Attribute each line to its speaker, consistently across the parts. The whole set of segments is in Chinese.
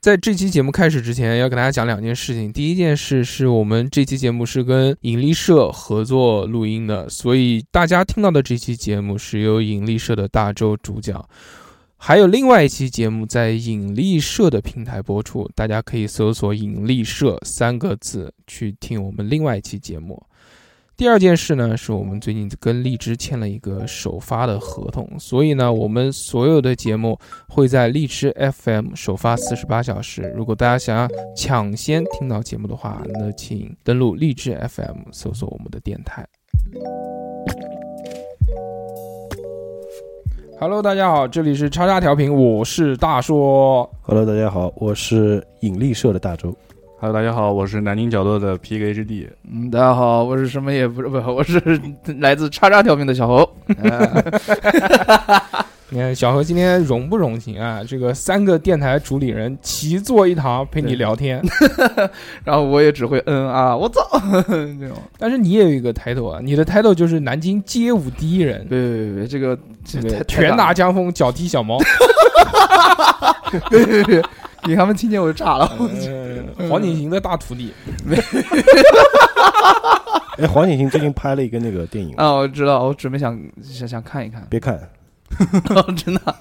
Speaker 1: 在这期节目开始之前，要给大家讲两件事情。第一件事是我们这期节目是跟引力社合作录音的，所以大家听到的这期节目是由引力社的大周主讲。还有另外一期节目在引力社的平台播出，大家可以搜索“引力社”三个字去听我们另外一期节目。第二件事呢，是我们最近跟荔枝签了一个首发的合同，所以呢，我们所有的节目会在荔枝 FM 首发四十八小时。如果大家想要抢先听到节目的话，那请登录荔枝 FM 搜索我们的电台。Hello，大家好，这里是叉叉调频，我是大硕。
Speaker 2: Hello，大家好，我是引力社的大周。
Speaker 3: Hello，大家好，我是南京角落的 PKHD。
Speaker 4: 嗯，大家好，我是什么也不是，不，我是 来自叉叉调频的小猴。哎
Speaker 1: 你看小何今天荣不荣幸啊？这个三个电台主理人齐坐一堂陪你聊天，
Speaker 4: 然后我也只会嗯啊，我操那种。
Speaker 1: 但是你也有一个 title 啊，你的 title 就是南京街舞第一人，
Speaker 4: 别别别别，这个这个
Speaker 1: 拳打江风，脚踢小猫。
Speaker 4: 别别别，给他们听见我就炸了。
Speaker 1: 呃黄景行的大徒弟，
Speaker 2: 哎，黄景行最近拍了一个那个电影，，
Speaker 4: 啊，我知道，我准备想想想看一看
Speaker 2: 别看
Speaker 4: 哦真的啊。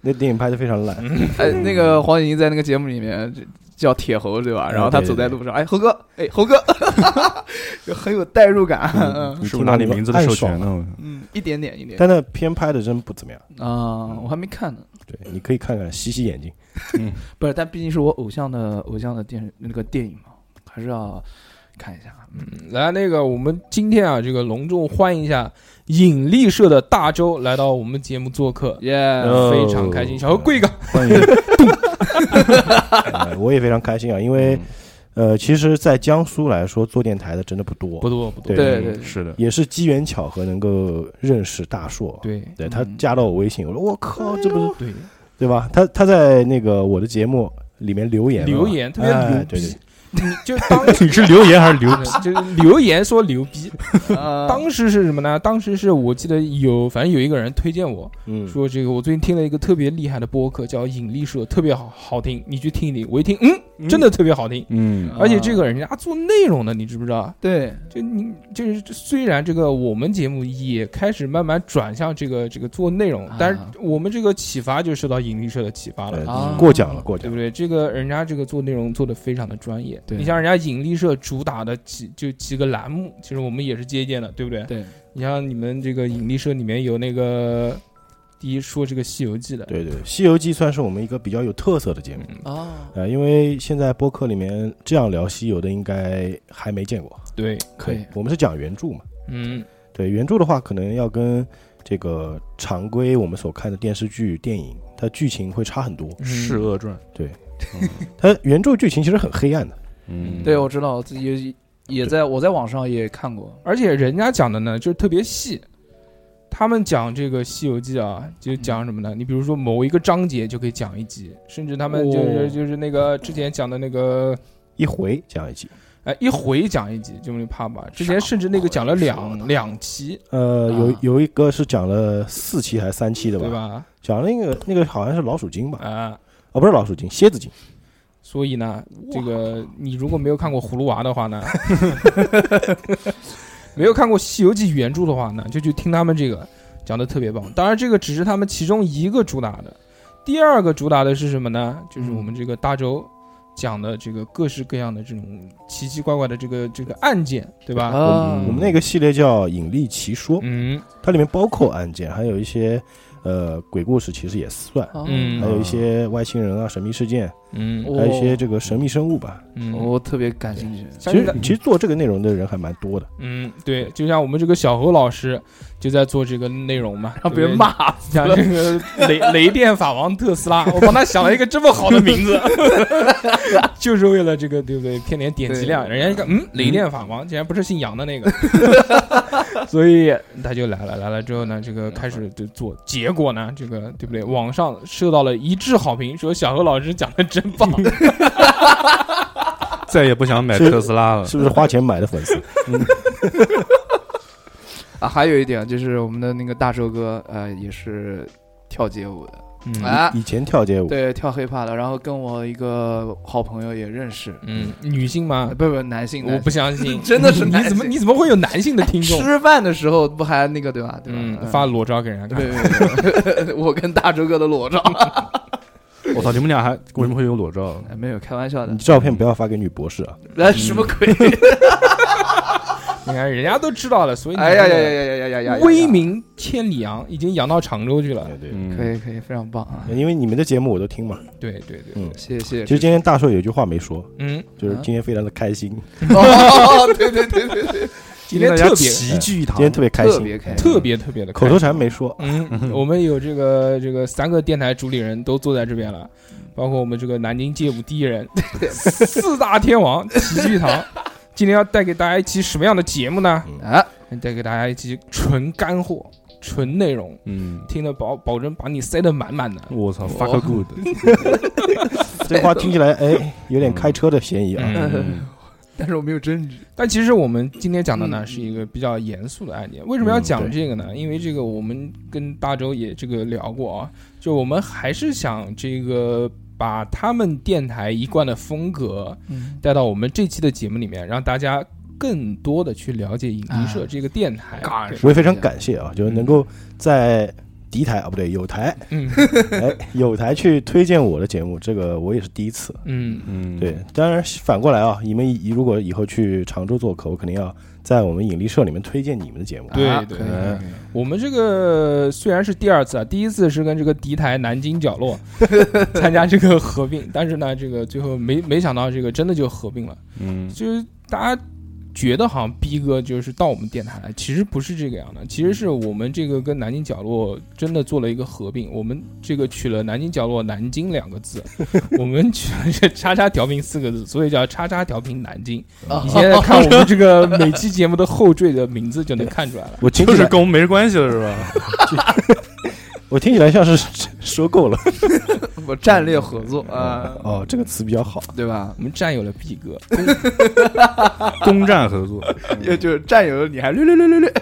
Speaker 2: 那电影拍的非常烂，
Speaker 4: 哎，那个黄景瑜在那个节目里面就叫铁猴对吧？
Speaker 2: 嗯
Speaker 4: 然后他
Speaker 2: 对
Speaker 4: 走在
Speaker 2: 对
Speaker 4: 路上，哎，猴哥，哎，猴 哥，就很有代入感，嗯
Speaker 2: 你
Speaker 3: 是不是
Speaker 2: 听
Speaker 3: 拿
Speaker 2: 到
Speaker 3: 你名字的
Speaker 2: 暗
Speaker 3: 授
Speaker 2: 爽
Speaker 3: 权
Speaker 2: 了？
Speaker 3: 呢？
Speaker 4: 嗯，一点点，一点点
Speaker 2: 但那片拍的真不怎么样，
Speaker 4: 啊，我还没看呢。
Speaker 2: 对，你可以看看，洗洗 眼睛。
Speaker 4: 不是，但毕竟是我偶像的偶像的电视那个电影嘛，还是要看一下。
Speaker 1: 来那个我们今天啊，这个隆重欢迎一下引力社的大周来到我们节目做客，
Speaker 4: 耶、
Speaker 2: 哦
Speaker 1: 非常开心。小何跪一个，
Speaker 2: 欢迎， 呃我也非常开心啊，因为
Speaker 3: 嗯
Speaker 2: 呃，其实，在江苏来说，做电台的真的不多，
Speaker 1: 不多不多，
Speaker 2: 对
Speaker 4: 对对，
Speaker 3: 嗯是的，
Speaker 2: 也是机缘巧合能够认识大硕。
Speaker 1: 对
Speaker 2: 对他加到我微信，我说我靠，这不是
Speaker 1: 对，
Speaker 2: 对吧？他他在那个我的节目里面留言了
Speaker 1: 留言特别
Speaker 2: 哎
Speaker 1: 牛
Speaker 2: 对对
Speaker 1: 逼，你就 当
Speaker 3: 你是留言还是留？
Speaker 1: 就是留言说牛逼。
Speaker 4: 啊
Speaker 1: 当时是什么呢？当时是我记得有，反正有一个人推荐我
Speaker 2: 嗯，
Speaker 1: 说这个，我最近听了一个特别厉害的播客，叫引力社，特别好好听，你去听一听。我一听，嗯，真的特别好听。
Speaker 3: 嗯，
Speaker 1: 而且这个人家做内容的，你知不知道？
Speaker 4: 对
Speaker 1: 就你就是虽然这个我们节目也开始慢慢转向这个这个做内容
Speaker 4: 啊，
Speaker 1: 但是我们这个启发就受到引力社的启发了。
Speaker 4: 啊
Speaker 2: 呃，过奖了，过
Speaker 1: 对
Speaker 2: 奖
Speaker 1: 不
Speaker 2: 了。
Speaker 1: 对？这个人家这个做内容做的非常的专业，
Speaker 4: 对
Speaker 1: 你像人家引力社主打的几就几个栏目，其实我们也是借鉴的，对不对？
Speaker 4: 对，
Speaker 1: 你像你们这个引力社里面有那个第一说这个《西游记》的，
Speaker 2: 对对，《西游记》算是我们一个比较有特色的节
Speaker 1: 嗯
Speaker 2: 目，
Speaker 4: 哦，
Speaker 2: 呃，因为现在播客里面这样聊西游的应该还没见过。
Speaker 1: 对，
Speaker 4: 可以
Speaker 2: 对，我们是讲原著嘛，
Speaker 1: 嗯，
Speaker 2: 对原著的话，可能要跟这个常规我们所看的电视剧、电影，它剧情会差很多。
Speaker 1: 嗯
Speaker 3: 是恶传。
Speaker 2: 它原著剧情其实很黑暗的，
Speaker 3: 嗯，
Speaker 4: 对，我知道，自己也也在我在网上也看过，
Speaker 1: 而且人家讲的呢，就是特别细。他们讲这个《西游记》啊，就讲什么呢？你比如说某一个章节就可以讲一集，甚至他们就是、
Speaker 4: 哦
Speaker 1: 就是那个之前讲的那个，
Speaker 2: 一回讲一集。
Speaker 1: 哎，一回讲一集，就那怕吧。之前甚至哦那个讲了两两期，
Speaker 2: 呃，有
Speaker 4: 啊
Speaker 2: 有一个是讲了四期还是三期的吧？
Speaker 1: 对吧？
Speaker 2: 讲那个那个好像是老鼠精吧？
Speaker 1: 啊、
Speaker 2: 哦，不是老鼠精，蝎子精。
Speaker 1: 所以呢，这个你如果没有看过《葫芦娃》的话呢， 没有看过《西游记》原著的话呢，就去听他们这个讲的特别棒。当然，这个只是他们其中一个主打的，第二个主打的是什么呢？就是我们这个大周讲的这个各式各样的这种奇奇怪怪的这个这个案件，对吧？
Speaker 4: 啊
Speaker 2: 我们那个系列叫《引力奇说》，
Speaker 1: 嗯
Speaker 2: 它里面包括案件，还有一些呃鬼故事，其实也算，
Speaker 4: 哦
Speaker 1: 嗯
Speaker 2: 还有一些外星人啊、神秘事件，
Speaker 1: 嗯
Speaker 4: 哦
Speaker 2: 还有一些这个神秘生物吧。
Speaker 1: 嗯
Speaker 4: 我特别感兴趣。
Speaker 2: 其
Speaker 1: 像
Speaker 2: 实
Speaker 1: 那个
Speaker 2: 其实做这个内容的人还蛮多的，
Speaker 1: 嗯，对，就像我们这个小侯老师就在做这个内容嘛，
Speaker 4: 让
Speaker 1: 对不
Speaker 4: 啊别
Speaker 1: 对
Speaker 4: 人骂死
Speaker 1: 讲
Speaker 4: 了
Speaker 1: 这个 雷雷电法王特斯拉，我帮他想了一个这么好的名 字，就是为了这个对不对？骗点点击量，
Speaker 4: 对嗯
Speaker 1: 人家一看，嗯，雷电法王竟然不是姓杨的那个，所以他就来了，来了之后呢，这个开始就做，结果呢，这个对不对？网上受到了一致好评，说小何老师讲的真棒。
Speaker 4: 嗯
Speaker 3: 再也不想买特斯拉了，
Speaker 2: 是不是花钱买的粉丝？
Speaker 4: 啊，还有一点就是我们的那个大周哥，呃，也是跳街舞的，
Speaker 1: 嗯
Speaker 4: 啊，
Speaker 2: 以前跳街舞，
Speaker 4: 对，跳 hiphop 的，然后跟我一个好朋友也认识，
Speaker 1: 嗯，女性吗
Speaker 4: 呃？不不，男性，
Speaker 1: 我
Speaker 4: 男
Speaker 1: 不
Speaker 4: 性
Speaker 1: 相信，
Speaker 4: 真的是
Speaker 1: 你
Speaker 4: 男
Speaker 1: 你怎么
Speaker 4: 性
Speaker 1: 你怎么会有男性的听众？
Speaker 4: 吃饭的时候不还那个对吧？对吧？
Speaker 1: 嗯，
Speaker 4: 嗯
Speaker 1: 发裸照给人家看
Speaker 4: 对。对对， 我跟大周哥的裸照，
Speaker 1: 嗯
Speaker 3: 我操，你们俩还为什么会有裸照？
Speaker 4: 哎没有开玩笑的
Speaker 2: 你，照片不要发给女博士啊，
Speaker 4: 哎，什么鬼？
Speaker 1: 你看人家都知道了，所以你
Speaker 4: 哎呀呀
Speaker 1: 这个
Speaker 4: 呀呀呀呀呀！
Speaker 1: 威，名千里扬，已经扬到常州去了。
Speaker 2: 对对，
Speaker 3: 嗯
Speaker 4: 可以可以，非常棒啊！
Speaker 2: 因为你们的节目我都听嘛。
Speaker 1: 对对对，
Speaker 2: 嗯，
Speaker 4: 谢谢。
Speaker 2: 其实今天大硕有一句话没说，
Speaker 1: 嗯，
Speaker 2: 就是今天非常的开心，
Speaker 4: 哦， 对对对对对，
Speaker 1: 今天特别
Speaker 3: 齐聚一堂
Speaker 2: 今，天特别开
Speaker 4: 特
Speaker 2: 心
Speaker 4: 别，开心。
Speaker 1: 特别特别的
Speaker 2: 口头禅没说，
Speaker 1: 嗯，我们有这个这个三个电台主理人都坐在这边了，包括我们这个南京街舞第一人四大天王齐聚一堂。今天要带给大家一期什么样的节目呢？
Speaker 4: 啊，
Speaker 1: 带给大家一期纯干货、纯内容，
Speaker 3: 嗯，
Speaker 1: 听得保保证把你塞得满满的。
Speaker 3: 我操，fuck good，
Speaker 2: 这话听起来哎有点开车的嫌疑啊。
Speaker 3: 嗯
Speaker 4: 但是我没有争执。
Speaker 1: 但其实我们今天讲的呢
Speaker 4: 嗯
Speaker 1: 是一个比较严肃的案件。为什么要讲
Speaker 2: 嗯
Speaker 1: 这个呢？因为这个我们跟大周也这个聊过啊，就我们还是想这个把他们电台一贯的风格
Speaker 4: 嗯，
Speaker 1: 带到我们这期的节目里面，让大家更多的去了解影迷社
Speaker 4: 啊
Speaker 1: 这个电台。对
Speaker 2: 我也非常感谢啊，就是能够在敌台啊不对有台
Speaker 1: 嗯
Speaker 2: 哎有台去推荐我的节目，这个我也是第一次。
Speaker 1: 嗯
Speaker 3: 嗯，
Speaker 2: 对，当然反过来啊，你们以如果以后去常州做客，我肯定要在我们引力社里面推荐你们的节目。
Speaker 1: 对
Speaker 4: 啊
Speaker 1: 对
Speaker 4: 可以
Speaker 3: 对
Speaker 4: 可以
Speaker 1: 我们这个虽然是第二次啊，第一次是跟这个敌台南京角落参加这个合并，但是呢，这个最后没没想到这个真的就合并了。
Speaker 3: 嗯，
Speaker 1: 就是大家觉得好像逼哥就是到我们电台来，其实不是这个样的，其实是我们这个跟南京角落真的做了一个合并，我们这个取了南京角落“南京”两个字，我们取了这“叉叉调频”四个字，所以叫“叉叉调频南京”。你现在看我们这个每期节目的后缀的名字就能看出来了。
Speaker 2: 我听
Speaker 3: 就
Speaker 2: 起
Speaker 3: 是
Speaker 2: 来
Speaker 3: 跟我们没关系了是吧？
Speaker 2: 我听起来像是说够了
Speaker 4: 我战略合作啊，
Speaker 2: 哦，这个词比较好。
Speaker 4: 对吧？
Speaker 1: 我们占有了逼 哥，
Speaker 3: 攻占合作，
Speaker 4: 也就是战友，你还略略略略略，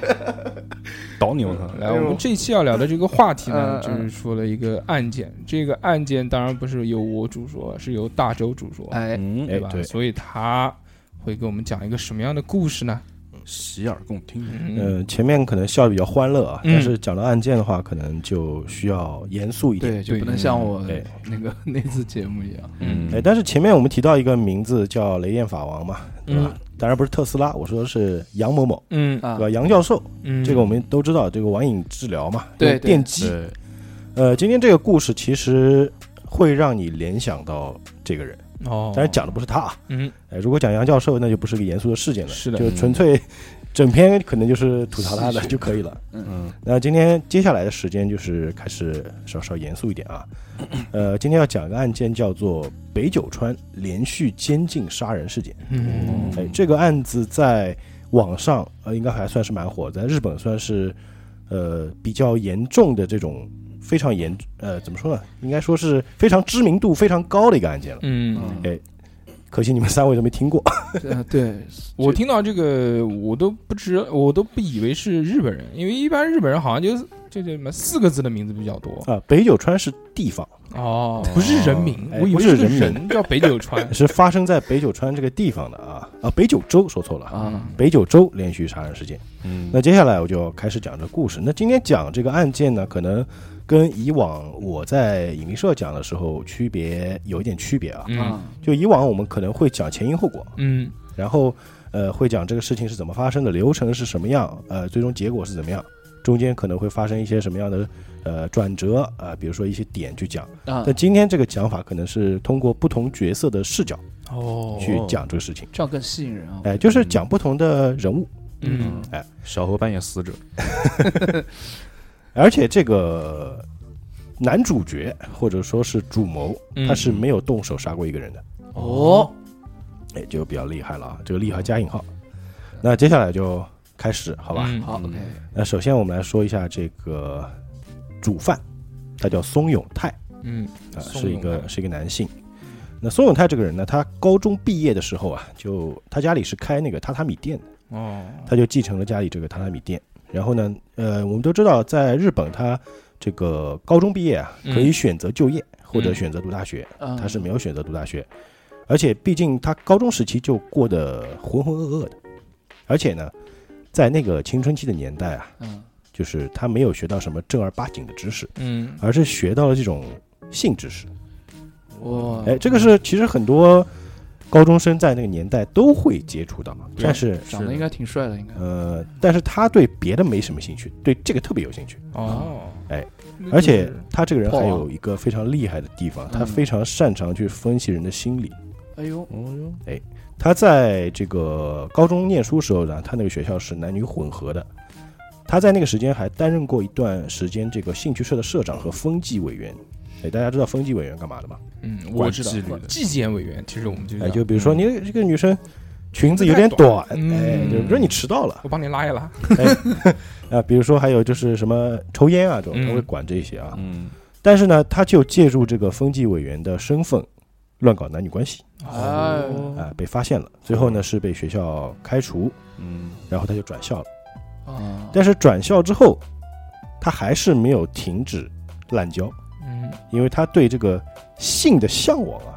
Speaker 3: 倒你我操！
Speaker 1: 来，我
Speaker 2: 哎
Speaker 1: 们这期要聊的这个话题呢，
Speaker 4: 嗯嗯
Speaker 1: 就是说了一个案件。这个案件当然不是由我主说，是由大周主说。
Speaker 4: 哎，
Speaker 3: 嗯，
Speaker 1: 对吧？
Speaker 2: 对
Speaker 1: 所以他会给我们讲一个什么样的故事呢？
Speaker 3: 洗耳恭听，
Speaker 1: 嗯，
Speaker 2: 嗯，前面可能笑得比较欢乐啊，
Speaker 1: 嗯
Speaker 2: 但是讲到案件的话，可能就需要严肃一点。
Speaker 4: 对，就不能
Speaker 1: 对
Speaker 4: 像我
Speaker 2: 对
Speaker 4: 那个那次节目一样，
Speaker 1: 嗯
Speaker 2: 哎，但是前面我们提到一个名字叫雷电法王嘛，对吧？
Speaker 1: 嗯
Speaker 2: 当然不是特斯拉，我说的是杨某某，
Speaker 1: 嗯
Speaker 4: 啊
Speaker 2: 对吧？杨教授，
Speaker 1: 嗯，
Speaker 2: 这个我们都知道，这个网瘾治疗嘛，
Speaker 4: 对
Speaker 2: 用
Speaker 4: 对
Speaker 2: 电击。
Speaker 3: 对，
Speaker 2: 呃，今天这个故事其实会让你联想到这个人，
Speaker 1: 哦，
Speaker 2: 当然讲的不是他啊。
Speaker 1: 嗯
Speaker 2: 哎，如果讲杨教授，那就不是个严肃的事件了，
Speaker 1: 是的
Speaker 2: 就纯粹整篇可能就是吐槽他的
Speaker 4: 戏谑
Speaker 2: 就可以了。
Speaker 3: 嗯
Speaker 2: 那今天接下来的时间就是开始稍稍严肃一点啊，呃，今天要讲一个案件叫做北九川连续监禁杀人事件。
Speaker 1: 嗯
Speaker 2: 哎，这个案子在网上呃应该还算是蛮火，在日本算是呃比较严重的这种非常严呃怎么说呢？应该说是非常知名度非常高的一个案件了。
Speaker 1: 嗯，
Speaker 2: 可惜你们三位都没听过。
Speaker 4: 呃对，
Speaker 1: 我听到这个我都不知，我都不以为是日本人，因为一般日本人好像就就这什么四个字的名字比较多
Speaker 2: 啊，北九川是地方，
Speaker 1: 哦，不是人名，
Speaker 2: 哎
Speaker 1: 我以
Speaker 2: 不
Speaker 1: 为
Speaker 2: 是
Speaker 1: 个
Speaker 2: 人名
Speaker 1: 人叫北九
Speaker 2: 。
Speaker 1: 川
Speaker 2: 是发生在北九川这个地方的啊啊，北九州说错了啊，
Speaker 4: 啊，
Speaker 2: 北九州连续杀人事件。
Speaker 3: 嗯，
Speaker 2: 那接下来我就开始讲这故事。那今天讲这个案件呢，可能跟以往我在引力社讲的时候区别有一点区别啊。
Speaker 1: 嗯
Speaker 4: 啊
Speaker 2: 就以往我们可能会讲前因后果，
Speaker 1: 嗯
Speaker 2: 然后呃会讲这个事情是怎么发生的，流程是什么样，呃最终结果是怎么样，中间可能会发生一些什么样的呃转折啊、呃比如说一些点去讲。
Speaker 4: 啊
Speaker 2: 但，今天这个讲法可能是通过不同角色的视角
Speaker 1: 哦
Speaker 2: 去讲这个事情，
Speaker 4: 这样更吸引人啊
Speaker 2: 哎、，就是讲不同的人物。
Speaker 1: 嗯
Speaker 3: 小何扮演死者，
Speaker 2: 而且这个男主角或者说是主谋，
Speaker 1: 嗯
Speaker 2: 他是没有动手杀过一个人的，
Speaker 4: 哦，
Speaker 2: 哎，就比较厉害了啊，这个厉害加引号。那接下来就开始，好吧？
Speaker 1: 嗯
Speaker 4: 好，OK，
Speaker 2: 那首先我们来说一下这个主犯，他叫松永泰
Speaker 1: 嗯
Speaker 2: 啊，
Speaker 1: 松
Speaker 2: 是一
Speaker 1: 永
Speaker 2: 个
Speaker 1: 泰
Speaker 2: 是一个男性。那松永泰这个人呢，他高中毕业的时候啊，就他家里是开那个榻榻米店的，
Speaker 1: 哦，
Speaker 2: 他就继承了家里这个榻榻米店。然后呢，呃，我们都知道，在日本，他这个高中毕业啊，
Speaker 1: 嗯
Speaker 2: 可以选择就业、或者
Speaker 1: 嗯
Speaker 2: 选择读大学，
Speaker 4: 嗯
Speaker 2: 他是没有选择读大学，而且毕竟他高中时期就过得浑浑噩噩的，而且呢，在那个青春期的年代啊，
Speaker 4: 嗯
Speaker 2: 就是他没有学到什么正儿八经的知识，
Speaker 1: 嗯
Speaker 2: 而是学到了这种性知
Speaker 4: 嗯
Speaker 2: 识。
Speaker 4: 哇，
Speaker 2: 哎，这个是其实很多高中生在那个年代都会接触到，
Speaker 1: 对
Speaker 2: 但是
Speaker 4: 长得应该挺帅的，应该
Speaker 2: 呃，但是他对别的没什么兴趣，对这个特别有兴趣。
Speaker 1: 哦，
Speaker 2: 哎
Speaker 1: 那就是，
Speaker 2: 而且他这个人还
Speaker 4: 嗯破
Speaker 2: 有一个非常厉害的地方，他
Speaker 4: 嗯
Speaker 2: 非常擅长去分析人的心理。
Speaker 4: 哎呦，
Speaker 2: 他在这个高中念书时候呢，他那个学校是男女混合的。他在那个时间还担任过一段时间这个兴趣社的社长和风纪委员。哎，大家知道风纪委员干嘛的吗？
Speaker 1: 嗯，我
Speaker 3: 管
Speaker 1: 知道
Speaker 3: 纪律的
Speaker 1: 纪检委员，其实我们就
Speaker 2: 哎，
Speaker 1: 叫
Speaker 2: 就比如说
Speaker 1: 嗯
Speaker 2: 你这个女生裙子有点短，
Speaker 1: 嗯
Speaker 2: 哎，就比如说你迟到了
Speaker 1: 我帮你拉一拉，
Speaker 2: 啊，比如说还有就是什么抽烟啊这种，
Speaker 1: 嗯
Speaker 2: 他会管这些啊。
Speaker 3: 嗯，
Speaker 2: 但是呢，他就借助这个风纪委员的身份乱搞男女关系
Speaker 4: 哎，
Speaker 1: 哦
Speaker 2: 啊，被发现了，最后呢是被学校开除，
Speaker 3: 嗯，
Speaker 2: 然后他就转校了。
Speaker 4: 啊，
Speaker 2: 但是转校之后，他还是没有停止滥交，
Speaker 1: 嗯，
Speaker 2: 因为他对这个性的向往啊，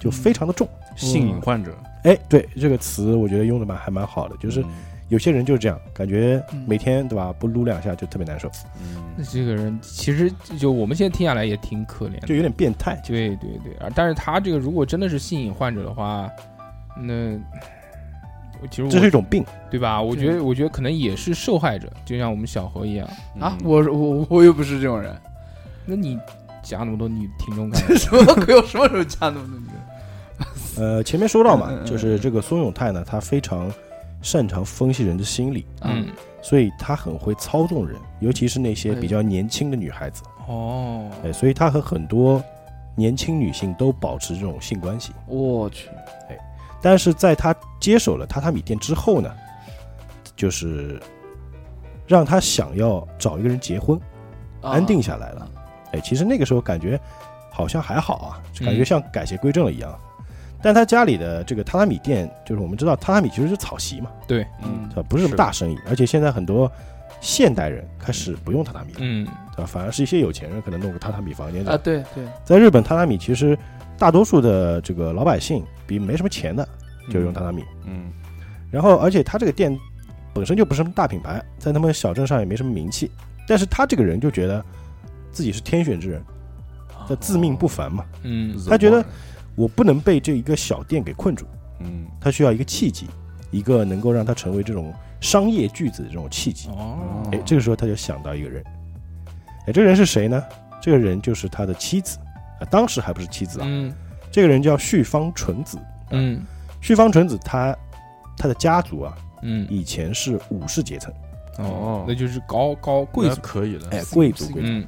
Speaker 2: 就非常的重。
Speaker 3: 性瘾患者
Speaker 4: 嗯
Speaker 2: 哎，对这个词，我觉得用的蛮还蛮好的，就是
Speaker 3: 嗯
Speaker 2: 有些人就是这样，感觉
Speaker 4: 嗯
Speaker 2: 每天对吧，不撸两下就特别难受，
Speaker 3: 嗯
Speaker 1: 那这个人其实就我们现在听下来也挺可怜的，
Speaker 2: 就有点变态。
Speaker 1: 对对对，啊，但是他这个如果真的是性瘾患者的话，那我其实我
Speaker 2: 这是一种病，
Speaker 4: 嗯
Speaker 1: 对吧？我
Speaker 4: 对
Speaker 1: 觉得我觉得可能也是受害者，就像我们小何一样。
Speaker 4: 啊，我我我又不是这种人，
Speaker 1: 那你讲那么多女听众干嘛？
Speaker 4: 这什么鬼？我什么时候加那么多女的？
Speaker 2: 呃，前面说到嘛
Speaker 4: 嗯嗯，嗯
Speaker 2: 就是这个松永泰呢，他非常擅长分析人的心理，
Speaker 1: 嗯，
Speaker 2: 所以他很会操纵人，尤其是那些
Speaker 4: 哎
Speaker 2: 比较年轻的女孩子，
Speaker 1: 哦，
Speaker 2: 哎，所以他和很多年轻女性都保持这种性关系。
Speaker 4: 我去，
Speaker 2: 但是在他接手了榻榻米店之后呢，就是让他想要找一个人结婚，
Speaker 4: 啊
Speaker 2: 安定下来了。哎，其实那个时候感觉好像还好啊，就感觉像改邪归正了一样。但他家里的这个榻榻米店，就是我们知道榻榻米其实是草席嘛，
Speaker 1: 对，
Speaker 4: 嗯
Speaker 2: 对吧？不是什么大生意，而且现在很多现代人开始不用榻榻米了，
Speaker 1: 嗯，
Speaker 2: 对吧？反而是一些有钱人可能弄个榻榻米房间这样
Speaker 4: 啊，对对，
Speaker 2: 在日本，榻榻米其实大多数的这个老百姓比没什么钱的就用榻榻米。
Speaker 3: 嗯，
Speaker 2: 然后，而且他这个店本身就不是什么大品牌，在他们小镇上也没什么名气，但是他这个人就觉得自己是天选之人，他自命不凡嘛。
Speaker 1: 嗯，
Speaker 2: 他觉得我不能被这一个小店给困住，
Speaker 3: 嗯
Speaker 2: 他需要一个契机，一个能够让他成为这种商业巨子的这种契机。
Speaker 1: 哦，
Speaker 2: 哎，这个时候他就想到一个人，哎，这个人是谁呢？这个人就是他的妻子啊，当时还不是妻子啊，
Speaker 1: 嗯
Speaker 2: 这个人叫旭方纯子。
Speaker 1: 嗯
Speaker 2: 旭方纯子他他的家族啊，
Speaker 1: 嗯，
Speaker 2: 以前是武士阶层，
Speaker 1: 哦，那就是高高贵
Speaker 3: 那
Speaker 1: 族，
Speaker 3: 可以的，
Speaker 2: 哎，贵族贵族。
Speaker 1: 嗯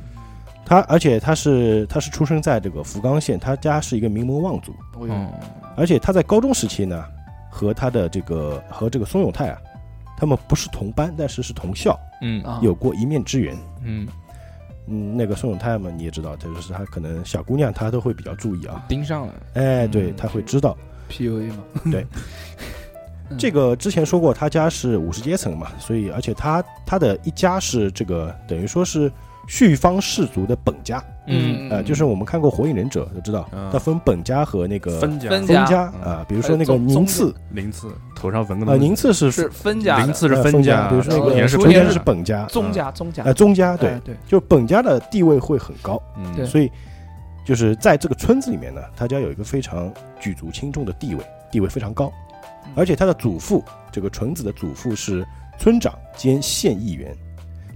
Speaker 2: 他而且他是他是出生在这个福冈县，他家是一个名门望族，
Speaker 4: 我有
Speaker 1: 哦，
Speaker 2: 而且他在高中时期呢，和他的这个和这个松永泰啊，他们不是同班，但是是同校，
Speaker 1: 嗯
Speaker 4: 啊
Speaker 2: 有过一面之缘。
Speaker 1: 嗯，
Speaker 2: 嗯，那个松永泰嘛，你也知道，就是他可能小姑娘她都会比较注意啊，
Speaker 1: 盯上了，
Speaker 2: 哎，对，
Speaker 1: 嗯
Speaker 2: 他会知道。
Speaker 4: PUA 嘛，嗯
Speaker 2: 这个之前说过，他家是武士阶层嘛，所以而且他他的一家是这个等于说是旭方氏族的本家，
Speaker 1: 嗯
Speaker 2: 呃，就是我们看过《火影忍者》就知道，
Speaker 3: 嗯
Speaker 2: 它分本家和那个
Speaker 3: 分家
Speaker 4: 分
Speaker 2: 家
Speaker 4: 家
Speaker 2: 啊、
Speaker 3: 嗯
Speaker 2: 比如说那个宁次
Speaker 3: 零次头上纹个
Speaker 2: 啊，宁
Speaker 3: 零
Speaker 2: 次是
Speaker 4: 是分家的
Speaker 3: 零次是
Speaker 2: 呃
Speaker 3: 分哦
Speaker 2: 家，比如说那
Speaker 4: 然后
Speaker 2: 个
Speaker 3: 也是
Speaker 4: 竹
Speaker 2: 竹
Speaker 4: 田
Speaker 2: 田
Speaker 4: 是
Speaker 2: 是本家，
Speaker 4: 宗
Speaker 2: 啊
Speaker 4: 家宗家
Speaker 2: 呃，宗家对
Speaker 4: 哎，对，
Speaker 2: 就本家的地位会很高，
Speaker 3: 嗯
Speaker 4: 对
Speaker 2: 所以就是在这个村子里面呢，他家有一个非常举足轻重的地位，地位非常高，
Speaker 4: 嗯
Speaker 2: 而且他的祖父这个纯子的祖父是村长兼县议员，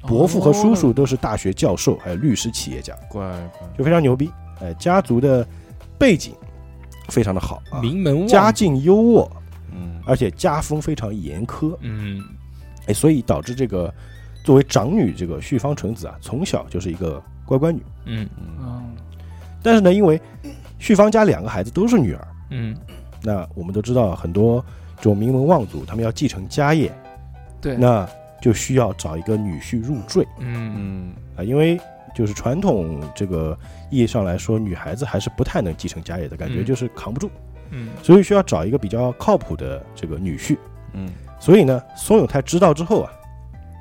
Speaker 1: 哦
Speaker 2: 伯父和叔
Speaker 4: 哦
Speaker 2: 叔都是大学教授，还有律师、企业家，
Speaker 3: 怪
Speaker 2: 就非常牛逼。哎，家族的背景非常的好啊，
Speaker 1: 名门望
Speaker 2: 家，境优渥，
Speaker 3: 嗯
Speaker 2: 而且家风非常严苛，
Speaker 1: 嗯
Speaker 2: 哎，所以导致这个作为长女这个旭方纯子啊，从小就是一个乖乖女。
Speaker 1: 嗯
Speaker 3: 嗯
Speaker 4: 嗯，
Speaker 2: 但是呢，因为旭方家两个孩子都是女儿，
Speaker 1: 嗯
Speaker 2: 那我们都知道很多这种名门望族，他们要继承家业，
Speaker 4: 对，
Speaker 2: 那就需要找一个女婿入赘
Speaker 1: 嗯
Speaker 3: 嗯
Speaker 2: 啊，因为就是传统这个意义上来说，女孩子还是不太能继承家业的，感觉
Speaker 1: 嗯
Speaker 2: 就是扛不住，
Speaker 1: 嗯
Speaker 2: 所以需要找一个比较靠谱的这个女婿。
Speaker 3: 嗯
Speaker 2: 所以呢，松永泰知道之后啊，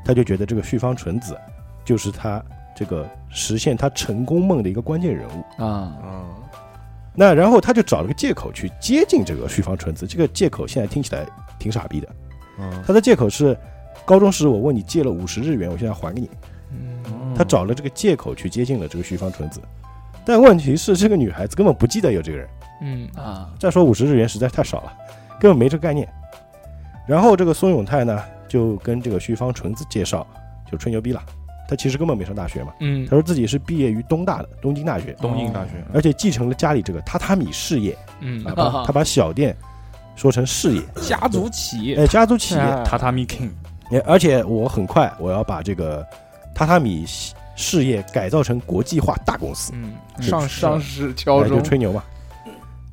Speaker 2: 他就觉得这个旭方纯子就是他这个实现他成功梦的一个关键人物。
Speaker 4: 啊，
Speaker 3: 啊
Speaker 2: 那然后他就找了个借口去接近这个旭方纯子，这个借口现在听起来挺傻逼的。
Speaker 3: 啊
Speaker 2: 他的借口是，高中时我问你借了五十日元，我现在还给你。
Speaker 1: 嗯
Speaker 2: 他找了这个借口去接近了这个旭方纯子，但问题是这个女孩子根本不记得有这个人。
Speaker 1: 嗯
Speaker 4: 啊，
Speaker 2: 再说五十日元实在太少了，根本没这个概念。然后这个松永泰呢，就跟这个旭方纯子介绍，就吹牛逼了。他其实根本没上大学嘛，
Speaker 1: 嗯
Speaker 2: 他说自己是毕业于东大的东京大学，
Speaker 3: 东印大学
Speaker 2: 而且继承了家里这个榻榻米事业
Speaker 1: 嗯
Speaker 2: 啊，把他把小店说成事业，
Speaker 1: 家族企业啊
Speaker 2: 哎，家族企业，
Speaker 3: 榻榻米 king
Speaker 2: 哎而且我很快我要把这个榻榻米事业改造成国际化大公司，
Speaker 1: 嗯
Speaker 2: 是
Speaker 1: 上市
Speaker 4: 上市敲
Speaker 2: 哎，就
Speaker 4: 钟，
Speaker 2: 吹牛嘛。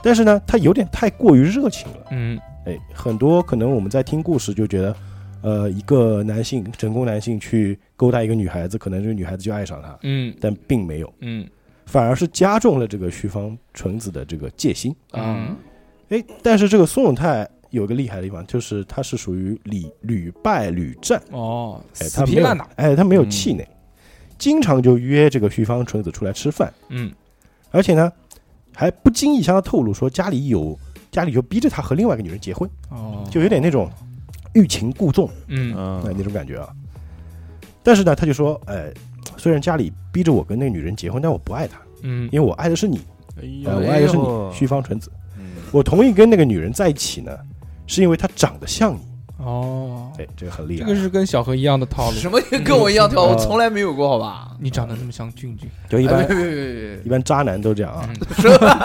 Speaker 2: 但是呢，他有点太过于热情了。
Speaker 1: 嗯
Speaker 2: 哎，很多可能我们在听故事就觉得，呃，一个男性成功男性去勾搭一个女孩子，可能这个女孩子就爱上他，
Speaker 1: 嗯
Speaker 2: 但并没有，
Speaker 1: 嗯
Speaker 2: 反而是加重了这个徐芳纯子的这个戒心。
Speaker 1: 嗯
Speaker 2: 哎，但是这个松永泰有一个厉害的地方，就是他是属于屡屡败屡战，
Speaker 1: 哦，
Speaker 2: 哎，
Speaker 1: 死
Speaker 2: 他没
Speaker 1: 皮
Speaker 2: 有
Speaker 1: 烂打，
Speaker 2: 哎，他没有
Speaker 3: 嗯
Speaker 2: 气馁，经常就约这个徐芳纯子出来吃饭，
Speaker 1: 嗯
Speaker 2: 而且呢，还不经意向他透露说家里有家里就逼着他和另外一个女人结婚，
Speaker 1: 哦，
Speaker 2: 就有点那种欲擒故纵
Speaker 1: 嗯
Speaker 2: 哎、
Speaker 3: 嗯
Speaker 2: 那种感觉啊。但是呢，他就说，哎，虽然家里逼着我跟那个女人结婚，但我不爱她，
Speaker 1: 嗯哦
Speaker 2: 因为我爱的是你，
Speaker 3: 哎
Speaker 2: 哎，我
Speaker 3: 呦
Speaker 2: 爱的是
Speaker 3: 哎
Speaker 2: 你，
Speaker 3: 呦
Speaker 2: 徐芳纯子。
Speaker 3: 嗯
Speaker 2: 我同意跟那个女人在一起呢，是因为她长得像你。
Speaker 1: 哦，
Speaker 2: 哎，这个很厉
Speaker 1: 这
Speaker 2: 害。
Speaker 1: 个是跟小何一样的套路，
Speaker 5: 什么跟我一样跳，
Speaker 2: 嗯
Speaker 5: 我从来没有过，好吧？
Speaker 1: 你长得那么像俊俊，
Speaker 2: 就一
Speaker 5: 哎
Speaker 2: 般
Speaker 5: 没有没有没有没有
Speaker 2: 一般渣男都这样啊。
Speaker 1: 嗯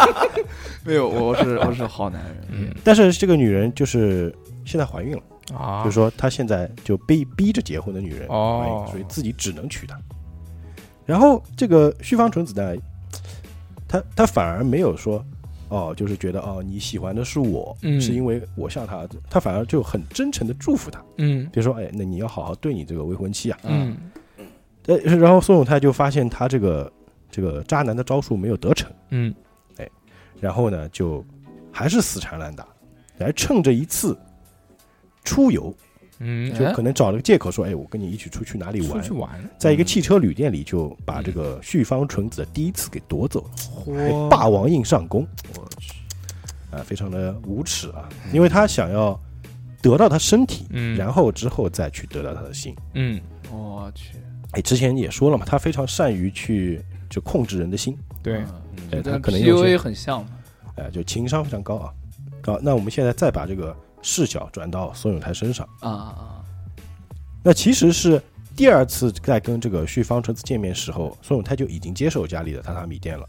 Speaker 4: 没有，我是我是好男人，
Speaker 1: 嗯
Speaker 2: 但是这个女人就是现在怀孕了，
Speaker 1: 啊，
Speaker 2: 就是说她现在就被逼着结婚的女人怀
Speaker 1: 哦
Speaker 2: 孕，所以自己只能娶她。然后这个旭方纯子呢，她她反而没有说。哦，就是觉得哦，你喜欢的是我，
Speaker 1: 嗯
Speaker 2: 是因为我像他儿子，她反而就很真诚的祝福他，
Speaker 1: 嗯
Speaker 2: 就说，哎，那你要好好对你这个未婚妻啊。
Speaker 1: 嗯
Speaker 2: 呃，然后宋永泰就发现他这个这个渣男的招数没有得逞，
Speaker 1: 嗯
Speaker 2: 然后呢，就还是死缠烂打，来趁着一次出游，
Speaker 1: 嗯，
Speaker 2: 就可能找了个借口说，哎，我跟你一起出去哪里
Speaker 1: 出
Speaker 2: 玩
Speaker 1: 去，嗯玩，
Speaker 2: 在一个汽车旅店里就把这个旭方纯子的第一次给夺走了，
Speaker 1: 嚯
Speaker 2: 哎霸王硬上弓，啊，非常的无耻啊，因为他想要得到他身体，
Speaker 1: 嗯
Speaker 2: 然后之后再去得到他的心。
Speaker 1: 嗯
Speaker 4: 啊我去，
Speaker 2: 哎，之前也说了嘛，他非常善于去就控制人的心，
Speaker 1: 对，
Speaker 2: 哎，他
Speaker 4: 跟
Speaker 2: 可能有些
Speaker 4: PUA 很像嘛，
Speaker 2: 哎，就情商非常高啊。好，那我们现在再把这个视角转到宋永泰身上，
Speaker 4: 啊啊
Speaker 2: 那其实是第二次在跟这个旭方纯子见面时候，宋永泰就已经接手家里的榻榻米店了。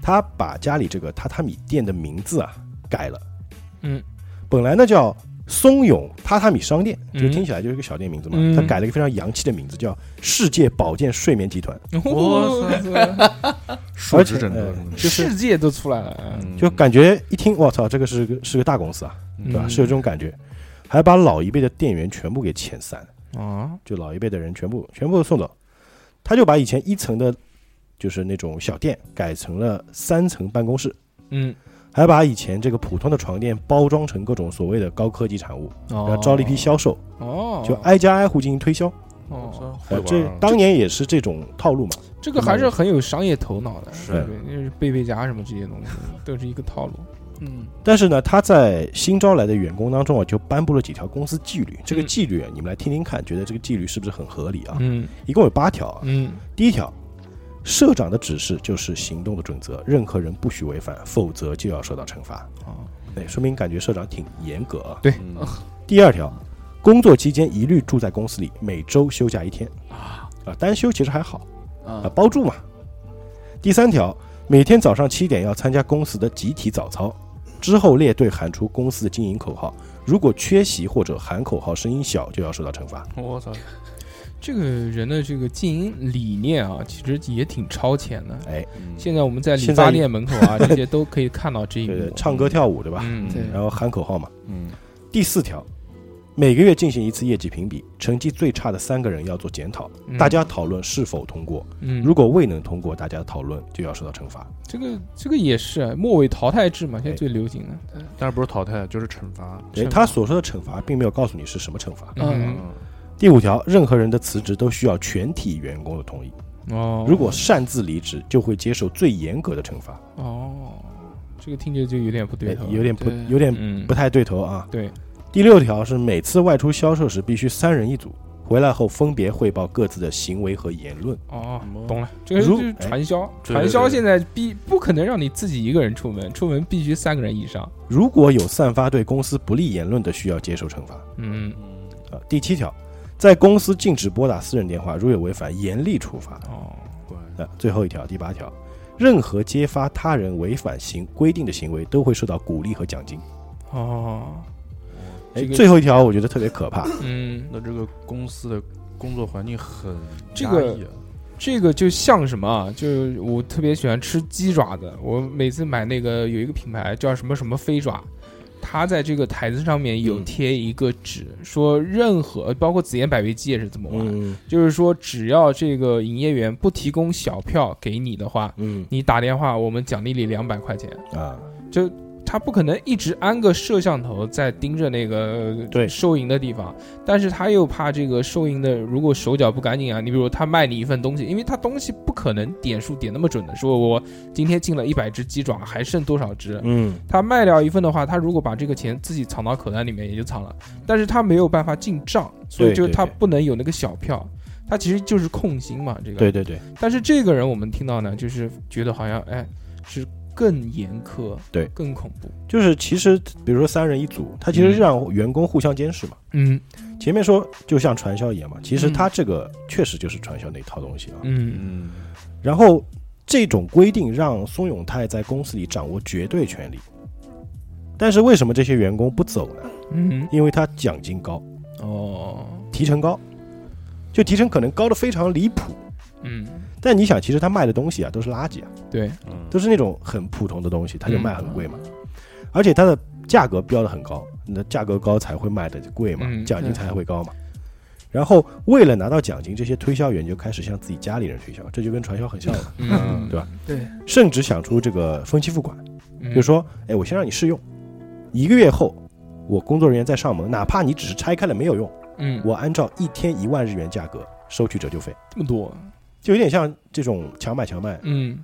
Speaker 2: 他把家里这个榻榻米店的名字啊改了，
Speaker 1: 嗯，
Speaker 2: 本来呢叫松永榻榻米商店，就
Speaker 1: 嗯
Speaker 2: 听起来就是一个小店名字嘛。
Speaker 1: 嗯
Speaker 2: 他改了一个非常洋气的名字，叫世界保健睡眠集团，
Speaker 1: 哇 塞，
Speaker 2: 而
Speaker 3: 数
Speaker 2: 且
Speaker 3: 值诊断
Speaker 2: 呃
Speaker 3: 什么的
Speaker 2: 就是
Speaker 1: 哦世界都出来了，
Speaker 3: 嗯
Speaker 2: 就感觉一听，我操，这个是个是个大公司啊，对吧？
Speaker 1: 嗯
Speaker 2: 是有这种感觉，还把老一辈的店员全部给遣散，
Speaker 1: 啊，
Speaker 2: 就老一辈的人全部全部送走，他就把以前一层的，就是那种小店改成了三层办公室，
Speaker 1: 嗯，
Speaker 2: 还把以前这个普通的床垫包装成各种所谓的高科技产物，然后招了一批销售，
Speaker 1: 哦，
Speaker 2: 就哎挨家挨户进行推销。
Speaker 1: 哦，
Speaker 3: 会
Speaker 2: 呃
Speaker 3: 玩
Speaker 2: 这当年也是这种套路嘛，
Speaker 1: 这个还是很有商业头脑的，
Speaker 3: 是
Speaker 1: 对对，就是贝贝夹什么这些东西都是一个套路，
Speaker 4: 嗯，
Speaker 2: 但是呢，他在新招来的员工当中啊，就颁布了几条公司纪律。这个
Speaker 1: 嗯
Speaker 2: 纪律啊，你们来听听看，觉得这个纪律是不是很合理啊？
Speaker 1: 嗯
Speaker 2: 一共有八条啊。
Speaker 1: 嗯
Speaker 2: 第一条，社长的指示就是行动的准则，任何人不许违反，否则就要受到惩罚。
Speaker 1: 啊，
Speaker 2: 哎，说明感觉社长挺严格啊。
Speaker 3: 嗯
Speaker 2: 第二条，工作期间一律住在公司里，每周休假一天啊啊，单休其实还好啊，包住嘛。第三条，每天早上七点要参加公司的集体早操，之后列队喊出公司的经营口号，如果缺席或者喊口号声音小，就要受到惩罚。
Speaker 3: 哎我操
Speaker 1: 这个人的这个经营理念啊，其实也挺超前的。
Speaker 2: 哎，
Speaker 3: 嗯
Speaker 1: 现在我们在理
Speaker 2: 现在
Speaker 1: 发店门口 啊，这些都可以看到这一
Speaker 2: 对对
Speaker 1: 幕，。
Speaker 2: 唱歌跳舞对吧？
Speaker 1: 嗯，
Speaker 4: 对
Speaker 2: 然后喊口号嘛。
Speaker 3: 嗯
Speaker 2: 第四条，每个月进行一次业绩评比，成绩最差的三个人要做检讨，
Speaker 1: 嗯
Speaker 2: 大家讨论是否通过。
Speaker 1: 嗯，
Speaker 2: 如果未能通过，大家讨论就要受到惩罚。
Speaker 1: 这个这个也是啊末尾淘汰制嘛，现在最流行的。
Speaker 3: 但是不是淘汰，啊就是惩罚。
Speaker 2: 哎，
Speaker 1: 惩罚
Speaker 2: 他所说的惩罚并没有告诉你是什么惩罚。
Speaker 1: 嗯，
Speaker 2: 第五条，任何人的辞职都需要全体员工的同意，
Speaker 1: 哦，
Speaker 2: 如果擅自离职，就会接受最严格的惩罚。
Speaker 1: 哦，这个听着就有点不对
Speaker 2: 哎
Speaker 1: 头，
Speaker 2: 有点不
Speaker 4: 对
Speaker 2: 有点
Speaker 1: 嗯
Speaker 2: 不太对头啊。
Speaker 1: 对，
Speaker 2: 第六条是每次外出销售时必须三人一组，回来后分别汇报各自的行为和言论。
Speaker 1: 哦，懂了，这个
Speaker 2: 如哎
Speaker 1: 就是传销，
Speaker 3: 对对
Speaker 1: 传销
Speaker 3: 对
Speaker 1: 现在必不可能让你自己一个人出门，出门必须三个人以上。
Speaker 2: 如果有散发对公司不利言论的，需要接受惩罚。
Speaker 1: 嗯，
Speaker 2: 啊，第七条，在公司禁止拨打私人电话，如有违反，严厉处罚。
Speaker 1: 哦，
Speaker 2: 呃，最后一条，第八条，任何揭发他人违反行规定的行为，都会受到鼓励和奖金。
Speaker 1: 哦，
Speaker 2: 哎
Speaker 1: 这，个
Speaker 2: 最后一条我觉得特别可怕。
Speaker 1: 嗯，
Speaker 3: 那这个公司的工作环境很
Speaker 1: 这
Speaker 3: 压
Speaker 1: 个
Speaker 3: 抑啊
Speaker 1: 这个就像什么啊？就是我特别喜欢吃鸡爪子，我每次买那个有一个品牌叫什么什么飞爪，它在这个台子上面有贴一个纸，说任何包括紫燕百味鸡也是这么玩，
Speaker 2: 嗯
Speaker 1: 就是说只要这个营业员不提供小票给你的话，
Speaker 2: 嗯
Speaker 1: 你打电话我们奖励你两百块钱。
Speaker 2: 啊，
Speaker 1: 他不可能一直安个摄像头在盯着那个呃
Speaker 2: 对
Speaker 1: 收银的地方，但是他又怕这个收银的如果手脚不干净啊，你比如他卖你一份东西，因为他东西不可能点数点那么准的，说我今天进了一百只鸡爪，还剩多少只？
Speaker 2: 嗯
Speaker 1: 他卖掉一份的话，他如果把这个钱自己藏到口袋里面也就藏了，但是他没有办法进账，所以
Speaker 2: 对
Speaker 1: 就
Speaker 2: 对
Speaker 1: 他
Speaker 2: 对
Speaker 1: 不能有那个小票，他其实就是控心嘛，这个
Speaker 2: 对对对
Speaker 1: 但是这个人我们听到呢，就是觉得好像哎是更严苛，
Speaker 2: 对
Speaker 1: 更恐怖，
Speaker 2: 就是其实比如说三人一组，他其实
Speaker 1: 嗯
Speaker 2: 让员工互相监视嘛。
Speaker 1: 嗯
Speaker 2: 前面说就像传销一样嘛，其实
Speaker 1: 嗯
Speaker 2: 他这个确实就是传销那一套东西啊。
Speaker 1: 嗯
Speaker 3: 嗯，
Speaker 2: 然后这种规定让松永泰在公司里掌握绝对权力。但是为什么这些员工不走呢？
Speaker 1: 嗯
Speaker 2: 因为他奖金高，
Speaker 1: 哦
Speaker 2: 提成高，就提成可能高的非常离谱。
Speaker 1: 嗯
Speaker 2: 但你想，其实他卖的东西啊都是垃圾啊，
Speaker 1: 对
Speaker 2: 都是那种很普通的东西，他就卖很贵嘛。
Speaker 1: 嗯
Speaker 2: 而且它的价格标的很高，你的价格高才会卖的贵嘛，
Speaker 1: 嗯
Speaker 2: 奖金才会高嘛。然后为了拿到奖金，这些推销员就开始向自己家里人推销，这就跟传销很像了，
Speaker 1: 嗯
Speaker 2: 对吧？
Speaker 4: 对，
Speaker 2: 甚至想出这个分期付款，
Speaker 1: 比
Speaker 2: 比如说，哎，我先让你试用，一个月后，我工作人员再上门，哪怕你只是拆开了没有用，
Speaker 1: 嗯
Speaker 2: 我按照一天一万日元价格收取折旧费，
Speaker 1: 这么多
Speaker 2: 就有点像这种强买强卖，
Speaker 1: 嗯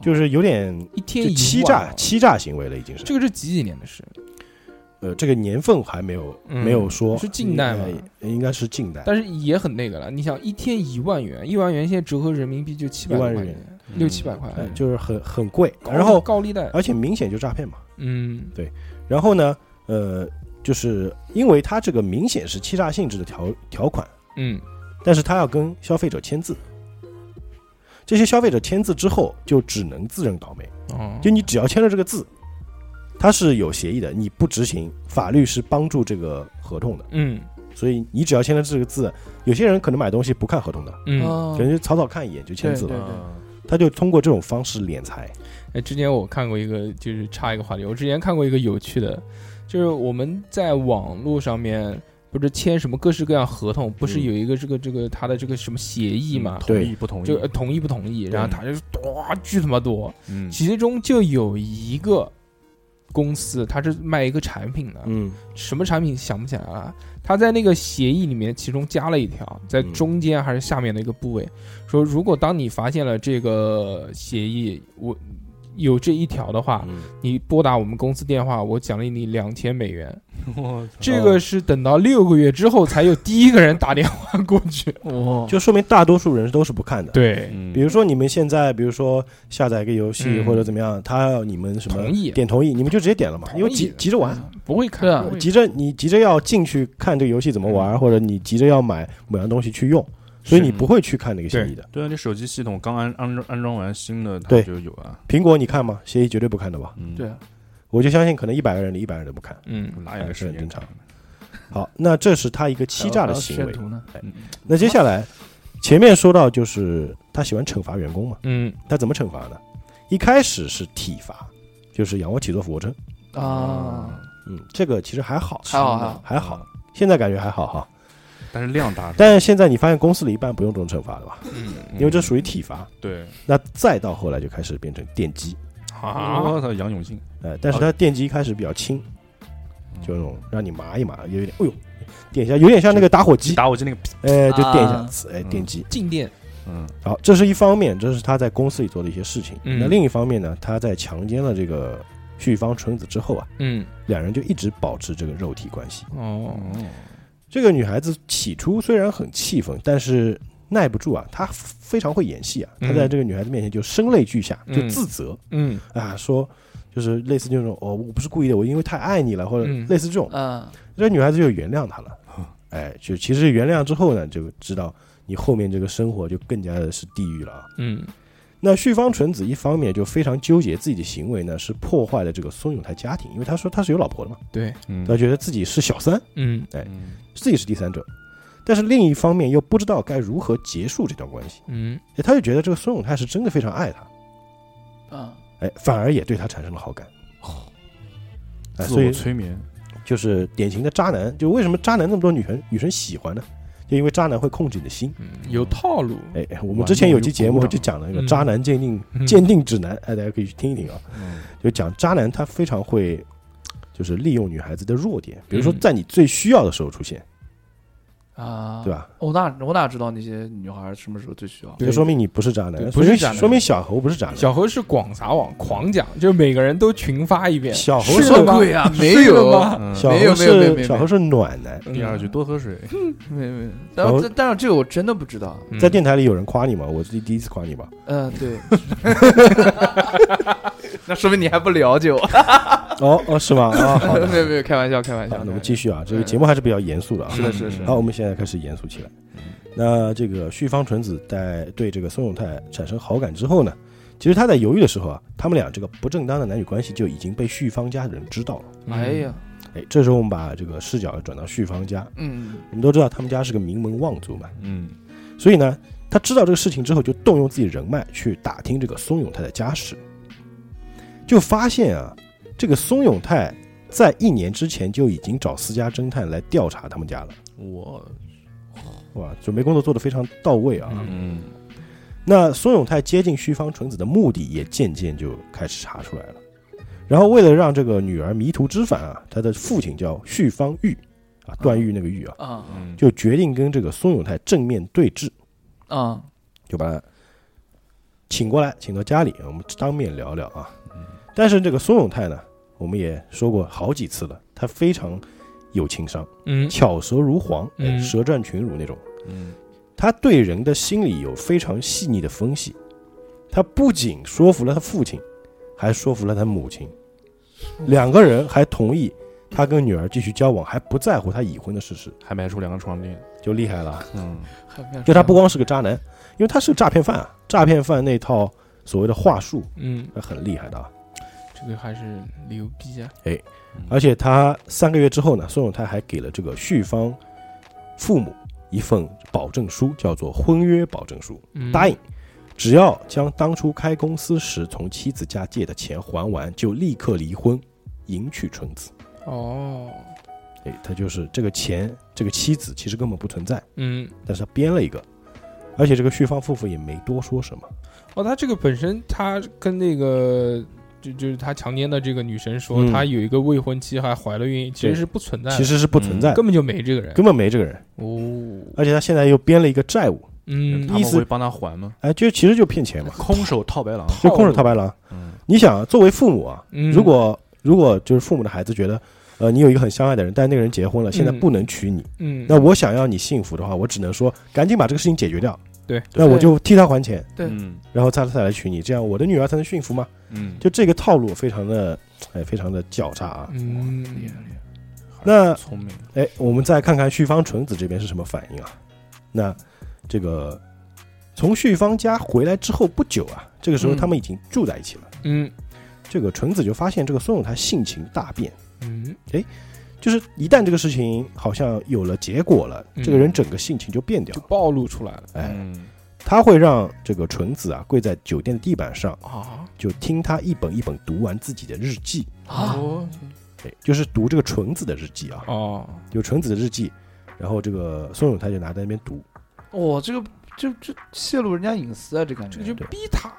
Speaker 2: 就是有点
Speaker 1: 一
Speaker 2: 就
Speaker 1: 天一
Speaker 2: 欺
Speaker 1: 万
Speaker 2: 诈
Speaker 1: 啊
Speaker 2: 欺诈行为了，已经是。
Speaker 1: 这个是几几年的事
Speaker 2: 呃，这个年份还没有、
Speaker 1: 嗯
Speaker 2: 没有说，
Speaker 1: 是近代吗
Speaker 2: 呃应该是近代，
Speaker 1: 但是也很那个了。你想一天一万元，一万元现在折合人民币就七百
Speaker 2: 一
Speaker 1: 多
Speaker 2: 万
Speaker 1: 块
Speaker 2: 日
Speaker 1: 钱，六七百块，
Speaker 2: 哎就是很很贵，
Speaker 1: 高
Speaker 2: 然后
Speaker 1: 高利贷，
Speaker 2: 而且明显就诈骗嘛。
Speaker 1: 嗯
Speaker 2: 然后呢，呃，就是因为它这个明显是欺诈性质的条条款，
Speaker 1: 嗯
Speaker 2: 但是他要跟消费者签字。这些消费者签字之后，就只能自认倒霉。
Speaker 1: 哦
Speaker 2: 就你只要签了这个字，它是有协议的，你不执行，法律是帮助这个合同的。
Speaker 1: 嗯
Speaker 2: 所以你只要签了这个字，有些人可能买东西不看合同的，
Speaker 1: 嗯。
Speaker 4: 哦
Speaker 2: 可能就草草看一眼就签字
Speaker 4: 对
Speaker 2: 了。
Speaker 4: 对
Speaker 2: 他就通过这种方式敛财。
Speaker 1: 哎，之前我看过一个，就是插一个话题，我之前看过一个有趣的，就是我们在网络上面不是签什么各式各样合同，不是
Speaker 2: 嗯
Speaker 1: 有一个这个这个他的这个什么协议嘛？
Speaker 3: 嗯同意不同意？
Speaker 1: 就、呃同意不同意，然后他就是哇，巨他妈多，
Speaker 3: 嗯
Speaker 1: 其中就有一个公司，它是卖一个产品的，
Speaker 2: 嗯
Speaker 1: 什么产品想不起来了。他在那个协议里面，其中加了一条，在
Speaker 2: 嗯
Speaker 1: 中间还是下面的一个部位，说如果当你发现了这个协议我有这一条的话，
Speaker 2: 嗯，
Speaker 1: 你拨打我们公司电话，我奖励你两千美元。
Speaker 3: 嗯
Speaker 1: 这个是等到六个月之后才有第一个人打电话过 去。
Speaker 4: 哦，
Speaker 2: 就说明大多数人都是不看的。，
Speaker 1: 对，
Speaker 3: 嗯
Speaker 2: 比如说你们现在，比如说下载一个游戏
Speaker 1: 嗯
Speaker 2: 或者怎么样，他要你们什么
Speaker 1: 同意
Speaker 2: 点同意，你们就直接点了嘛，
Speaker 1: 同意
Speaker 2: 因为急急着玩，
Speaker 1: 不会看
Speaker 4: 对啊
Speaker 1: 不会看
Speaker 2: 急着你急着要进去看这个游戏怎么
Speaker 4: 嗯
Speaker 2: 玩，或者你急着要买某样东西去用，所以你不会去看那个协议的。
Speaker 3: 对啊，你手机系统刚安安装安装完新的，它
Speaker 2: 对
Speaker 3: 就有啊。
Speaker 2: 苹果你看吗？协议绝对不看的吧？
Speaker 3: 嗯，
Speaker 4: 对，
Speaker 2: 我就相信可能一百个人里一百人都不看。
Speaker 1: 嗯
Speaker 3: 哪有个
Speaker 2: 是
Speaker 3: 时
Speaker 2: 很
Speaker 3: 间
Speaker 2: 正常？好，那这是他一个欺诈的行
Speaker 4: 还有
Speaker 2: 为
Speaker 4: 还有。炫图呢？
Speaker 2: 那接下来，前面说到就是他喜欢惩罚员工嘛，
Speaker 1: 嗯
Speaker 2: 他怎么惩罚呢？一开始是体罚，就是仰卧起坐、俯卧撑。
Speaker 4: 啊，
Speaker 2: 嗯，这个其实还好，
Speaker 4: 还好还好
Speaker 2: 还好。现在感觉还好哈。
Speaker 3: 嗯但是量大是吧，嗯
Speaker 2: 但是现在你发现公司里一般不用这种惩罚的吧？
Speaker 4: 嗯
Speaker 2: 因为这属于体罚。
Speaker 3: 对
Speaker 2: 那再到后来就开始变成电击，
Speaker 3: 啊，我操，杨永信，
Speaker 2: 呃，但
Speaker 1: 哦
Speaker 2: 是它电击一开始比较轻，
Speaker 4: 嗯
Speaker 2: 就那种让你麻一麻，有点，哎呦，点一下，有点像那个打 火机，
Speaker 3: 打我就那个，
Speaker 2: 哎，就电一下
Speaker 4: 啊，
Speaker 2: 呲哎，
Speaker 3: 嗯
Speaker 2: 电击。
Speaker 1: 静电，
Speaker 3: 嗯，
Speaker 2: 好，这是一方面，这是他在公司里做的一些事情。
Speaker 1: 嗯
Speaker 2: 那另一方面呢，他在强奸了这个旭方纯子之后啊，
Speaker 1: 嗯，
Speaker 2: 两人就一直保持这个肉体关系。
Speaker 1: 哦，
Speaker 3: 嗯
Speaker 2: 嗯这个女孩子起初虽然很气愤，但是耐不住啊，她非常会演戏啊，她
Speaker 1: 嗯
Speaker 2: 在这个女孩子面前就声泪俱下，就
Speaker 1: 嗯
Speaker 2: 自责。
Speaker 1: 嗯
Speaker 2: 啊，说就是类似这种哦，我不是故意的，我因为太爱你了，或者
Speaker 1: 嗯
Speaker 2: 类似这种，
Speaker 4: 嗯，
Speaker 2: 这女孩子就原谅他了。
Speaker 3: 嗯
Speaker 2: 哎，就其实原谅之后呢，就知道你后面这个生活就更加的是地狱了啊。
Speaker 1: 嗯
Speaker 2: 那旭方纯子一方面就非常纠结自己的行为呢，是破坏了这个松永泰家庭，因为他说他是有老婆的嘛，
Speaker 1: 对，
Speaker 3: 嗯
Speaker 2: 他觉得自己是小三，
Speaker 1: 嗯
Speaker 3: 嗯
Speaker 2: 自己是第三者，但是另一方面又不知道该如何结束这段关系，
Speaker 1: 嗯
Speaker 2: 哎他就觉得这个松永泰是真的非常爱他，
Speaker 4: 啊，
Speaker 2: 哎，反而也对他产生了好感。哎
Speaker 3: 哦自
Speaker 2: 所以
Speaker 3: 我催眠，
Speaker 2: 就是典型的渣男。就为什么渣男那么多女生女生喜欢呢？就因为渣男会控制你的心。
Speaker 1: 嗯，有套路，
Speaker 2: 哎，我们之前有期节目就讲了那个渣男鉴定、
Speaker 1: 嗯
Speaker 2: 鉴定指南，哎，大家可以去听一听啊。
Speaker 3: 嗯
Speaker 2: 就讲渣男他非常会，就是利用女孩子的弱点，比如说
Speaker 1: 嗯
Speaker 2: 在你最需要的时候出现，
Speaker 4: 啊，
Speaker 2: 对吧？
Speaker 4: 我哪我哪知道那些女孩什么时候最需要？
Speaker 1: 对
Speaker 2: 就说明你不是渣男，
Speaker 1: 对不
Speaker 2: 说明
Speaker 1: 是渣男
Speaker 2: 说明小猴不是渣男。
Speaker 1: 小何是广撒网，狂讲，就每个人都群发一遍，
Speaker 2: 小猴
Speaker 1: 是
Speaker 2: 是
Speaker 1: 了吗
Speaker 4: 贵啊，
Speaker 5: 没
Speaker 1: 是
Speaker 5: 有
Speaker 1: 了吗嗯
Speaker 3: 嗯，
Speaker 2: 小
Speaker 5: 没有
Speaker 2: 猴
Speaker 5: 没有没有没
Speaker 2: 是
Speaker 5: 有
Speaker 2: 小猴是暖男。
Speaker 3: 第二句多喝水，
Speaker 4: 没有没有，但是这但是这个我真的不知道。
Speaker 1: 嗯
Speaker 2: 在电台里有人夸你吗？我第第一次夸你吧。
Speaker 4: 嗯，对，
Speaker 5: 那说明你还不了解我。
Speaker 2: 哦哦，是吗？啊，好的。
Speaker 5: 没有没有，开玩笑开玩
Speaker 2: 好
Speaker 5: 笑。
Speaker 2: 那我们继续啊，这个节目还是比较严肃的啊。
Speaker 5: 是的是的是的。
Speaker 2: 好，我们现在开始严肃起来。那这个旭方纯子在对这个松永泰产生好感之后呢，其实他在犹豫的时候啊，他们俩这个不正当的男女关系就已经被旭方家的人知道了。
Speaker 4: 哎呀，
Speaker 2: 哎，这时候我们把这个视角转到旭方家，
Speaker 4: 嗯，
Speaker 2: 我们都知道他们家是个名门望族嘛，
Speaker 3: 嗯
Speaker 2: 所以呢，他知道这个事情之后，就动用自己人脉去打听这个松永泰的家世，就发现啊，这个松永泰在一年之前就已经找私家侦探来调查他们家了。
Speaker 3: 我
Speaker 2: 哇，准备工作做得非常到位啊！
Speaker 3: 嗯
Speaker 2: 那松永泰接近须方纯子的目的也渐渐就开始查出来了。然后为了让这个女儿迷途知返啊，他的父亲叫旭方玉啊，段誉那个玉啊，
Speaker 4: 啊
Speaker 3: 嗯
Speaker 2: 就决定跟这个松永泰正面对质，
Speaker 4: 啊，
Speaker 2: 就把他请过来，请到家里，我们当面聊聊啊。
Speaker 1: 嗯
Speaker 2: 但是这个松永泰呢，我们也说过好几次了，他非常有情商，
Speaker 1: 嗯
Speaker 2: 巧舌如簧，哎
Speaker 1: 嗯
Speaker 2: 舌战群儒那种。
Speaker 3: 嗯
Speaker 2: 他对人的心理有非常细腻的分析。他不仅说服了他父亲，还说服了他母亲，两个人还同意他跟女儿继续交往，还不在乎他已婚的事实，
Speaker 3: 还买出两个床垫，
Speaker 2: 就厉害了。
Speaker 3: 嗯
Speaker 2: 就他不光是个渣男，因为他是个诈骗犯啊，诈骗犯那套所谓的话术
Speaker 1: 嗯，
Speaker 2: 还很厉害的啊。
Speaker 1: 这个还是牛逼啊，
Speaker 2: 而且他三个月之后呢，孙永泰还给了这个旭方父母一份保证书，叫做婚约保证书。
Speaker 1: 嗯
Speaker 2: 答应，只要将当初开公司时从妻子家借的钱还完，就立刻离婚，迎娶纯子。
Speaker 1: 哦，
Speaker 2: 哎，他就是这个钱，这个妻子其实根本不存在，
Speaker 1: 嗯，
Speaker 2: 但是他编了一个，而且这个旭方夫妇也没多说什么。
Speaker 1: 哦，他这个本身他跟那个。就就是他强奸的这个女神说，
Speaker 2: 嗯
Speaker 1: 她有一个未婚妻，还怀了孕，其实是不存在的，
Speaker 2: 其实是不存在的，
Speaker 1: 根本就没这个人。
Speaker 2: 嗯根本没这个人。
Speaker 1: 哦，
Speaker 2: 而且他现在又编了一个债务，
Speaker 1: 嗯
Speaker 3: 他
Speaker 2: 意
Speaker 3: 们
Speaker 2: 思
Speaker 3: 会帮他还吗？
Speaker 2: 哎，就其实就骗钱嘛，
Speaker 3: 空手套白狼，
Speaker 2: 就控制套白狼。
Speaker 3: 嗯
Speaker 2: 你想啊，作为父母啊，
Speaker 1: 嗯
Speaker 2: 如果如果就是父母的孩子觉得，呃，你有一个很相爱的人，但那个人结婚了，现在
Speaker 1: 嗯
Speaker 2: 不能娶你，
Speaker 1: 嗯，
Speaker 2: 那我想要你幸福的话，我只能说赶紧把这个事情解决掉。
Speaker 1: 对，
Speaker 2: 那我就替他还钱，
Speaker 4: 对
Speaker 3: 嗯
Speaker 2: 然后他再来娶你，这样我的女儿才能驯服嘛。
Speaker 3: 嗯，
Speaker 2: 就这个套路非常的，哎，非常的狡诈啊。
Speaker 1: 嗯
Speaker 2: 那
Speaker 3: 聪明，
Speaker 2: 哎，我们再看看旭方纯子这边是什么反应啊？那这个从旭方家回来之后不久啊，这个时候
Speaker 1: 嗯
Speaker 2: 他们已经住在一起了。
Speaker 1: 嗯
Speaker 2: 这个纯子就发现这个孙永泰性情大变，
Speaker 1: 嗯
Speaker 2: 就是一旦这个事情好像有了结果了，
Speaker 1: 嗯
Speaker 2: 这个人整个性情就变掉
Speaker 1: 就
Speaker 2: 了。
Speaker 1: 暴露出来了
Speaker 2: 哎，
Speaker 3: 嗯
Speaker 2: 他会让这个纯子啊跪在酒店的地板上，
Speaker 1: 啊哦
Speaker 2: 就听他一本一本读完自己的日记。
Speaker 4: 啊，
Speaker 2: 对，就是读这个纯子的日记啊，
Speaker 5: 哦，
Speaker 2: 有纯子的日记，然后这个宋永泰就拿在那边读，
Speaker 4: 哇，这个这这泄露人家隐私啊，这感觉
Speaker 5: 这就逼他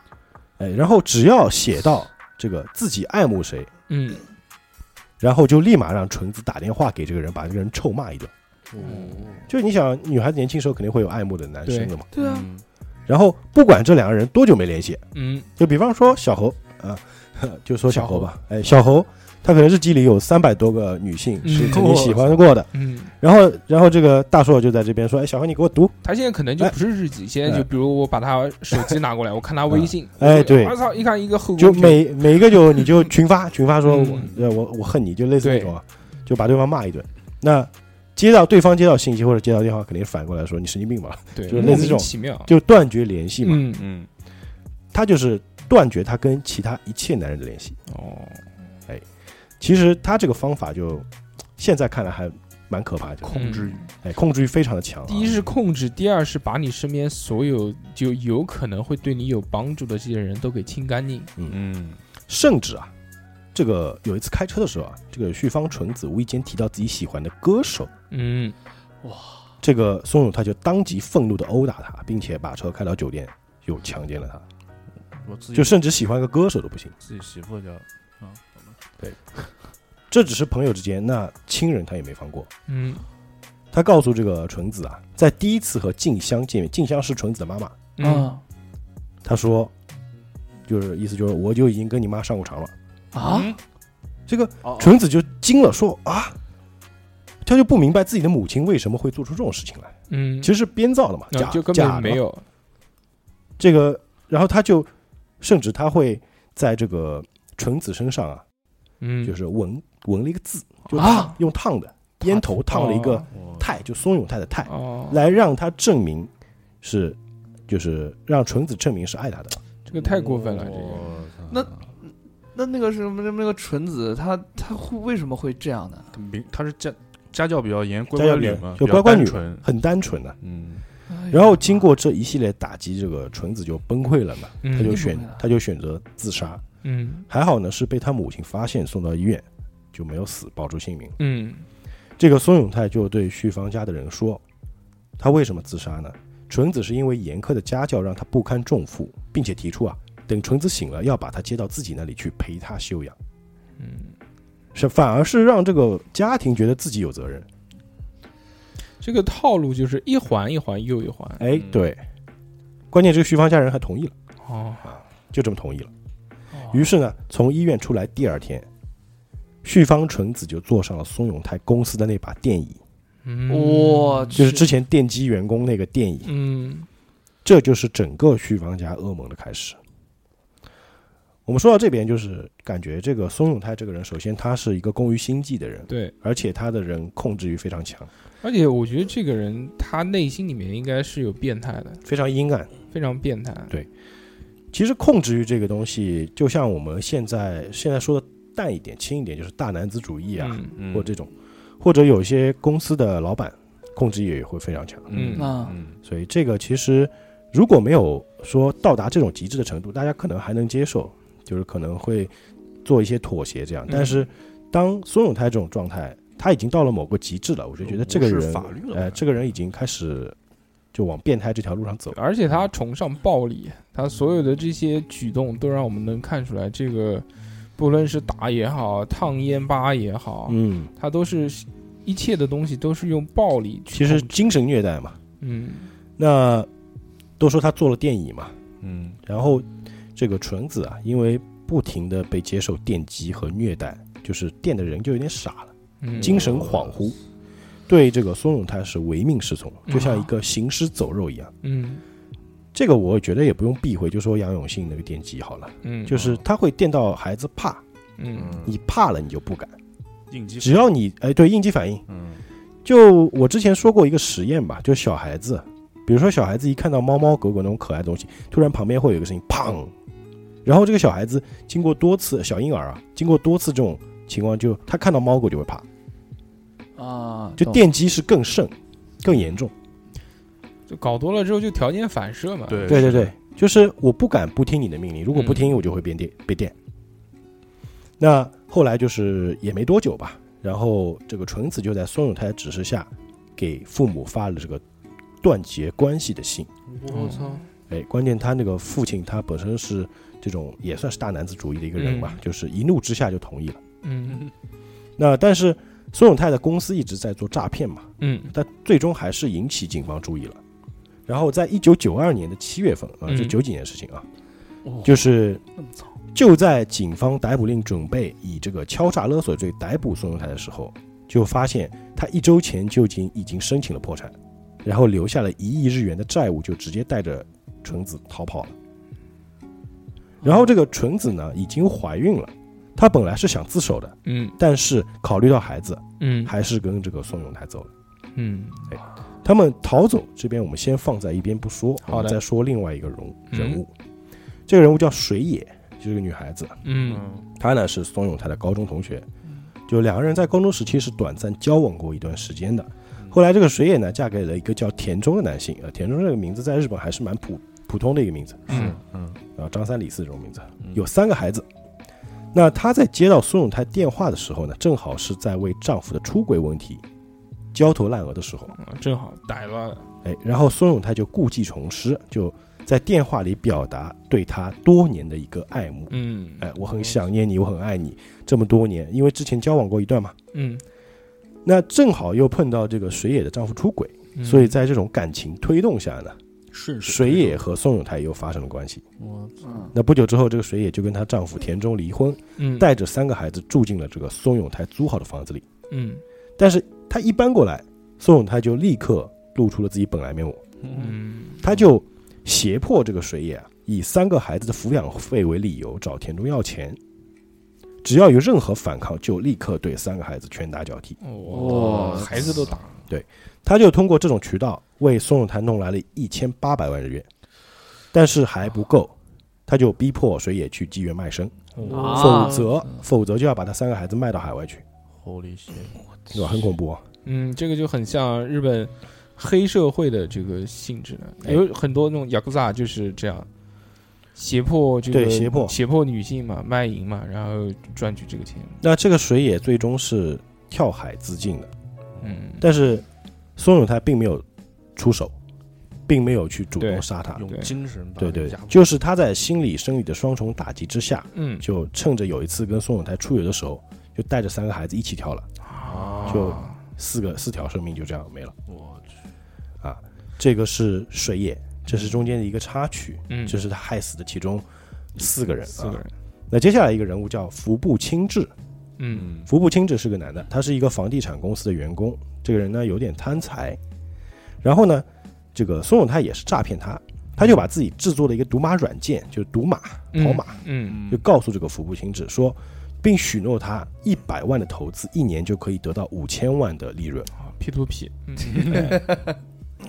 Speaker 2: 哎，然后只要写到这个自己爱慕谁，
Speaker 1: 嗯，
Speaker 2: 然后就立马让纯子打电话给这个人，把这个人臭骂一顿。就是你想，女孩子年轻时候肯定会有爱慕的男生的嘛。
Speaker 4: 对啊，
Speaker 3: 嗯
Speaker 2: 然后不管这两个人多久没联系，
Speaker 1: 嗯
Speaker 2: 就比方说小侯啊， 呵就说小侯吧，哎，小侯他可能日记里有三百多个女性
Speaker 1: 嗯
Speaker 2: 是曾经喜欢过的。
Speaker 1: 嗯，
Speaker 2: 然后，然后这个大硕就在这边说，哎，小侯你给我读，
Speaker 1: 他现在可能就
Speaker 2: 哎
Speaker 1: 不是日记，现在就比如我把他手机拿过来，我看他微信，
Speaker 2: 哎
Speaker 1: 我就
Speaker 2: 对
Speaker 1: 我操，一看一个后
Speaker 2: 就
Speaker 1: 宫
Speaker 2: 每每一个 就你就群发群发说我
Speaker 1: 嗯
Speaker 2: 呃我我恨你，就类似那种啊，就把对方骂一顿。那接到对方接到信息或者接到电话，肯定反过来说你神经病吧，
Speaker 1: 对，
Speaker 2: 就是
Speaker 1: 莫
Speaker 2: 类似这
Speaker 1: 名
Speaker 2: 种
Speaker 1: 其妙，
Speaker 2: 就断绝联系嘛。
Speaker 1: 啊嗯
Speaker 3: 嗯，
Speaker 2: 他就是断绝他跟其他一切男人的联系。
Speaker 3: 哦，
Speaker 2: 其实他这个方法就现在看来还蛮可怕的，
Speaker 1: 控制欲，
Speaker 2: 哎，控制欲非常的强、啊。
Speaker 1: 第一是控制，第二是把你身边所有就有可能会对你有帮助的这些人都给清干净。
Speaker 3: 嗯，
Speaker 2: 甚至啊，这个有一次开车的时候啊，这个旭方纯子无意间提到自己喜欢的歌手，
Speaker 1: 嗯，
Speaker 2: 这个松永他就当即愤怒的殴打他，并且把车开到酒店，又强奸了他，
Speaker 3: 我
Speaker 1: 嗯
Speaker 3: 自己
Speaker 2: 就甚至喜欢个歌手都不行。
Speaker 3: 自己媳妇叫啊，
Speaker 2: 这只是朋友之间，那亲人他也没放过。
Speaker 1: 嗯
Speaker 2: 他告诉这个纯子啊，在第一次和静香见面，静香是纯子的妈妈，
Speaker 1: 嗯
Speaker 4: 啊
Speaker 2: 他说，就是意思就是我就已经跟你妈上过床了。
Speaker 4: 啊，
Speaker 5: 嗯
Speaker 1: 嗯
Speaker 2: 这个
Speaker 4: 哦
Speaker 2: 纯子就惊了，说啊，他就不明白自己的母亲为什么会做出这种事情来，
Speaker 1: 嗯，
Speaker 2: 其实是编造的嘛，
Speaker 1: 那
Speaker 2: 假
Speaker 1: 就根
Speaker 2: 假
Speaker 1: 本
Speaker 2: 的嘛
Speaker 1: 没有，
Speaker 2: 这个。然后他就，甚至他会在这个纯子身上啊，
Speaker 1: 嗯，
Speaker 2: 就是纹纹了一个字，就
Speaker 4: 啊哦
Speaker 2: 用烫的烟头烫了一个
Speaker 3: 我
Speaker 2: 泰，就松永泰的泰，
Speaker 1: 哦，
Speaker 2: 来让他证明是，就是让纯子证明是爱他
Speaker 4: 嗯
Speaker 2: 的。
Speaker 1: 这个太过分
Speaker 2: 哦
Speaker 1: 了，这个
Speaker 4: 那那那个什么什么那个纯子，他他会为什么会这样呢？
Speaker 3: 个明他是家家教比较严，乖乖
Speaker 2: 家教比
Speaker 3: 女
Speaker 2: 较
Speaker 3: 嘛，
Speaker 2: 就
Speaker 3: 比较
Speaker 2: 乖乖
Speaker 3: 单
Speaker 2: 女
Speaker 3: 纯，
Speaker 2: 很单纯的、
Speaker 3: 嗯，
Speaker 4: 哎
Speaker 2: 然后经过这一系列打击，这个纯子就崩溃了嘛，
Speaker 1: 嗯
Speaker 2: 他就选
Speaker 4: 崩溃了
Speaker 2: 他就选择自杀。
Speaker 1: 嗯
Speaker 2: 还好呢，是被他母亲发现送到医院，就没有死，保住性命。
Speaker 1: 嗯
Speaker 2: 这个松永泰就对旭方家的人说，他为什么自杀呢？纯子是因为严苛的家教让他不堪重负，并且提出啊，等纯子醒了要把他接到自己那里去陪他休养，
Speaker 1: 嗯，
Speaker 2: 是反而是让这个家庭觉得自己有责任。
Speaker 1: 这个套路就是一环一环又一环。
Speaker 2: 哎
Speaker 3: 嗯，
Speaker 2: 对，关键这个旭方家人还同意了，
Speaker 1: 哦，
Speaker 2: 就这么同意了。于是呢，从医院出来第二天，旭方纯子就坐上了松永泰公司的那把电椅，
Speaker 1: 嗯
Speaker 4: 我
Speaker 2: 就是之前电击员工那个电椅。
Speaker 1: 嗯
Speaker 2: 这就是整个旭方家噩梦的开始。我们说到这边，就是感觉这个松永泰这个人，首先他是一个工于心计的人，
Speaker 1: 对，
Speaker 2: 而且他的人控制欲非常强，
Speaker 1: 而且我觉得这个人他内心里面应该是有变态的，
Speaker 2: 非常阴暗。
Speaker 1: 非常变态。
Speaker 2: 其实控制欲这个东西，就像我们现在现在说的淡一点、轻一点，就是大男子主义啊，
Speaker 1: 嗯
Speaker 3: 嗯
Speaker 2: 或者这种，或者有些公司的老板控制欲也会非常强。
Speaker 1: 嗯
Speaker 4: 啊，
Speaker 3: 嗯
Speaker 2: 所以这个其实如果没有说到达这种极致的程度，大家可能还能接受，就是可能会做一些妥协这样。但是当孙永泰这种状态，他已经到了某个极致了，我就觉得这个
Speaker 3: 无视
Speaker 2: 人
Speaker 3: 法律，了
Speaker 2: 呃，这个人已经开始就往变态这条路上走。
Speaker 1: 而且他崇尚暴力，他所有的这些举动都让我们能看出来，这个不论是打也好，烫烟疤也好，
Speaker 2: 嗯，
Speaker 1: 他都是一切的东西都是用暴力去
Speaker 2: 其
Speaker 1: 控
Speaker 2: 实
Speaker 1: 制
Speaker 2: 精神虐待嘛，
Speaker 1: 嗯
Speaker 2: 那都说他做了电椅嘛，
Speaker 3: 嗯
Speaker 2: 然后这个纯子啊，因为不停的被接受电击和虐待，就是电的人就有点傻了。
Speaker 1: 嗯，
Speaker 2: 精神恍惚，对这个松永泰是唯命是从，
Speaker 1: 嗯
Speaker 2: 就像一个行尸走肉一样。
Speaker 1: 嗯
Speaker 2: 这个我觉得也不用避讳，就说杨永信那个电击好了，
Speaker 1: 嗯
Speaker 2: 就是他会电到孩子怕，
Speaker 1: 嗯
Speaker 3: 嗯，
Speaker 2: 你怕了你就不敢，
Speaker 3: 应激
Speaker 2: 只要你哎对应激反应。
Speaker 3: 嗯
Speaker 2: 就我之前说过一个实验吧，就小孩子，比如说小孩子一看到猫猫狗狗那种可爱的东西，突然旁边会有一个声音砰，然后这个小孩子经过多次小婴儿啊，经过多次这种情况就，他看到猫狗就会怕，
Speaker 4: 啊，
Speaker 2: 就
Speaker 1: 哦
Speaker 4: 懂
Speaker 2: 电击是更甚、更严重。
Speaker 1: 就搞多了之后就条件反射嘛。
Speaker 3: 对
Speaker 2: 对对对，就是我不敢不听你的命令，如果不听我就会被电被电。那后来就是也没多久吧，然后这个纯子就在孙永泰的指示下，给父母发了这个断绝关系的信。
Speaker 1: 我操，
Speaker 2: 哎，关键他那个父亲他本身是这种也算是大男子主义的一个人吧，就是一怒之下就同意了。
Speaker 1: 嗯
Speaker 2: 那但是孙永泰的公司一直在做诈骗嘛，
Speaker 1: 嗯
Speaker 2: 但最终还是引起警方注意了。然后在一九九二年的七月份啊，
Speaker 1: 嗯
Speaker 2: 这九几年的事情啊，
Speaker 4: 哦
Speaker 2: 就是
Speaker 4: 那么早，
Speaker 2: 就在警方逮捕令准备以这个敲诈勒索罪逮捕孙永泰的时候，就发现他一周前就已经已经申请了破产，然后留下了一亿日元的债务，就直接带着纯子逃跑了。然后这个纯子呢，已经怀孕了，她本来是想自首的，
Speaker 1: 嗯
Speaker 2: 但是考虑到孩子，
Speaker 1: 嗯
Speaker 2: 还是跟这个宋永泰走了。
Speaker 1: 嗯，
Speaker 2: 他们逃走这边，我们先放在一边不说，
Speaker 1: 好的
Speaker 2: 我们再说另外一个人物
Speaker 1: 嗯
Speaker 2: 人物。这个人物叫水野，就是个女孩子，
Speaker 1: 嗯
Speaker 3: 嗯，
Speaker 2: 她呢是宋永泰的高中同学，就两个人在高中时期是短暂交往过一段时间的。
Speaker 1: 嗯
Speaker 2: 后来这个水野呢，嫁给了一个叫田中的男性啊，田中这个名字在日本还是蛮普普通的一个名字，
Speaker 1: 嗯
Speaker 3: 嗯
Speaker 2: 啊，张三李四这种名字，
Speaker 3: 嗯
Speaker 2: 有三个孩子。那她在接到孙永泰电话的时候呢，正好是在为丈夫的出轨问题焦头烂额的时候。
Speaker 1: 啊正好逮了，
Speaker 2: 哎，然后孙永泰就故技重施，就在电话里表达对她多年的一个爱慕。
Speaker 1: 嗯
Speaker 2: 哎，我很想念你，我很爱你，这么多年，因为之前交往过一段嘛。
Speaker 1: 嗯，
Speaker 2: 那正好又碰到这个水野的丈夫出轨，
Speaker 1: 嗯
Speaker 2: 所以在这种感情推动下呢，
Speaker 3: 顺势
Speaker 2: 水野和宋永泰又发生了关系。
Speaker 3: 我
Speaker 4: 嗯，
Speaker 2: 那不久之后，这个水野就跟她丈夫田中离婚，
Speaker 1: 嗯
Speaker 2: 带着三个孩子住进了这个松永泰租好的房子里。
Speaker 1: 嗯
Speaker 2: 但是她一搬过来，松永泰就立刻露出了自己本来面目，
Speaker 1: 嗯
Speaker 2: 他就胁迫这个水野啊，以三个孩子的抚养费为理由找田中要钱，只要有任何反抗，就立刻对三个孩子拳打脚踢。
Speaker 1: 哦，孩子都打了，
Speaker 2: 他就通过这种渠道为松永泰弄来了一千八百万日元，但是还不够，他就逼迫水野去妓院卖身，
Speaker 4: 啊
Speaker 2: 否则否则就要把他三个孩子卖到海外去，
Speaker 3: Holy shit！
Speaker 2: 对吧？很恐怖、啊。
Speaker 1: 嗯，这个就很像日本黑社会的这个性质了，
Speaker 2: 哎
Speaker 1: 有很多那种雅库萨就是这样。胁迫这个
Speaker 2: 对胁迫
Speaker 1: 胁迫女性嘛，卖淫嘛，然后赚取这个钱。
Speaker 2: 那这个水野最终是跳海自尽的，
Speaker 1: 嗯，
Speaker 2: 但是松永泰并没有出手，并没有去主
Speaker 1: 对
Speaker 2: 动杀他。
Speaker 3: 用
Speaker 1: 对
Speaker 3: 精神把
Speaker 2: 对对
Speaker 1: 啊
Speaker 3: 人压，迫
Speaker 2: 就是他在心理、生理的双重打击之下，
Speaker 1: 嗯
Speaker 2: 就趁着有一次跟宋永泰出游的时候，就带着三个孩子一起跳了，
Speaker 1: 啊
Speaker 2: 就四个四条生命就这样没了。啊
Speaker 3: 我去，
Speaker 2: 这个是水野，这是中间的一个插曲，
Speaker 1: 嗯
Speaker 2: 这是他害死的其中四个人。啊
Speaker 1: 四个。人，
Speaker 2: 那接下来一个人物叫服部清志，
Speaker 1: 嗯
Speaker 3: 嗯，
Speaker 2: 服部清志是个男的，他是一个房地产公司的员工。这个人呢有点贪财，然后呢，这个松永泰也是诈骗他，他就把自己制作的一个赌马软件，就是赌马跑马，
Speaker 1: 嗯
Speaker 2: 就告诉这个服部清志说，并许诺他一百万的投资，一年就可以得到五千万的利润。
Speaker 1: 啊 P to P，嗯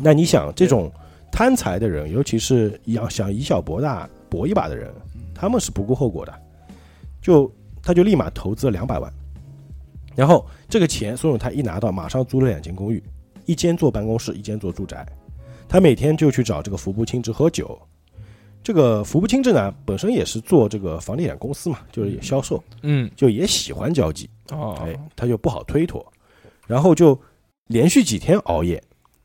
Speaker 2: 那你想，这种贪财的人，尤其是要想以小博大、搏一把的人，
Speaker 1: 嗯
Speaker 2: 他们是不顾后果的，就他就立马投资了两百万，然后这个钱孙永泰一拿到，马上租了两间公寓，一间做办公室，一间做住宅，他每天就去找这个服部清志喝酒。这个服部清志呢，本身也是做这个房地产公司嘛，就是也销售，
Speaker 1: 嗯
Speaker 2: 就也喜欢交际，
Speaker 1: 哦，
Speaker 2: 哎，他就不好推脱，然后就连续几天熬夜，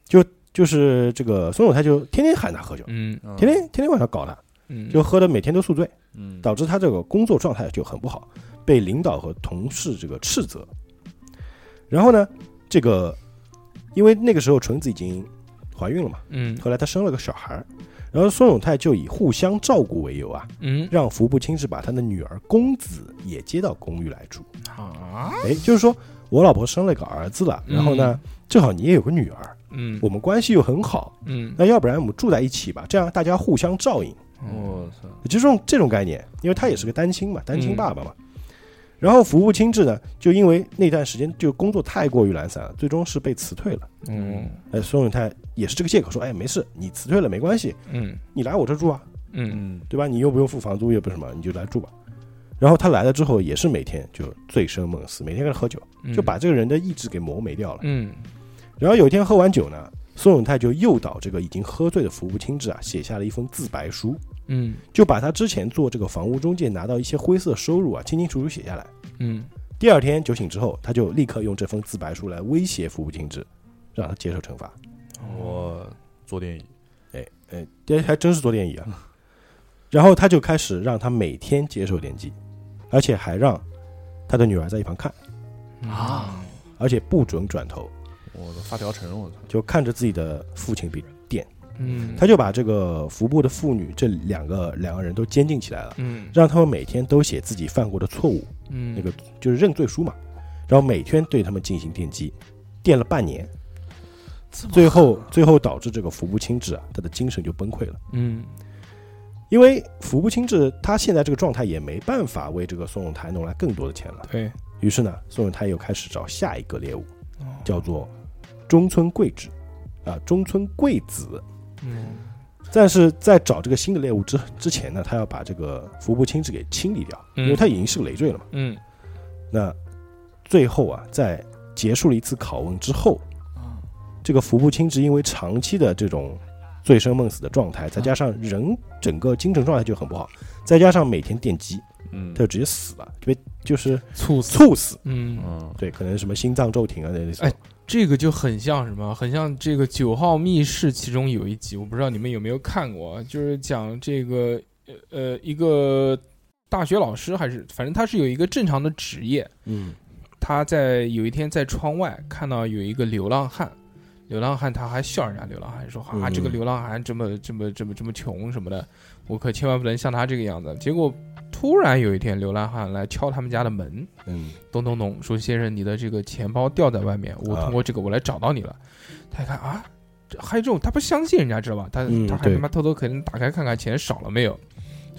Speaker 2: 就就是这个孙永泰就天天喊他喝酒，
Speaker 1: 嗯
Speaker 2: 天天天天晚上搞他，
Speaker 1: 嗯，
Speaker 2: 就喝的每天都宿醉，
Speaker 3: 嗯
Speaker 2: 导致他这个工作状态就很不好，被领导和同事这个斥责。然后呢，这个因为那个时候纯子已经怀孕了嘛，
Speaker 1: 嗯
Speaker 2: 后来她生了个小孩儿，然后孙永泰就以互相照顾为由啊，
Speaker 1: 嗯
Speaker 2: 让服部清志把他的女儿公子也接到公寓来住。
Speaker 1: 啊
Speaker 2: 哎，就是说我老婆生了个儿子了，然后呢，正好你也有个女儿，
Speaker 1: 嗯
Speaker 2: 我们关系又很好，
Speaker 1: 嗯
Speaker 2: 那要不然我们住在一起吧，这样大家互相照应，
Speaker 3: 我操，
Speaker 2: 就这种这种概念，因为他也是个单亲嘛，单
Speaker 1: 嗯
Speaker 2: 亲爸爸嘛。然后服部清志呢，就因为那段时间就工作太过于懒散了，最终是被辞退了。
Speaker 1: 嗯
Speaker 2: 哎，孙永泰也是这个借口说，哎，没事，你辞退了没关系，
Speaker 1: 嗯
Speaker 2: 你来我这住啊，
Speaker 1: 嗯
Speaker 3: 嗯，
Speaker 2: 对吧？你又不用付房租，又不是什么，你就来住吧。然后他来了之后，也是每天就醉生梦死，每天跟他喝酒，
Speaker 1: 嗯，
Speaker 2: 就把这个人的意志给磨没掉了。
Speaker 1: 嗯
Speaker 2: 然后有一天喝完酒呢，孙永泰就诱导这个已经喝醉的服部清志啊，写下了一封自白书，
Speaker 1: 嗯
Speaker 2: 就把他之前做这个房屋中介拿到一些灰色收入啊，清清楚楚写下来。
Speaker 1: 嗯
Speaker 2: 第二天酒醒之后，他就立刻用这封自白书来威胁服部清志，让他接受惩罚。
Speaker 3: 我做电影，
Speaker 2: 哎哎，这还真是做电椅啊。然后他就开始让他每天接受电击，而且还让他的女儿在一旁看，
Speaker 1: 啊，
Speaker 2: 而且不准转头，
Speaker 3: 我的发条城，我操，
Speaker 2: 就看着自己的父亲被。
Speaker 1: 嗯，
Speaker 2: 他就把这个服部的妇女这两个两个人都监禁起来了，
Speaker 1: 嗯
Speaker 2: 让他们每天都写自己犯过的错误，
Speaker 1: 嗯
Speaker 2: 那个就是认罪书嘛，然后每天对他们进行电击，电了半年，最后最后导致这个服部清志啊，他的精神就崩溃了。
Speaker 1: 嗯
Speaker 2: 因为服部清志他现在这个状态也没办法为这个宋永泰弄来更多的钱了，
Speaker 1: 对
Speaker 2: 于是呢，宋永泰又开始找下一个猎物，叫做中村贵志，啊，中村贵子。
Speaker 1: 嗯
Speaker 2: 但是在找这个新的猎物之之前呢，他要把这个服部清志给清理掉，
Speaker 1: 嗯
Speaker 2: 因为他已经是个累赘了嘛。
Speaker 1: 嗯
Speaker 2: 那最后啊，在结束了一次拷问之后，
Speaker 1: 啊
Speaker 2: 这个服部清志因为长期的这种醉生梦死的状态，再加上人整个精神状态就很不好，再加上每天电击，
Speaker 3: 嗯
Speaker 2: 他就直接死了，就被就是
Speaker 1: 猝死
Speaker 2: 猝死。
Speaker 1: 嗯，
Speaker 3: 嗯，
Speaker 2: 对，可能什么心脏骤停啊那类似的。
Speaker 1: 哎这个就很像什么？很像这个《九号密室》其中有一集，我不知道你们有没有看过，啊就是讲这个呃呃一个大学老师还是反正他是有一个正常的职业，
Speaker 2: 嗯
Speaker 1: 他在有一天在窗外看到有一个流浪汉，流浪汉他还笑人家流浪汉说啊，
Speaker 2: 嗯
Speaker 1: 这个流浪汉这么这么这么这么穷什么的，我可千万不能像他这个样子。结果突然有一天，流浪汉来敲他们家的门，
Speaker 2: 嗯，
Speaker 1: 咚咚咚，说先生，你的这个钱包掉在外面，我
Speaker 2: 啊
Speaker 1: 通过这个我来找到你了。他一看啊，这还有这种，他不相信人家知道吧？他、
Speaker 2: 嗯
Speaker 1: 他还
Speaker 2: 对
Speaker 1: 他妈偷偷可能打开看看钱少了没有，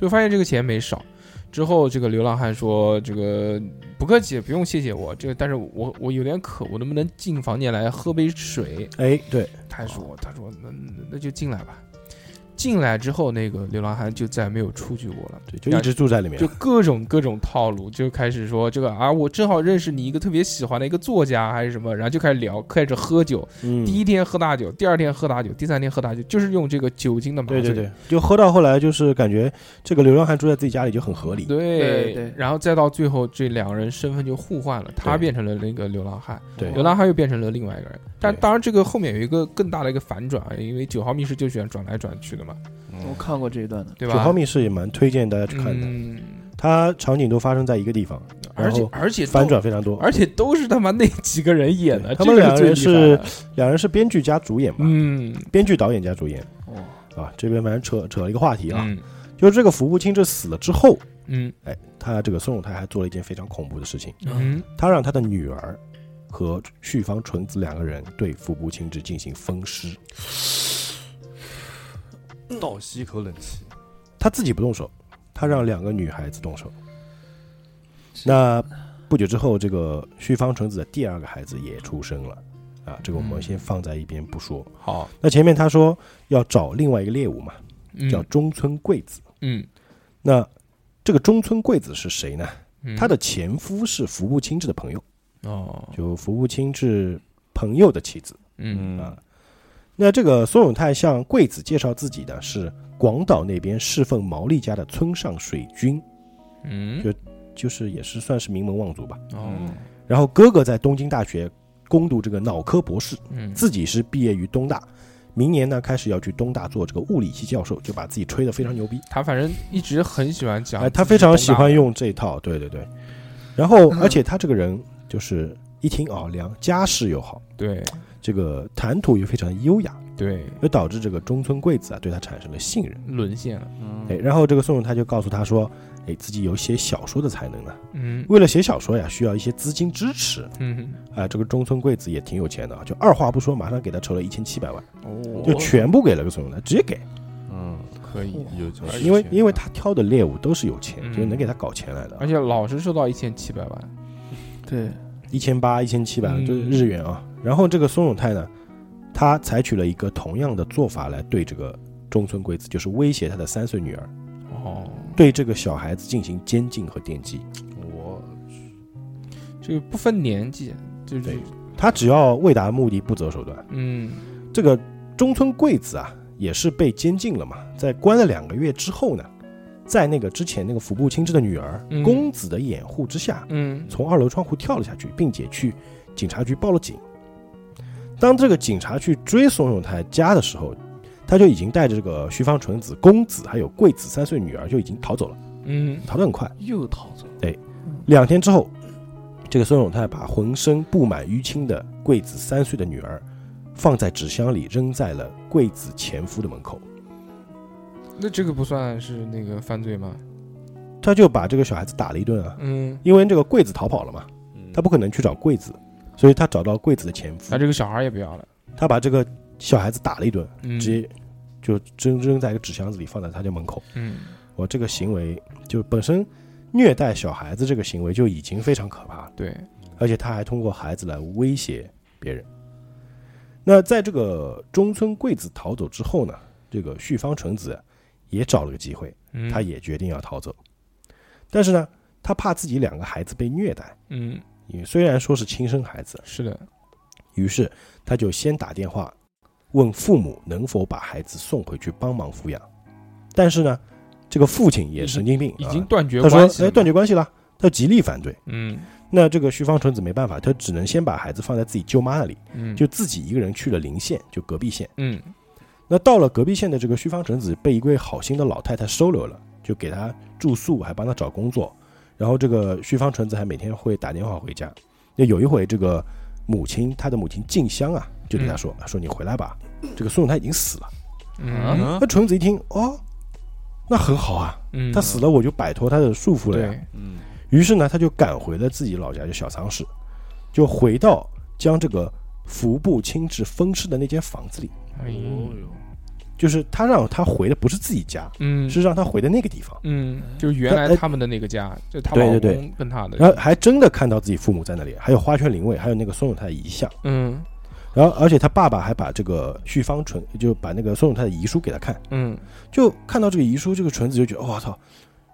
Speaker 1: 就发现这个钱没少。之后这个流浪汉说：“这个不客气，不用谢谢我，这个但是我我有点渴，我能不能进房间来喝杯水
Speaker 2: 哎，对，？”
Speaker 1: 他说：“他说那那那就进来吧。”进来之后，那个流浪汉就再没有出去过了。
Speaker 2: 对，就一直住在里面
Speaker 1: 就。各种各种套路，就开始说这个啊，我正好认识你一个特别喜欢的一个作家还是什么，然后就开始聊，开始喝酒。
Speaker 2: 嗯，
Speaker 1: 第一天喝大酒，第二天喝大酒，第三天喝大酒，就是用这个酒精的麻醉。
Speaker 2: 对对对，就喝到后来就是感觉这个流浪汉住在自己家里就很合理。
Speaker 1: 对
Speaker 4: 对对
Speaker 1: 然后再到最后，这两个人身份就互换了，他变成了那个流浪汉，
Speaker 2: 对
Speaker 1: 流浪汉又变成了另外一个人。但
Speaker 2: 对
Speaker 1: 当然，这个后面有一个更大的一个反转，啊因为九号密室就喜欢转来转去的嘛，
Speaker 4: 我看过这一段的，
Speaker 1: 对
Speaker 2: 九
Speaker 1: 吧？
Speaker 2: 号密室也蛮推荐大家去看的，
Speaker 1: 嗯，
Speaker 2: 它场景都发生在一个地方，
Speaker 1: 而
Speaker 2: 然
Speaker 1: 且
Speaker 2: 后
Speaker 1: 而且都
Speaker 2: 反，转非常多。
Speaker 1: 而且都是他妈那几个人演的，
Speaker 2: 对他们
Speaker 1: 这
Speaker 2: 两个人
Speaker 1: 个最厉害的
Speaker 2: 两人是编剧加主演嘛，
Speaker 1: 嗯
Speaker 2: 编剧、导演加主演
Speaker 4: 哇，
Speaker 2: 啊。这边反正扯扯了一个话题啊，
Speaker 1: 嗯
Speaker 2: 就是这个服部清志死了之后，
Speaker 1: 嗯
Speaker 2: 哎，他这个孙永泰还做了一件非常恐怖的事情，
Speaker 1: 嗯
Speaker 2: 他让他的女儿和旭方纯子两个人对服部清志进行分尸，
Speaker 3: 倒吸一口冷气，
Speaker 2: 他自己不动手，他让两个女孩子动手。那不久之后，这个旭方纯子的第二个孩子也出生了，啊，这个我们
Speaker 1: 嗯
Speaker 2: 先放在一边不说。
Speaker 1: 好，
Speaker 2: 那前面他说要找另外一个猎物嘛，
Speaker 1: 嗯
Speaker 2: 叫中村贵子。
Speaker 1: 嗯
Speaker 2: 那这个中村贵子是谁呢？
Speaker 1: 嗯
Speaker 2: 他的前夫是服部清志的朋友，
Speaker 1: 哦
Speaker 2: 就服部清志朋友的妻子。
Speaker 1: 嗯
Speaker 2: 啊。那这个松永泰向贵子介绍自己的是广岛那边侍奉毛利家的村上水军，
Speaker 1: 嗯
Speaker 2: 就是也是算是名门望族吧。
Speaker 1: 哦
Speaker 2: 然后哥哥在东京大学攻读这个脑科博士，
Speaker 1: 嗯
Speaker 2: 自己是毕业于东大，明年呢开始要去东大做这个物理系教授，就把自己吹得非常牛逼。
Speaker 1: 他反正一直很喜欢讲自己东大的，
Speaker 2: 哎，他非常喜欢用这一套，对对对。然后，而且他这个人就是一听啊，良家世又好，
Speaker 1: 对
Speaker 2: 这个谈吐又非常优雅，
Speaker 1: 对
Speaker 2: 而导致这个中村贵子啊对他产生了信任。
Speaker 1: 沦陷了，
Speaker 5: 嗯
Speaker 2: 哎，然后这个宋永泰就告诉他说，哎，自己有写小说的才能呢、啊
Speaker 1: 嗯
Speaker 2: 为了写小说呀，需要一些资金支持。
Speaker 1: 嗯
Speaker 2: 啊、这个中村贵子也挺有钱的啊，就二话不说，马上给他筹了一千七百万，就
Speaker 1: 哦
Speaker 2: 全部给了个宋永泰，直接给，
Speaker 3: 嗯，
Speaker 1: 可以，
Speaker 3: 有这
Speaker 2: 因为因为他挑的猎物都是有钱，
Speaker 1: 嗯
Speaker 2: 就是能给他搞钱来的啊
Speaker 1: 而，且老是收到一千七百万，
Speaker 4: 对，
Speaker 2: 一千八、一千七百
Speaker 1: 嗯
Speaker 2: 就是日元啊。然后这个松永泰呢，他采取了一个同样的做法来对这个中村贵子，就是威胁他的三岁女儿，
Speaker 1: 哦，
Speaker 2: 对这个小孩子进行监禁和电击。
Speaker 3: 我
Speaker 1: 这个不分年纪，就是
Speaker 2: 对他只要为达目的不择手段。
Speaker 1: 嗯
Speaker 2: 这个中村贵子啊，也是被监禁了嘛，在关了两个月之后呢，在那个之前那个服部清志的女儿、
Speaker 1: 嗯
Speaker 2: 公子的掩护之下，
Speaker 1: 嗯
Speaker 2: 从二楼窗户跳了下去，并且去警察局报了警。当这个警察去追宋永泰家的时候，他就已经带着这个徐方纯子、公子还有贵子三岁女儿就已经逃走了，
Speaker 1: 嗯
Speaker 2: 逃得很快。
Speaker 4: 又逃走了。
Speaker 2: 两天之后，这个孙永泰把浑身布满淤青的贵子三岁的女儿放在纸箱里，扔在了贵子前夫的门口。
Speaker 1: 那这个不算是那个犯罪吗？
Speaker 2: 他就把这个小孩子打了一顿啊，
Speaker 1: 嗯，
Speaker 2: 因为这个贵子逃跑了嘛，他不可能去找贵子，所以他找到贵子的前夫
Speaker 1: 那，这个小孩也不要了，
Speaker 2: 他把这个小孩子打了一顿，
Speaker 1: 嗯
Speaker 2: 直接就扔扔在一个纸箱子里，放在他家门口。
Speaker 1: 嗯
Speaker 2: 我这个行为就本身虐待小孩子这个行为就已经非常可怕了。
Speaker 1: 对，
Speaker 2: 而且他还通过孩子来威胁别人。那在这个中村贵子逃走之后呢，这个旭方纯子也找了个机会，
Speaker 1: 嗯
Speaker 2: 他也决定要逃走。但是呢，他怕自己两个孩子被虐待，
Speaker 1: 嗯
Speaker 2: 因为虽然说是亲生孩子，
Speaker 1: 是的，
Speaker 2: 于是他就先打电话问父母能否把孩子送回去帮忙抚养。但是呢，这个父亲也神经病，
Speaker 1: 已经
Speaker 2: 啊
Speaker 1: 断绝
Speaker 2: 他
Speaker 1: 关系
Speaker 2: 说：“
Speaker 1: 了
Speaker 2: 哎，
Speaker 1: 嘛
Speaker 2: 断绝关系了。”他极力反对。
Speaker 1: 嗯
Speaker 2: 那这个徐方纯子没办法，她只能先把孩子放在自己舅妈那里，
Speaker 1: 嗯
Speaker 2: 就自己一个人去了邻县，就隔壁县。
Speaker 1: 嗯
Speaker 2: 那到了隔壁县的这个徐方纯子被一位好心的老太太收留了，就给她住宿，啊还帮她找工作。然后这个徐方纯子还每天会打电话回家。那有一回，这个母亲，她的母亲静香啊，就对她说：“说你回来吧，这个孙永泰已经死了。
Speaker 1: 嗯”
Speaker 2: 哦那纯子一听，哦，那很好啊，
Speaker 1: 嗯，
Speaker 2: 他死了我就摆脱他的束缚了呀。
Speaker 1: 对，
Speaker 3: 嗯，
Speaker 2: 于是呢，他就赶回了自己老家，就小仓市，就回到将这个服部清志分尸的那间房子里。
Speaker 1: 哎呦
Speaker 2: 就是他让他回的不是自己家，
Speaker 1: 嗯
Speaker 2: 是让他回的那个地方。
Speaker 1: 嗯，就原来他们的那个家，就他
Speaker 2: 对
Speaker 1: 老
Speaker 2: 对对
Speaker 1: 公跟他的，
Speaker 2: 然后还真的看到自己父母在那里，还有花圈灵位，还有那个孙永泰的遗像。
Speaker 1: 嗯
Speaker 2: 然后，而且他爸爸还把这个旭方纯，就把那个孙永泰的遗书给他看，
Speaker 1: 嗯
Speaker 2: 就看到这个遗书，这个纯子就觉得，我、操，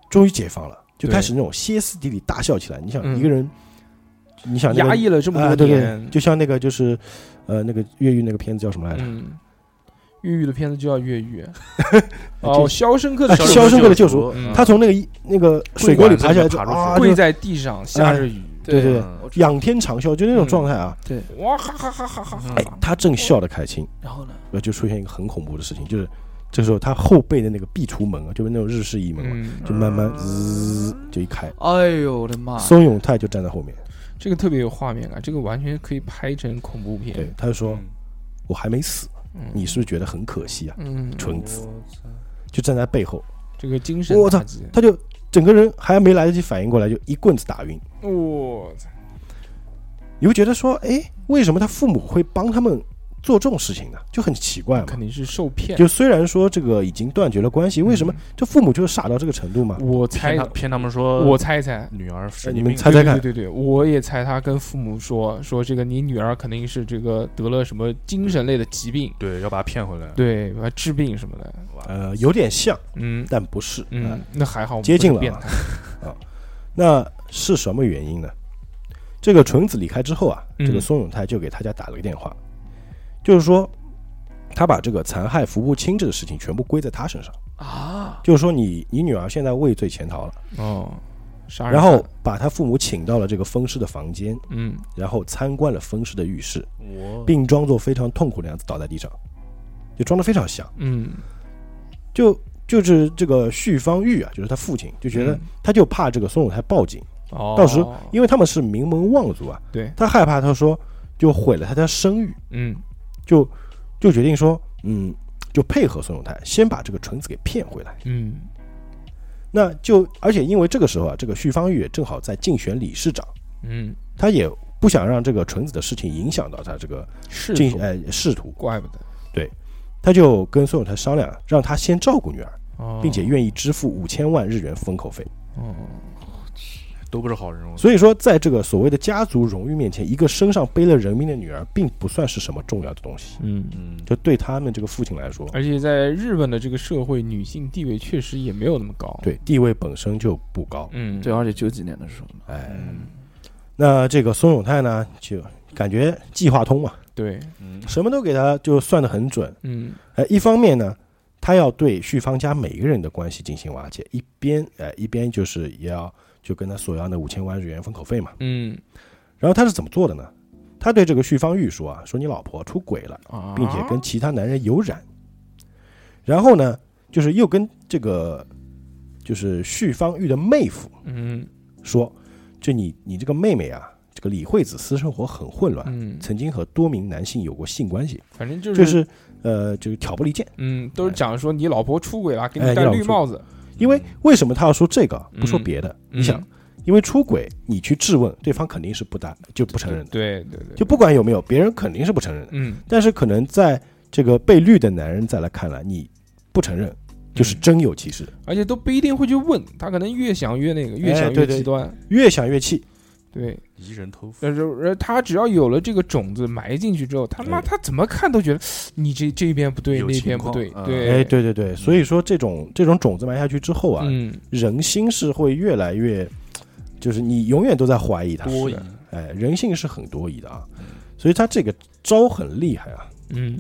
Speaker 2: 终于解放了，就
Speaker 1: 对
Speaker 2: 开始那种歇斯底里大笑起来。你想，
Speaker 1: 嗯
Speaker 2: 一个人，你想、那个、
Speaker 1: 压抑了这么
Speaker 2: 啊
Speaker 1: 多
Speaker 2: 对
Speaker 1: 年
Speaker 2: 对，，就像那个就是，呃，那个越狱那个片子叫什么来着？
Speaker 1: 嗯，越狱的片子就叫越 狱，
Speaker 2: 就
Speaker 1: 哦，《肖申克的
Speaker 2: 啊肖
Speaker 1: 救赎
Speaker 2: 申克的救赎
Speaker 1: 嗯
Speaker 2: 他从那个一那个水沟里爬起来就
Speaker 3: 爬出去
Speaker 2: 啊，
Speaker 1: 跪
Speaker 2: 就
Speaker 1: 在地上下着雨，
Speaker 2: 对对对，
Speaker 3: 嗯
Speaker 2: 仰天长啸，就那种状态啊。
Speaker 1: 嗯哇哈哈哈哈哈
Speaker 2: 哎
Speaker 1: 哈，，
Speaker 2: 他正笑得开心，
Speaker 4: 然后呢？
Speaker 2: 呃，就出现一个很恐怖的事情，就是这时候他后背的那个壁橱门啊，就是那种日式移门嘛，
Speaker 1: 嗯，
Speaker 2: 就慢慢滋就一开，
Speaker 4: 哎呦我的
Speaker 1: 啊
Speaker 4: 妈！
Speaker 2: 松永泰就站在后面，
Speaker 1: 这个特别有画面感，这个完全可以拍成恐怖片。
Speaker 2: 对，他就说：“我还没死，
Speaker 1: 嗯
Speaker 2: 你是不是觉得很可惜啊
Speaker 1: 嗯，？”
Speaker 2: 纯子就站在背后，
Speaker 1: 这个精神
Speaker 2: 我操
Speaker 1: 打击，
Speaker 2: 他就整个人还没来得及反应过来，就一棍子打晕。
Speaker 1: 我操，
Speaker 2: 你会觉得说，哎，为什么他父母会帮他们做这种事情呢？就很奇怪嘛
Speaker 1: 肯。定嗯是受骗。
Speaker 2: 就虽然说这个已经断绝了关系，为什么这父母就是傻到这个程度嘛？
Speaker 1: 我猜
Speaker 3: 骗他，骗他们说
Speaker 1: 我猜猜，
Speaker 3: 女儿是神
Speaker 2: 哎你
Speaker 3: 经
Speaker 2: 们
Speaker 3: 病，
Speaker 2: 猜猜
Speaker 1: 对
Speaker 2: 看，
Speaker 1: 对对，对我也猜他跟父母说说这个你女儿肯定是这个得了什么精神类的疾病，
Speaker 3: 对，要把他骗回来。
Speaker 1: 对，把她治病什么的。
Speaker 2: 呃，有点像，
Speaker 1: 嗯
Speaker 2: 但不是。呃
Speaker 1: 嗯，那还好，
Speaker 2: 接 近了啊
Speaker 1: 变态。
Speaker 2: 那是什么原因呢？这个纯子离开之后啊，
Speaker 1: 嗯
Speaker 2: 这个松永泰就给他家打了个电话，就是说他把这个残害服部清志的事情全部归在他身上啊，就是说你你女儿现在畏罪潜逃了，
Speaker 1: 哦，杀人
Speaker 2: 然
Speaker 1: 犯。
Speaker 2: 后把他父母请到了这个分尸的房间，
Speaker 1: 嗯，
Speaker 2: 然后参观了分尸的浴室，并装作非常痛苦的样子倒在地上，就装得非常像。
Speaker 1: 嗯，
Speaker 2: 就就是这个旭方玉啊，就是他父亲，就觉得
Speaker 1: 嗯
Speaker 2: 他就怕这个孙永泰报警，
Speaker 1: 哦，
Speaker 2: 到时候因为他们是名门望族啊，
Speaker 1: 对，
Speaker 2: 他害怕他说就毁了他的声誉，
Speaker 1: 嗯
Speaker 2: 就就决定说，嗯，就配合孙永泰，先把这个纯子给骗回来。
Speaker 1: 嗯
Speaker 2: 那就而且因为这个时候啊，这个旭方玉也正好在竞选理事长，
Speaker 1: 嗯，
Speaker 2: 他也不想让这个纯子的事情影响到他这个
Speaker 1: 是
Speaker 2: 竞呃仕途，
Speaker 1: 怪不得，
Speaker 2: 他就跟孙永泰商量，让他先照顾女儿，
Speaker 1: 哦
Speaker 2: 并且愿意支付五千万日元封口费。
Speaker 1: 哦，
Speaker 3: 都不是好人，我
Speaker 2: 所以说，在这个所谓的家族荣誉面前，一个身上背了人命的女儿，并不算是什么重要的东西。
Speaker 1: 嗯。
Speaker 3: 嗯，
Speaker 2: 就对他们这个父亲来说，
Speaker 1: 而且在日本的这个社会，女性地位确实也没有那么高。，
Speaker 2: 对啊地位本身就不高。
Speaker 1: 嗯，
Speaker 4: 对，，而且九几年的时候嘛，
Speaker 2: 哎，那这个松永泰呢，就感觉计划通嘛，
Speaker 1: 对，
Speaker 2: 什么都给他就算得很准。
Speaker 1: 嗯
Speaker 2: 哎，一方面呢，他要对旭芳家每个人的关系进行瓦解，一边呃一边就是也要就跟他索要那五千万日元封口费嘛。
Speaker 1: 嗯，
Speaker 2: 然后他是怎么做的呢？他对这个旭芳玉说啊，说你老婆出轨了，
Speaker 1: 啊
Speaker 2: 并且跟其他男人有染。然后呢，就是又跟这个就是旭芳玉的妹夫
Speaker 1: 嗯
Speaker 2: 说，就你你这个妹妹啊，这个李惠子私生活很混乱，
Speaker 1: 嗯，
Speaker 2: 曾经和多名男性有过性关系，
Speaker 1: 反正就
Speaker 2: 就是是呃就是挑拨离间。
Speaker 1: 嗯，都是讲说你老婆出轨了，给
Speaker 2: 哎
Speaker 1: 你
Speaker 2: 你
Speaker 1: 戴
Speaker 2: 老
Speaker 1: 绿
Speaker 2: 婆
Speaker 1: 帽子。
Speaker 2: 因为为什么他要说这个，不说
Speaker 1: 嗯
Speaker 2: 别的？
Speaker 1: 嗯
Speaker 2: 你想，因为出轨，你去质问对方肯定是不答就不承认的，
Speaker 1: 对对对，
Speaker 2: 就不管有没有，别人肯定是不承认的。
Speaker 1: 嗯
Speaker 2: 但是可能在这个被绿的男人再来看来，你不承认
Speaker 1: 嗯
Speaker 2: 就是真有其事，
Speaker 1: 而且都不一定会去问，他可能越想越那个，越想
Speaker 2: 哎对
Speaker 1: 越
Speaker 2: 对
Speaker 1: 极端。
Speaker 2: 越想越气。
Speaker 1: 对，
Speaker 3: 疑人偷父，
Speaker 1: 但是呃他只要有了这个种子埋进去之后，他妈
Speaker 2: 对
Speaker 1: 他怎么看都觉得你这这边不对，
Speaker 3: 有
Speaker 1: 那
Speaker 3: 情
Speaker 1: 边不
Speaker 3: 况
Speaker 1: 对，
Speaker 3: 啊
Speaker 1: 对
Speaker 2: 哎，，对对对，所以说这种这种种子埋下去之后啊，
Speaker 1: 嗯，
Speaker 2: 人心是会越来越，就是你永远都在怀疑他，
Speaker 3: 多疑
Speaker 1: 是的
Speaker 2: 哎，人性是很多疑的啊，所以他这个招很厉害啊。
Speaker 1: 嗯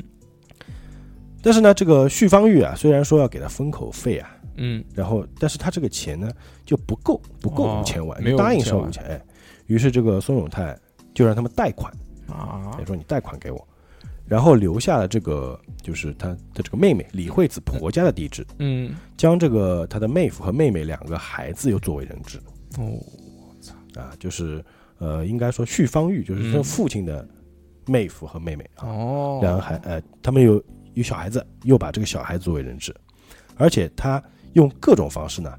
Speaker 2: 但是呢，这个旭芳玉啊，虽然说要给他封口费啊，
Speaker 1: 嗯
Speaker 2: 然后但是他这个钱呢就不够，不够
Speaker 1: 哦
Speaker 2: 五千万，
Speaker 1: 没有
Speaker 2: 答应
Speaker 1: 5000
Speaker 2: 收
Speaker 1: 万
Speaker 2: 五千，哎，于是这个孙永泰就让他们贷款，
Speaker 1: 啊
Speaker 2: 也，说你贷款给我，然后留下了这个就是他的这个妹妹李惠子婆家的地址，
Speaker 1: 嗯
Speaker 2: 将这个他的妹夫和妹妹两个孩子又作为人质
Speaker 1: 哦，
Speaker 2: 啊，就是呃，应该说旭芳玉就是他
Speaker 1: 嗯
Speaker 2: 父亲的妹夫和妹妹啊，
Speaker 1: 哦，
Speaker 2: 两个孩呃，他们有有小孩子，又把这个小孩作为人质，而且他用各种方式呢，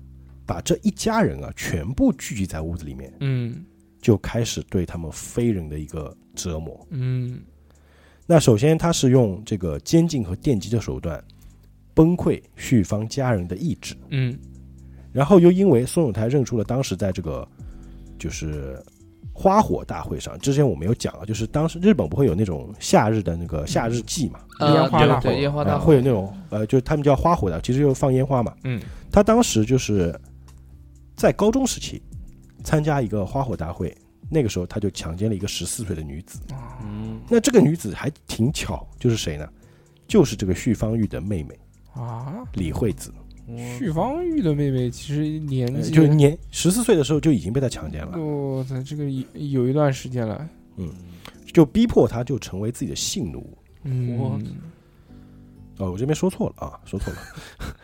Speaker 2: 把这一家人啊全部聚集在屋子里面，
Speaker 1: 嗯
Speaker 2: 就开始对他们非人的一个折磨。
Speaker 1: 嗯
Speaker 2: 那首先他是用这个监禁和电击的手段崩溃旭芳家人的意志，
Speaker 1: 嗯
Speaker 2: 然后又因为孙永泰认出了当时在这个就是。花火大会上，之前我们有讲啊，就是当时日本不会有那种夏日的那个夏日祭嘛，
Speaker 1: 烟花大火
Speaker 4: 呃对对，烟花
Speaker 2: 啊，
Speaker 4: 大火，
Speaker 2: 会有那种呃，就是他们叫花火的，其实就是放烟花嘛。
Speaker 1: 嗯，
Speaker 2: 他当时就是在高中时期参加一个花火大会，那个时候他就强奸了一个十四岁的女子。
Speaker 3: 嗯，
Speaker 2: 那这个女子还挺巧，就是谁呢？就是这个旭芳玉的妹妹
Speaker 1: 啊，
Speaker 2: 李惠子，
Speaker 1: 旭芳玉的妹妹其实年
Speaker 2: 呃
Speaker 1: 纪
Speaker 2: 就是年十四岁的时候就已经被他强奸了，
Speaker 1: 我操，这个有有一段时间了，
Speaker 2: 就逼迫他就成为自己的性奴。
Speaker 1: 嗯，
Speaker 4: 我
Speaker 2: 哦，我这边说错了啊，说错 了，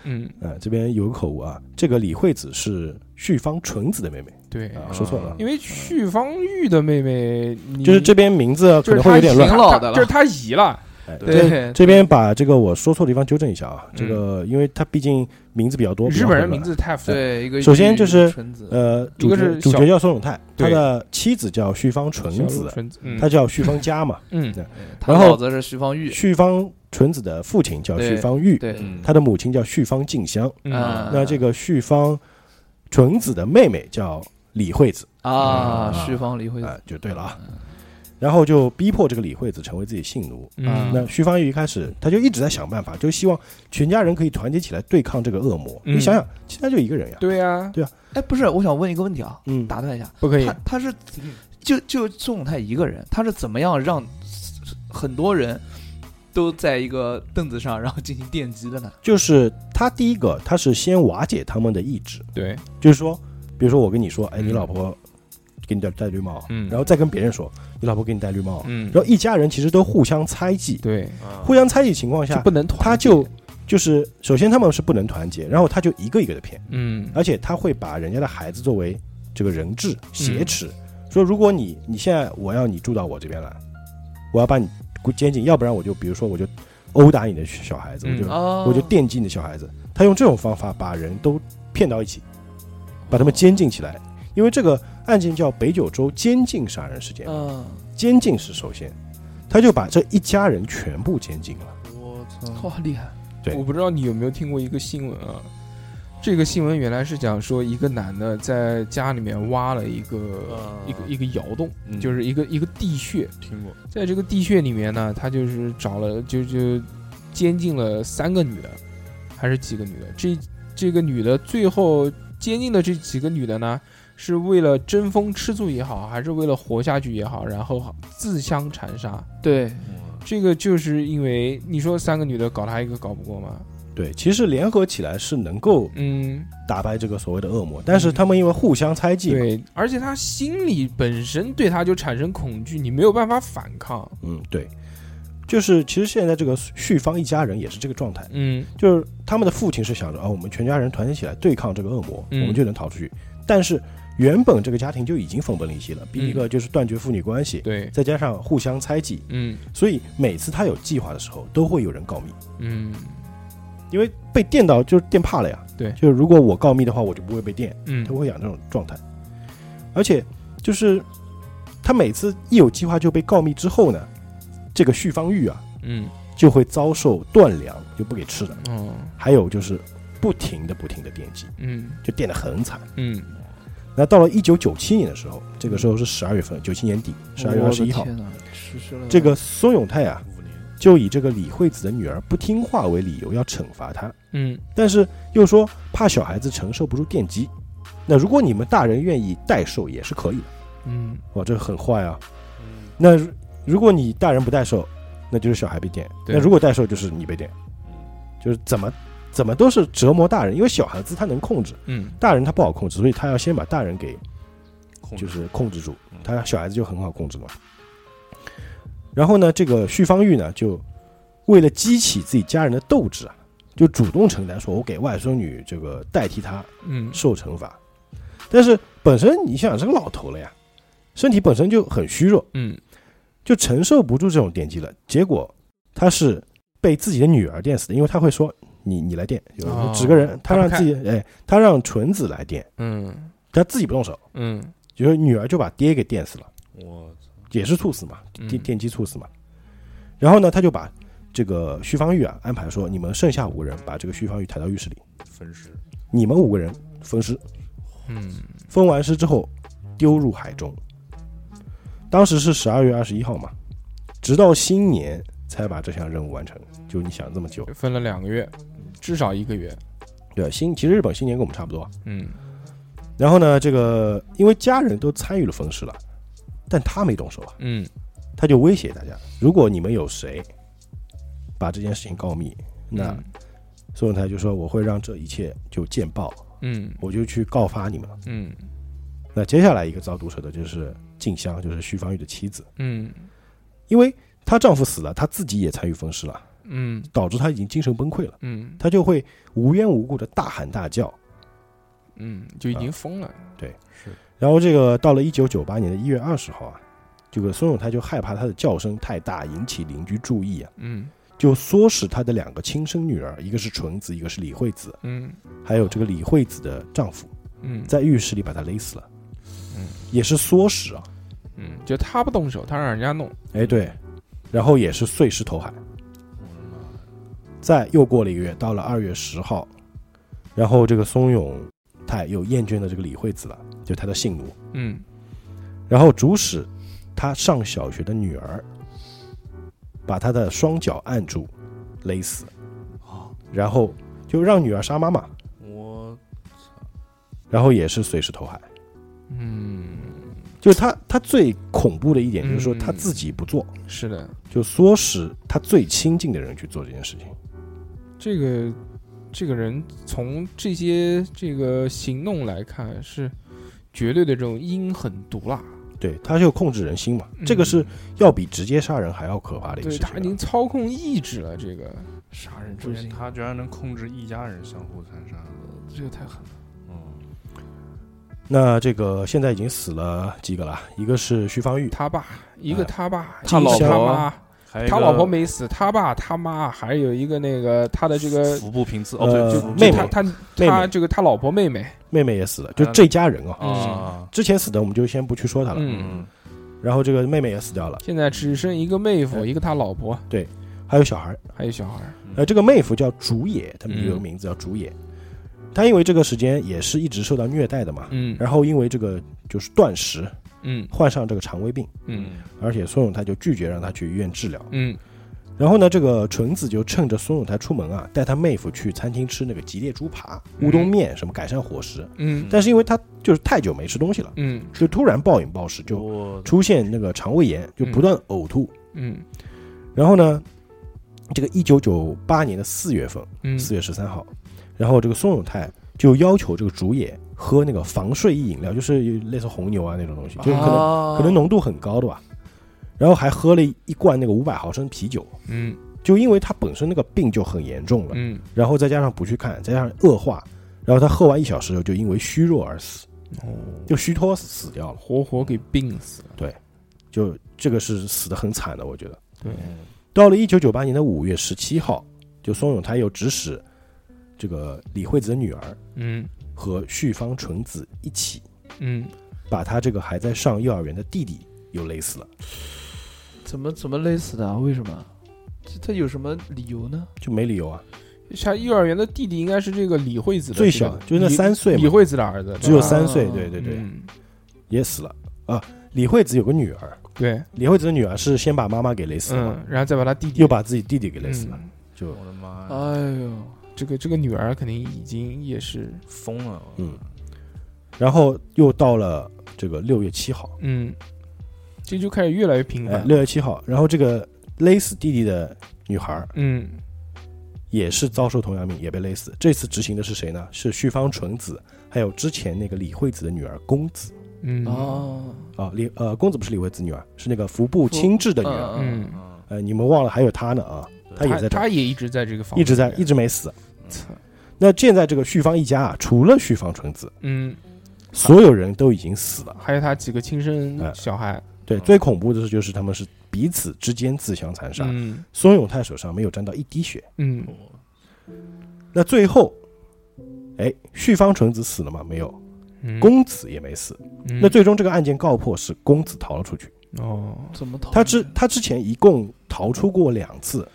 Speaker 1: 嗯，
Speaker 2: 呃，这边有个口误啊，这个李惠子是旭芳纯子的妹妹
Speaker 1: 对，
Speaker 2: 啊，说错了，
Speaker 1: 因为旭芳玉的妹妹，你
Speaker 2: 就是这边名字啊
Speaker 1: 就
Speaker 2: 可
Speaker 1: 是
Speaker 2: 能会
Speaker 1: 她
Speaker 2: 有点
Speaker 1: 姨
Speaker 2: 乱，
Speaker 5: 挺老的了
Speaker 1: 就是她姨了，
Speaker 2: 哎
Speaker 5: 对
Speaker 2: 这这边把这个我说错的地方纠正一下啊，
Speaker 1: 嗯
Speaker 2: 这个因为它毕竟名字比较多，
Speaker 1: 日本人名
Speaker 2: 比较
Speaker 1: 字
Speaker 2: 混乱。
Speaker 1: 太复杂，
Speaker 5: 对，一个
Speaker 2: 首先就是
Speaker 5: 纯子
Speaker 2: 呃，
Speaker 1: 一
Speaker 2: 主
Speaker 1: 个
Speaker 2: 角
Speaker 1: 是
Speaker 2: 主
Speaker 1: 小
Speaker 2: 角叫孙永泰，他
Speaker 1: 对
Speaker 2: 的妻子叫旭芳纯
Speaker 1: 小鹿
Speaker 2: 子，
Speaker 1: 纯子，嗯
Speaker 2: 他叫旭芳 家嘛。
Speaker 1: 嗯
Speaker 5: 他
Speaker 2: 然后
Speaker 5: 老子是徐方玉，
Speaker 2: 旭芳纯子的父亲叫旭芳玉，
Speaker 5: 对，
Speaker 3: 嗯
Speaker 2: 他的母亲叫旭芳静香。
Speaker 1: 嗯
Speaker 5: 啊
Speaker 2: 那这个旭芳纯子的妹妹叫李惠子
Speaker 5: 啊，旭方离
Speaker 1: 嗯
Speaker 5: 婚，
Speaker 2: 啊，就对了啊。然后就逼迫这个李惠子成为自己性奴。
Speaker 1: 嗯，
Speaker 2: 那徐芳玉一开始他就一直在想办法，就希望全家人可以团结起来对抗这个恶魔。
Speaker 1: 嗯
Speaker 2: 你想想，其他就一个人呀，
Speaker 1: 对啊呀，
Speaker 4: 哎，不是，我想问一个问题啊，
Speaker 2: 嗯，
Speaker 4: 打断一下，
Speaker 1: 不可以
Speaker 4: 他，他是就就宋永泰一个人，他是怎么样让很多人都在一个凳子上，然后进行电击的呢？
Speaker 2: 就是他第一个，他是先瓦解他们的意志，
Speaker 1: 对，
Speaker 2: 就是说，比如说我跟你说，哎，你
Speaker 1: 嗯
Speaker 2: 老婆给你戴戴绿帽，
Speaker 1: 嗯
Speaker 2: 然后再跟别人说你老婆给你戴绿帽，
Speaker 1: 嗯
Speaker 2: 然，后一家人其实都互相猜忌，
Speaker 1: 对，
Speaker 2: 互相猜忌情况
Speaker 1: 就
Speaker 2: 下
Speaker 1: 不，能团结，嗯
Speaker 2: 他就就是首先他们是不能团结，然后他就一个一个的骗。
Speaker 1: 嗯
Speaker 2: 而且他会把人家的孩子作为这个人质挟持，说如果你你现在我要你住到我这边来，我要把你监禁，要不然我就比如说我就殴打你的小孩子，我就、
Speaker 4: 哦，
Speaker 2: 我就电击你的小孩子。他用这种方法把人都骗到一起，把他们监禁起来。因为这个案件叫北九州监禁杀人事件，
Speaker 4: 嗯，
Speaker 2: 监禁是首先，他就把这一家人全部监禁了。
Speaker 3: 我操，
Speaker 4: 哇，厉害，
Speaker 2: 对
Speaker 1: 我不知道你有没有听过一个新闻啊？这个新闻原来是讲说一个男的在家里面挖了一个
Speaker 3: 啊
Speaker 1: 一个一个窑洞，
Speaker 3: 嗯
Speaker 1: 就是一个一个地穴，
Speaker 3: 听过，
Speaker 1: 在这个地穴里面呢，他就是找了就就监禁了三个女的，还是几个女的？这这个女的最后监禁的这几个女的呢，是为了争风吃醋也好，还是为了活下去也好，然后自相残杀。
Speaker 4: 对，
Speaker 1: 这个就是因为你说三个女的搞他一个搞不过吗？
Speaker 2: 对，其实联合起来是能够
Speaker 1: 嗯，
Speaker 2: 打败这个所谓的恶魔，但是他们因为互相猜忌嘛，
Speaker 1: 对，而且他心里本身对他就产生恐惧，你没有办法反抗。
Speaker 2: 嗯，对，就是其实现在这个旭芳一家人也是这个状态，
Speaker 1: 嗯
Speaker 2: 就是他们的父亲是想着啊，我们全家人团结起来对抗这个恶魔，
Speaker 1: 嗯
Speaker 2: 我们就能逃出去。但是原本这个家庭就已经分崩离析了，第一
Speaker 1: 嗯
Speaker 2: 个就是断绝父女关系，
Speaker 1: 对，
Speaker 2: 再加上互相猜忌，
Speaker 1: 嗯
Speaker 2: 所以每次他有计划的时候，都会有人告密，
Speaker 1: 嗯
Speaker 2: 因为被电到就是电怕了呀。
Speaker 1: 对
Speaker 2: 就是如果我告密的话，我就不会被电，他
Speaker 1: 嗯
Speaker 2: 会养这种状态。而且就是他每次一有计划就被告密之后呢，这个旭方玉啊
Speaker 1: 嗯，
Speaker 2: 就会遭受断粮，就不给吃的，
Speaker 1: 哦，
Speaker 2: 还有就是不停的不停的电击，
Speaker 1: 嗯
Speaker 2: 就电得很惨。
Speaker 1: 嗯
Speaker 2: 那到了一九九七年的时候，这个时候是十二月份，九七年底十二月二十一号，
Speaker 5: 我的天
Speaker 4: 啊
Speaker 5: 哪实施了
Speaker 2: 这个松永泰啊，就以这个李惠子的女儿不听话为理由要惩罚她，
Speaker 1: 嗯
Speaker 2: 但是又说怕小孩子承受不住电击。那如果你们大人愿意代受也是可以的，
Speaker 1: 嗯
Speaker 2: 哇，这个很坏啊。
Speaker 3: 嗯
Speaker 2: 那如如果你大人不代受，那就是小孩被电；
Speaker 1: 对
Speaker 2: 那如果代受，就是你被电，就是怎么怎么都是折磨大人，因为小孩子他能控制，
Speaker 1: 嗯
Speaker 2: 大人他不好控制，所以他要先把大人给
Speaker 3: 控制
Speaker 2: 就是控制住
Speaker 3: 嗯，
Speaker 2: 他小孩子就很好控制嘛。然后呢，这个旭方玉呢，就为了激起自己家人的斗志啊，就主动承担说，我给外孙女这个代替她
Speaker 1: 嗯
Speaker 2: 受惩罚。但是本身你想是个老头了呀，身体本身就很虚弱，
Speaker 1: 嗯，
Speaker 2: 就承受不住这种电击了。结果他是被自己的女儿电死的，因为他会说你你来电，有
Speaker 1: 哦
Speaker 2: 指个人，他
Speaker 1: 他不
Speaker 2: 让自己哎，他让纯子来电，
Speaker 1: 嗯
Speaker 2: 他自己不动手，
Speaker 1: 嗯
Speaker 2: 就是女儿就把爹给电死了。
Speaker 3: 我
Speaker 2: 也是猝死嘛，
Speaker 1: 嗯
Speaker 2: 电电击猝死嘛。然后呢，他就把这个徐方玉啊安排说，你们剩下五个人把这个徐方玉抬到浴室里，
Speaker 3: 分尸，
Speaker 2: 你们五个人分尸，
Speaker 1: 嗯
Speaker 2: 分完尸之后丢入海中。当时是十二月二十一号嘛，直到新年才把这项任务完成。就你想这么久，
Speaker 1: 分了两个月，至少一个月。
Speaker 2: 对吧新其实日本新年跟我们差不多啊。
Speaker 1: 嗯
Speaker 2: 然后呢，这个因为家人都参与了分尸了，但他没动手啊，
Speaker 1: 嗯
Speaker 2: 他就威胁大家，如果你们有谁把这件事情告密，那
Speaker 1: 嗯
Speaker 2: 宋永泰就说：“我会让这一切就见报，
Speaker 1: 嗯
Speaker 2: 我就去告发你们。
Speaker 1: 嗯”
Speaker 2: 那接下来一个遭毒手的就是静香，就是徐芳玉的妻子，
Speaker 1: 嗯
Speaker 2: 因为她丈夫死了，她自己也参与分尸了，
Speaker 1: 嗯
Speaker 2: 导致她已经精神崩溃了，
Speaker 1: 嗯
Speaker 2: 她就会无缘无故的大喊大叫。
Speaker 1: 嗯，就已经疯了。
Speaker 2: 然后这个到了一九九八年的一月二十号啊，这个孙永泰就害怕她的叫声太大引起邻居注意啊，
Speaker 1: 嗯
Speaker 2: 就唆使她的两个亲生女儿，一个是纯子，一个是李惠子，
Speaker 1: 嗯
Speaker 2: 还有这个李惠子的丈夫，
Speaker 1: 嗯
Speaker 2: 在浴室里把她勒死了，
Speaker 1: 嗯，
Speaker 2: 也是唆使啊。
Speaker 1: 嗯，就他不动手，他让人家弄。
Speaker 2: 哎，对，然后也是碎尸投海。再又过了一个月，到了二月十号，然后这个松永泰又厌倦了这个李惠子了，就他的性奴，
Speaker 1: 嗯
Speaker 2: 然后主使他上小学的女儿，把他的双脚按住，勒死，然后就让女儿杀妈妈，
Speaker 3: 我
Speaker 2: 然后也是碎尸投海。
Speaker 1: 嗯，
Speaker 2: 就是他，他最恐怖的一点就是说
Speaker 1: 嗯
Speaker 2: 他自己不做，
Speaker 1: 是的，
Speaker 2: 就唆使他最亲近的人去做这件事情。
Speaker 1: 这个这个人从这些这个行动来看，是绝对的这种阴狠毒辣。
Speaker 2: 对，他就控制人心嘛，这个是要比直接杀人还要可怕的一个
Speaker 1: 嗯对
Speaker 2: 事
Speaker 1: 他已
Speaker 2: 情啊
Speaker 1: 经
Speaker 2: 了。
Speaker 1: 操控意志了。这个
Speaker 5: 杀人诛
Speaker 3: 就是
Speaker 5: 心，
Speaker 3: 他居然能控制一家人相互残杀，
Speaker 5: 这个太狠了。
Speaker 3: 嗯，
Speaker 2: 那这个现在已经死了几个了？一个是徐方玉，
Speaker 1: 他爸，一个
Speaker 2: 哎
Speaker 1: 他爸，
Speaker 5: 他
Speaker 1: 一个
Speaker 5: 老
Speaker 1: 他
Speaker 5: 婆
Speaker 1: 妈，
Speaker 3: 还有一
Speaker 1: 他
Speaker 3: 个
Speaker 1: 老婆没死，他爸他妈，还有一个那个他的这个
Speaker 3: 腹部平次，哦，对，
Speaker 2: 呃
Speaker 3: 就
Speaker 2: 妹
Speaker 1: 就
Speaker 2: 妹
Speaker 1: 他他
Speaker 2: 妹
Speaker 1: 他
Speaker 2: 妹
Speaker 1: 这个他老婆妹妹，
Speaker 2: 妹妹也死了，就这家人啊。
Speaker 3: 啊，
Speaker 2: 之前死的我们就先不去说他了，
Speaker 1: 嗯，
Speaker 2: 然后这个妹妹也死掉了，
Speaker 1: 现在只剩一个妹夫，
Speaker 2: 哎
Speaker 1: 一个他老婆，
Speaker 2: 还有小孩儿，
Speaker 1: 还有小孩儿。
Speaker 2: 呃，这个妹夫叫竹野，他们
Speaker 1: 嗯
Speaker 2: 有个名字叫竹野，他因为这个时间也是一直受到虐待的嘛，
Speaker 1: 嗯
Speaker 2: 然后因为这个就是断食，
Speaker 1: 嗯
Speaker 2: 患上这个肠胃病，
Speaker 1: 嗯
Speaker 2: 而且孙永泰就拒绝让他去医院治疗。
Speaker 1: 嗯
Speaker 2: 然后呢，这个纯子就趁着孙永泰出门啊，带他妹夫去餐厅吃那个吉列猪扒、乌冬面，什么改善伙食。
Speaker 1: 嗯
Speaker 2: 但是因为他就是太久没吃东西了，
Speaker 1: 嗯
Speaker 2: 就突然暴饮暴食，就
Speaker 3: 我
Speaker 2: 嗯出现那个肠胃炎，就不断呕吐。
Speaker 1: 嗯
Speaker 2: 然后呢，这个一九九八年的四月份，
Speaker 1: 嗯
Speaker 2: 四月十三号，然后这个松永泰就要求这个竹野喝那个防睡意饮料，就是有类似红牛啊那种东西，就是可能、
Speaker 4: 能
Speaker 2: 可能浓度很高的吧，然后还喝了一罐那个五百毫升啤酒，
Speaker 1: 嗯
Speaker 2: 就因为他本身那个病就很严重了，
Speaker 1: 嗯，
Speaker 2: 然后再加上不去看，再加上恶化，然后他喝完一小时后就因为虚弱而死，
Speaker 1: 哦，
Speaker 2: 就虚脱死掉了，
Speaker 1: 活活给病死了。
Speaker 2: 就这个是死的很惨的，我觉得。
Speaker 1: 对，
Speaker 2: 到了一九九八年的五月十七号，就松永他又指使这个李惠子的女儿
Speaker 1: 嗯
Speaker 2: 和旭方纯子一起，
Speaker 1: 嗯，
Speaker 2: 把他这个还在上幼儿园的弟弟又勒死了，
Speaker 4: 怎么怎么勒死的啊？为什么？这他有什么理由呢？
Speaker 2: 就没理由啊，
Speaker 1: 下幼儿园的弟弟应该是这个李惠子的
Speaker 2: 最
Speaker 1: 这个
Speaker 2: 小就是那
Speaker 1: 李
Speaker 2: 三岁嘛
Speaker 1: 李惠子的儿子，
Speaker 2: 只有
Speaker 1: 对吧
Speaker 2: 三岁，
Speaker 4: 啊
Speaker 2: 对对对，
Speaker 1: 嗯
Speaker 2: 也死了啊。李惠子有个女儿，
Speaker 1: 对，
Speaker 2: 李惠子的女儿是先把妈妈给勒死了嘛，
Speaker 1: 嗯，然后再把他弟弟
Speaker 2: 又把自己弟弟给勒死了，
Speaker 1: 嗯
Speaker 2: 就
Speaker 3: 我的妈
Speaker 2: 啊
Speaker 3: 呀，
Speaker 4: 哎呦，
Speaker 1: 这个这个女儿肯定已经也是
Speaker 3: 疯了！
Speaker 2: 嗯，然后又到了这个六月七号，
Speaker 1: 嗯，这就开始越来越频
Speaker 2: 哎，
Speaker 1: 繁。
Speaker 2: 六月七号，然后这个勒死弟弟的女孩儿
Speaker 1: 嗯
Speaker 2: 也是遭受同样命，也被勒死。这次执行的是谁呢？是旭方纯子，还有之前那个李惠子的女儿公子
Speaker 1: 嗯
Speaker 4: 哦，
Speaker 2: 啊，李呃公子不是李惠子女儿，是那个服部清志的女儿。
Speaker 4: 嗯，
Speaker 1: 嗯，
Speaker 3: 嗯，
Speaker 2: 呃，你们忘了还有她呢啊，她也在这儿
Speaker 1: 他，也一直在这个房，啊
Speaker 2: 一直在一，直没死。
Speaker 1: 操
Speaker 2: 那现在这个旭方一家啊，除了旭方纯子，
Speaker 1: 嗯，
Speaker 2: 所有人都已经死了。
Speaker 1: 还有他几个亲
Speaker 2: 哎
Speaker 1: 生小孩，
Speaker 2: 对，最恐怖的是就是他们是彼此之间自相残杀。
Speaker 1: 嗯
Speaker 2: 松永泰手上没有沾到一滴血。
Speaker 1: 嗯
Speaker 2: 那最后，哎，旭方纯子死了吗？没有，
Speaker 1: 嗯，
Speaker 2: 公子也没死。
Speaker 1: 嗯
Speaker 2: 那最终这个案件告破是公子逃了出去。
Speaker 1: 哦，
Speaker 4: 怎么逃？
Speaker 2: 他之他之前一共逃出过两次，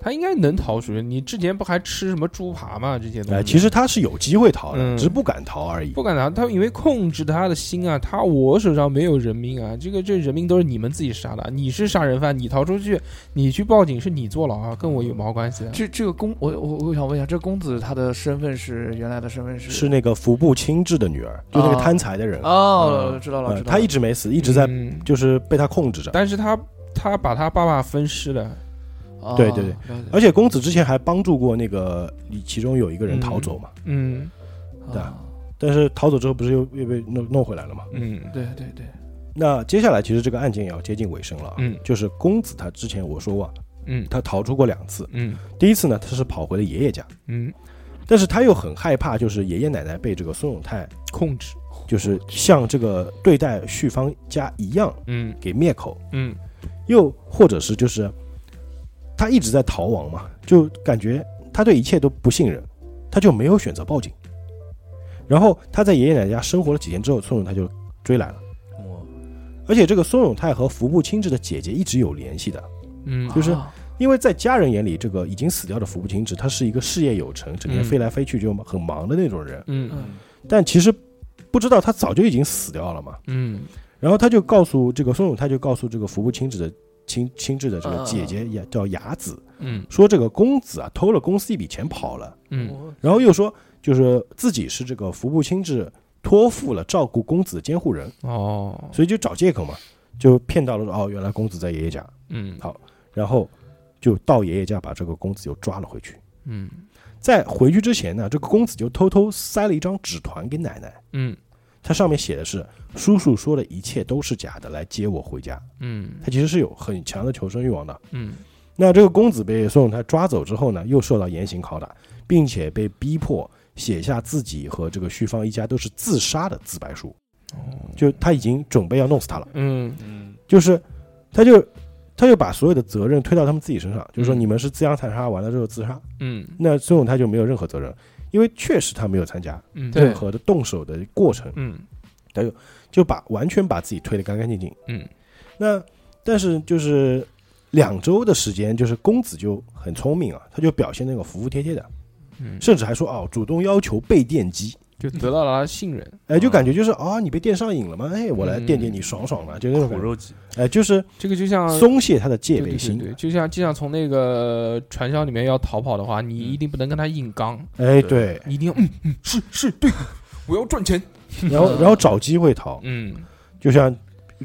Speaker 1: 他应该能逃出去。你之前不还吃什么猪扒吗？这些东
Speaker 2: 哎，
Speaker 1: 西，
Speaker 2: 其实他是有机会逃的，
Speaker 1: 嗯
Speaker 2: 只是不敢逃而已
Speaker 1: 不。敢拿，他因为控制他的心啊，他我手上没有人命啊，这个这人命都是你们自己杀的，啊你是杀人犯，你逃出去，你去报警是你坐牢啊，跟我有毛关系啊？
Speaker 4: 这这个公，我我我想问一下，这公子他的身份是原来的身份是
Speaker 2: 是那个服部清志的女儿，就那个
Speaker 4: 啊
Speaker 2: 贪财的人，
Speaker 4: 哦，知道了，
Speaker 2: 呃
Speaker 4: 知道了。
Speaker 2: 他一直没死，一直在
Speaker 1: 嗯
Speaker 2: 就是被他控制着。
Speaker 1: 但是他他把他爸爸分尸了，
Speaker 4: 哦
Speaker 2: 对对对哎
Speaker 4: 了解
Speaker 2: 而且公子之前还帮助过那个，其中有一个人逃走嘛，
Speaker 1: 嗯
Speaker 2: 对
Speaker 4: 啊
Speaker 2: 但是逃走之后不是又又被弄弄回来了嘛？
Speaker 1: 嗯
Speaker 4: 对对对，
Speaker 2: 那接下来其实这个案件也要接近尾声了啊，
Speaker 1: 嗯
Speaker 2: 就是公子他之前我说过啊，
Speaker 1: 嗯
Speaker 2: 他逃出过两次，
Speaker 1: 嗯
Speaker 2: 第一次呢他是跑回了爷爷家，
Speaker 1: 嗯，
Speaker 2: 但是他又很害怕，就是爷爷奶奶被这个孙永泰，
Speaker 1: 控制，
Speaker 2: 就是像这个对待旭芳家一样
Speaker 1: 嗯
Speaker 2: 给灭口，
Speaker 1: 嗯
Speaker 2: 又或者是就是他一直在逃亡嘛，就感觉他对一切都不信任，他就没有选择报警。然后他在爷爷奶奶家生活了几天之后，孙永泰就追来了。
Speaker 3: 我
Speaker 2: 而且这个孙永泰和服部清志的姐姐一直有联系的，
Speaker 1: 嗯
Speaker 2: 就是
Speaker 4: 啊
Speaker 2: 因为在家人眼里，这个已经死掉的服部清志，他是一个事业有成，整天
Speaker 1: 嗯
Speaker 2: 飞来飞去就很忙的那种人。
Speaker 1: 嗯
Speaker 4: 嗯
Speaker 2: 但其实不知道他早就已经死掉了嘛。
Speaker 1: 嗯
Speaker 2: 然后他就告诉这个松永，他就告诉这个服部清志的清清志的这个
Speaker 4: 嗯
Speaker 2: 姐姐也叫雅子，
Speaker 1: 嗯
Speaker 2: 说这个公子啊偷了公司一笔钱跑了，
Speaker 1: 嗯
Speaker 2: 然后又说就是自己是这个服部清志托付了照顾公子的监护人，
Speaker 1: 哦
Speaker 2: 所以就找借口嘛，就骗到了说哦原来公子在爷爷家，
Speaker 1: 嗯
Speaker 2: 然后就到爷爷家把这个公子又抓了回去。
Speaker 1: 嗯
Speaker 2: 在回去之前呢，这个公子就偷偷塞了一张纸团给奶奶，
Speaker 1: 嗯
Speaker 2: 它上面写的是“叔叔说的一切都是假的，来接我回家”。
Speaker 1: 嗯
Speaker 2: 他其实是有很强的求生欲望的。
Speaker 1: 嗯
Speaker 2: 那这个公子被宋永泰抓走之后呢，又受到严刑拷打，并且被逼迫写下自己和这个旭芳一家都是自杀的自白书，就他已经准备要弄死他了，
Speaker 1: 嗯
Speaker 3: 嗯
Speaker 2: 就是他就他就把所有的责任推到他们自己身上，就是说
Speaker 1: 嗯
Speaker 2: 你们是自相残杀完了之后自杀，
Speaker 1: 嗯
Speaker 2: 那孙永泰就没有任何责任，因为确实他没有参加
Speaker 1: 嗯
Speaker 4: 对
Speaker 2: 任何的动手的过程，
Speaker 1: 嗯
Speaker 2: 就把完全把自己推得干干净净。
Speaker 1: 嗯，
Speaker 2: 那但是就是两周的时间，就是公子就很聪明啊，他就表现那个服服帖帖的，
Speaker 1: 嗯，
Speaker 2: 甚至还说哦，主动要求被电击，
Speaker 1: 就得到了他信任，
Speaker 2: 哎，就感觉就是啊、你被电上瘾了吗？
Speaker 1: 嗯
Speaker 2: 哎，我来电电你，爽爽的，就那种
Speaker 3: 苦
Speaker 2: 感觉，
Speaker 3: 肉计，
Speaker 2: 哎，就是
Speaker 1: 这个就像
Speaker 2: 松懈他的戒
Speaker 1: 对
Speaker 2: 备
Speaker 1: 对对
Speaker 2: 心
Speaker 1: 对，，就像就像从那个传销里面要逃跑的话，你一定不能跟他硬刚，
Speaker 2: 嗯哎，对，
Speaker 1: 你一定要嗯嗯是是对，我要赚钱，
Speaker 2: 然后然后找机会逃，
Speaker 1: 嗯
Speaker 2: 就像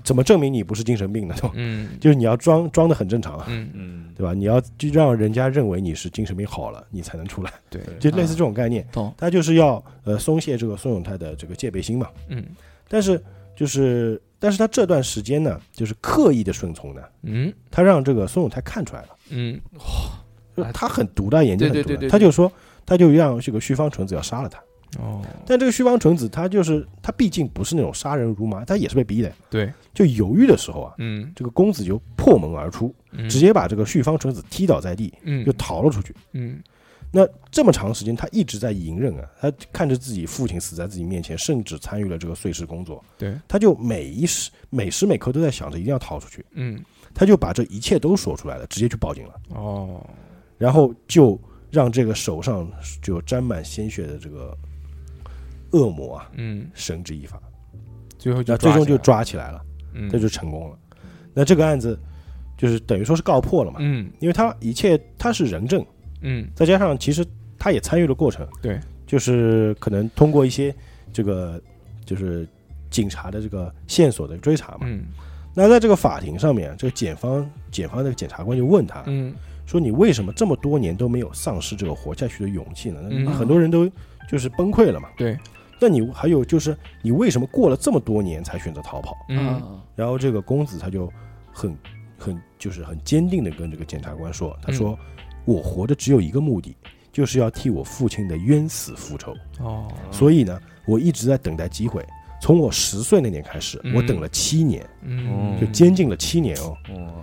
Speaker 2: 怎么证明你不是精神病呢？对吧？
Speaker 1: 嗯
Speaker 2: 就是你要装装的很正常啊，
Speaker 1: 嗯
Speaker 3: 嗯，
Speaker 2: 对吧？你要就让人家认为你是精神病好了，你才能出来，
Speaker 1: 对，
Speaker 2: 就类似这种概念。
Speaker 4: 嗯懂
Speaker 2: 他就是要呃松懈这个宋永泰的这个戒备心嘛。
Speaker 1: 嗯
Speaker 2: 但是就是，但是他这段时间呢，就是刻意的顺从呢，
Speaker 1: 嗯
Speaker 2: 他让这个宋永泰看出来了，
Speaker 1: 嗯
Speaker 2: 就是他很毒的，眼睛很毒的，
Speaker 4: 哎对对对对嗯
Speaker 2: 他就说，他就让这个须方纯子要杀了他。
Speaker 1: 哦，
Speaker 2: 但这个须方纯子，他就是他毕竟不是那种杀人如麻，他也是被逼的。
Speaker 1: 对，
Speaker 2: 就犹豫的时候啊，
Speaker 1: 嗯
Speaker 2: 这个公子就破门而出，
Speaker 1: 嗯，
Speaker 2: 直接把这个旭方纯子踢倒在地，
Speaker 1: 嗯
Speaker 2: 就逃了出去。
Speaker 1: 嗯
Speaker 2: 那这么长时间，他一直在隐忍啊，他看着自己父亲死在自己面前，甚至参与了这个碎尸工作，
Speaker 1: 对，
Speaker 2: 他就每一时每时每刻都在想着一定要逃出去，
Speaker 1: 嗯
Speaker 2: 他就把这一切都说出来了，直接去报警了，
Speaker 1: 哦，
Speaker 2: 然后就让这个手上就沾满鲜血的这个恶魔啊
Speaker 1: 嗯，
Speaker 2: 绳之以法，
Speaker 1: 最后就
Speaker 2: 那最终
Speaker 1: 起来
Speaker 2: 就
Speaker 1: 了，
Speaker 2: 抓起来了，
Speaker 1: 嗯
Speaker 2: 这就成功了。那这个案子就是等于说是告破了嘛，
Speaker 1: 嗯
Speaker 2: 因为他一切他是人证。
Speaker 1: 嗯
Speaker 2: 再加上其实他也参与了过程，
Speaker 1: 对，
Speaker 2: 就是可能通过一些这个就是警察的这个线索的追查嘛。
Speaker 1: 嗯
Speaker 2: 那在这个法庭上面，这个检方检方的检察官就问他、
Speaker 1: 嗯
Speaker 2: 说：“你为什么这么多年都没有丧失这个活下去的勇气呢？
Speaker 1: 嗯
Speaker 2: 那很多人都就是崩溃了嘛。
Speaker 1: 对，
Speaker 2: 那你还有就是你为什么过了这么多年才选择逃跑？
Speaker 1: 嗯
Speaker 2: 然后这个公子他就很很就是很坚定的跟这个检察官说，
Speaker 1: 嗯
Speaker 2: 他说、我活着只有一个目的，就是要替我父亲的冤死复仇。
Speaker 1: 哦，
Speaker 2: 所以呢，我一直在等待机会。从我十岁那年开始，
Speaker 1: 嗯
Speaker 2: 我等了七年，
Speaker 1: 嗯
Speaker 2: 就监禁了七年哦。
Speaker 3: 哇，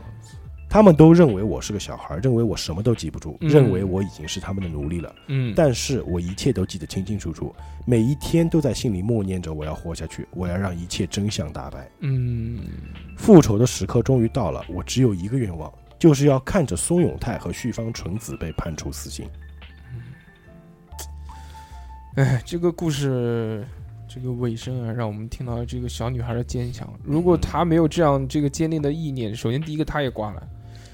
Speaker 2: 他们都认为我是个小孩，认为我什么都记不住，
Speaker 1: 嗯
Speaker 2: 认为我已经是他们的奴隶了。
Speaker 1: 嗯，
Speaker 2: 但是我一切都记得清清楚楚，每一天都在心里默念着我要活下去，我要让一切真相大白。
Speaker 1: 嗯
Speaker 2: 复仇的时刻终于到了，我只有一个愿望，就是要看着松永泰和旭方纯子被判处死刑。
Speaker 1: 哎，这个故事这个尾声啊，让我们听到这个小女孩的坚强。如
Speaker 3: 嗯
Speaker 1: 果她没有这样这个坚定的意念，首先第一个她也挂了，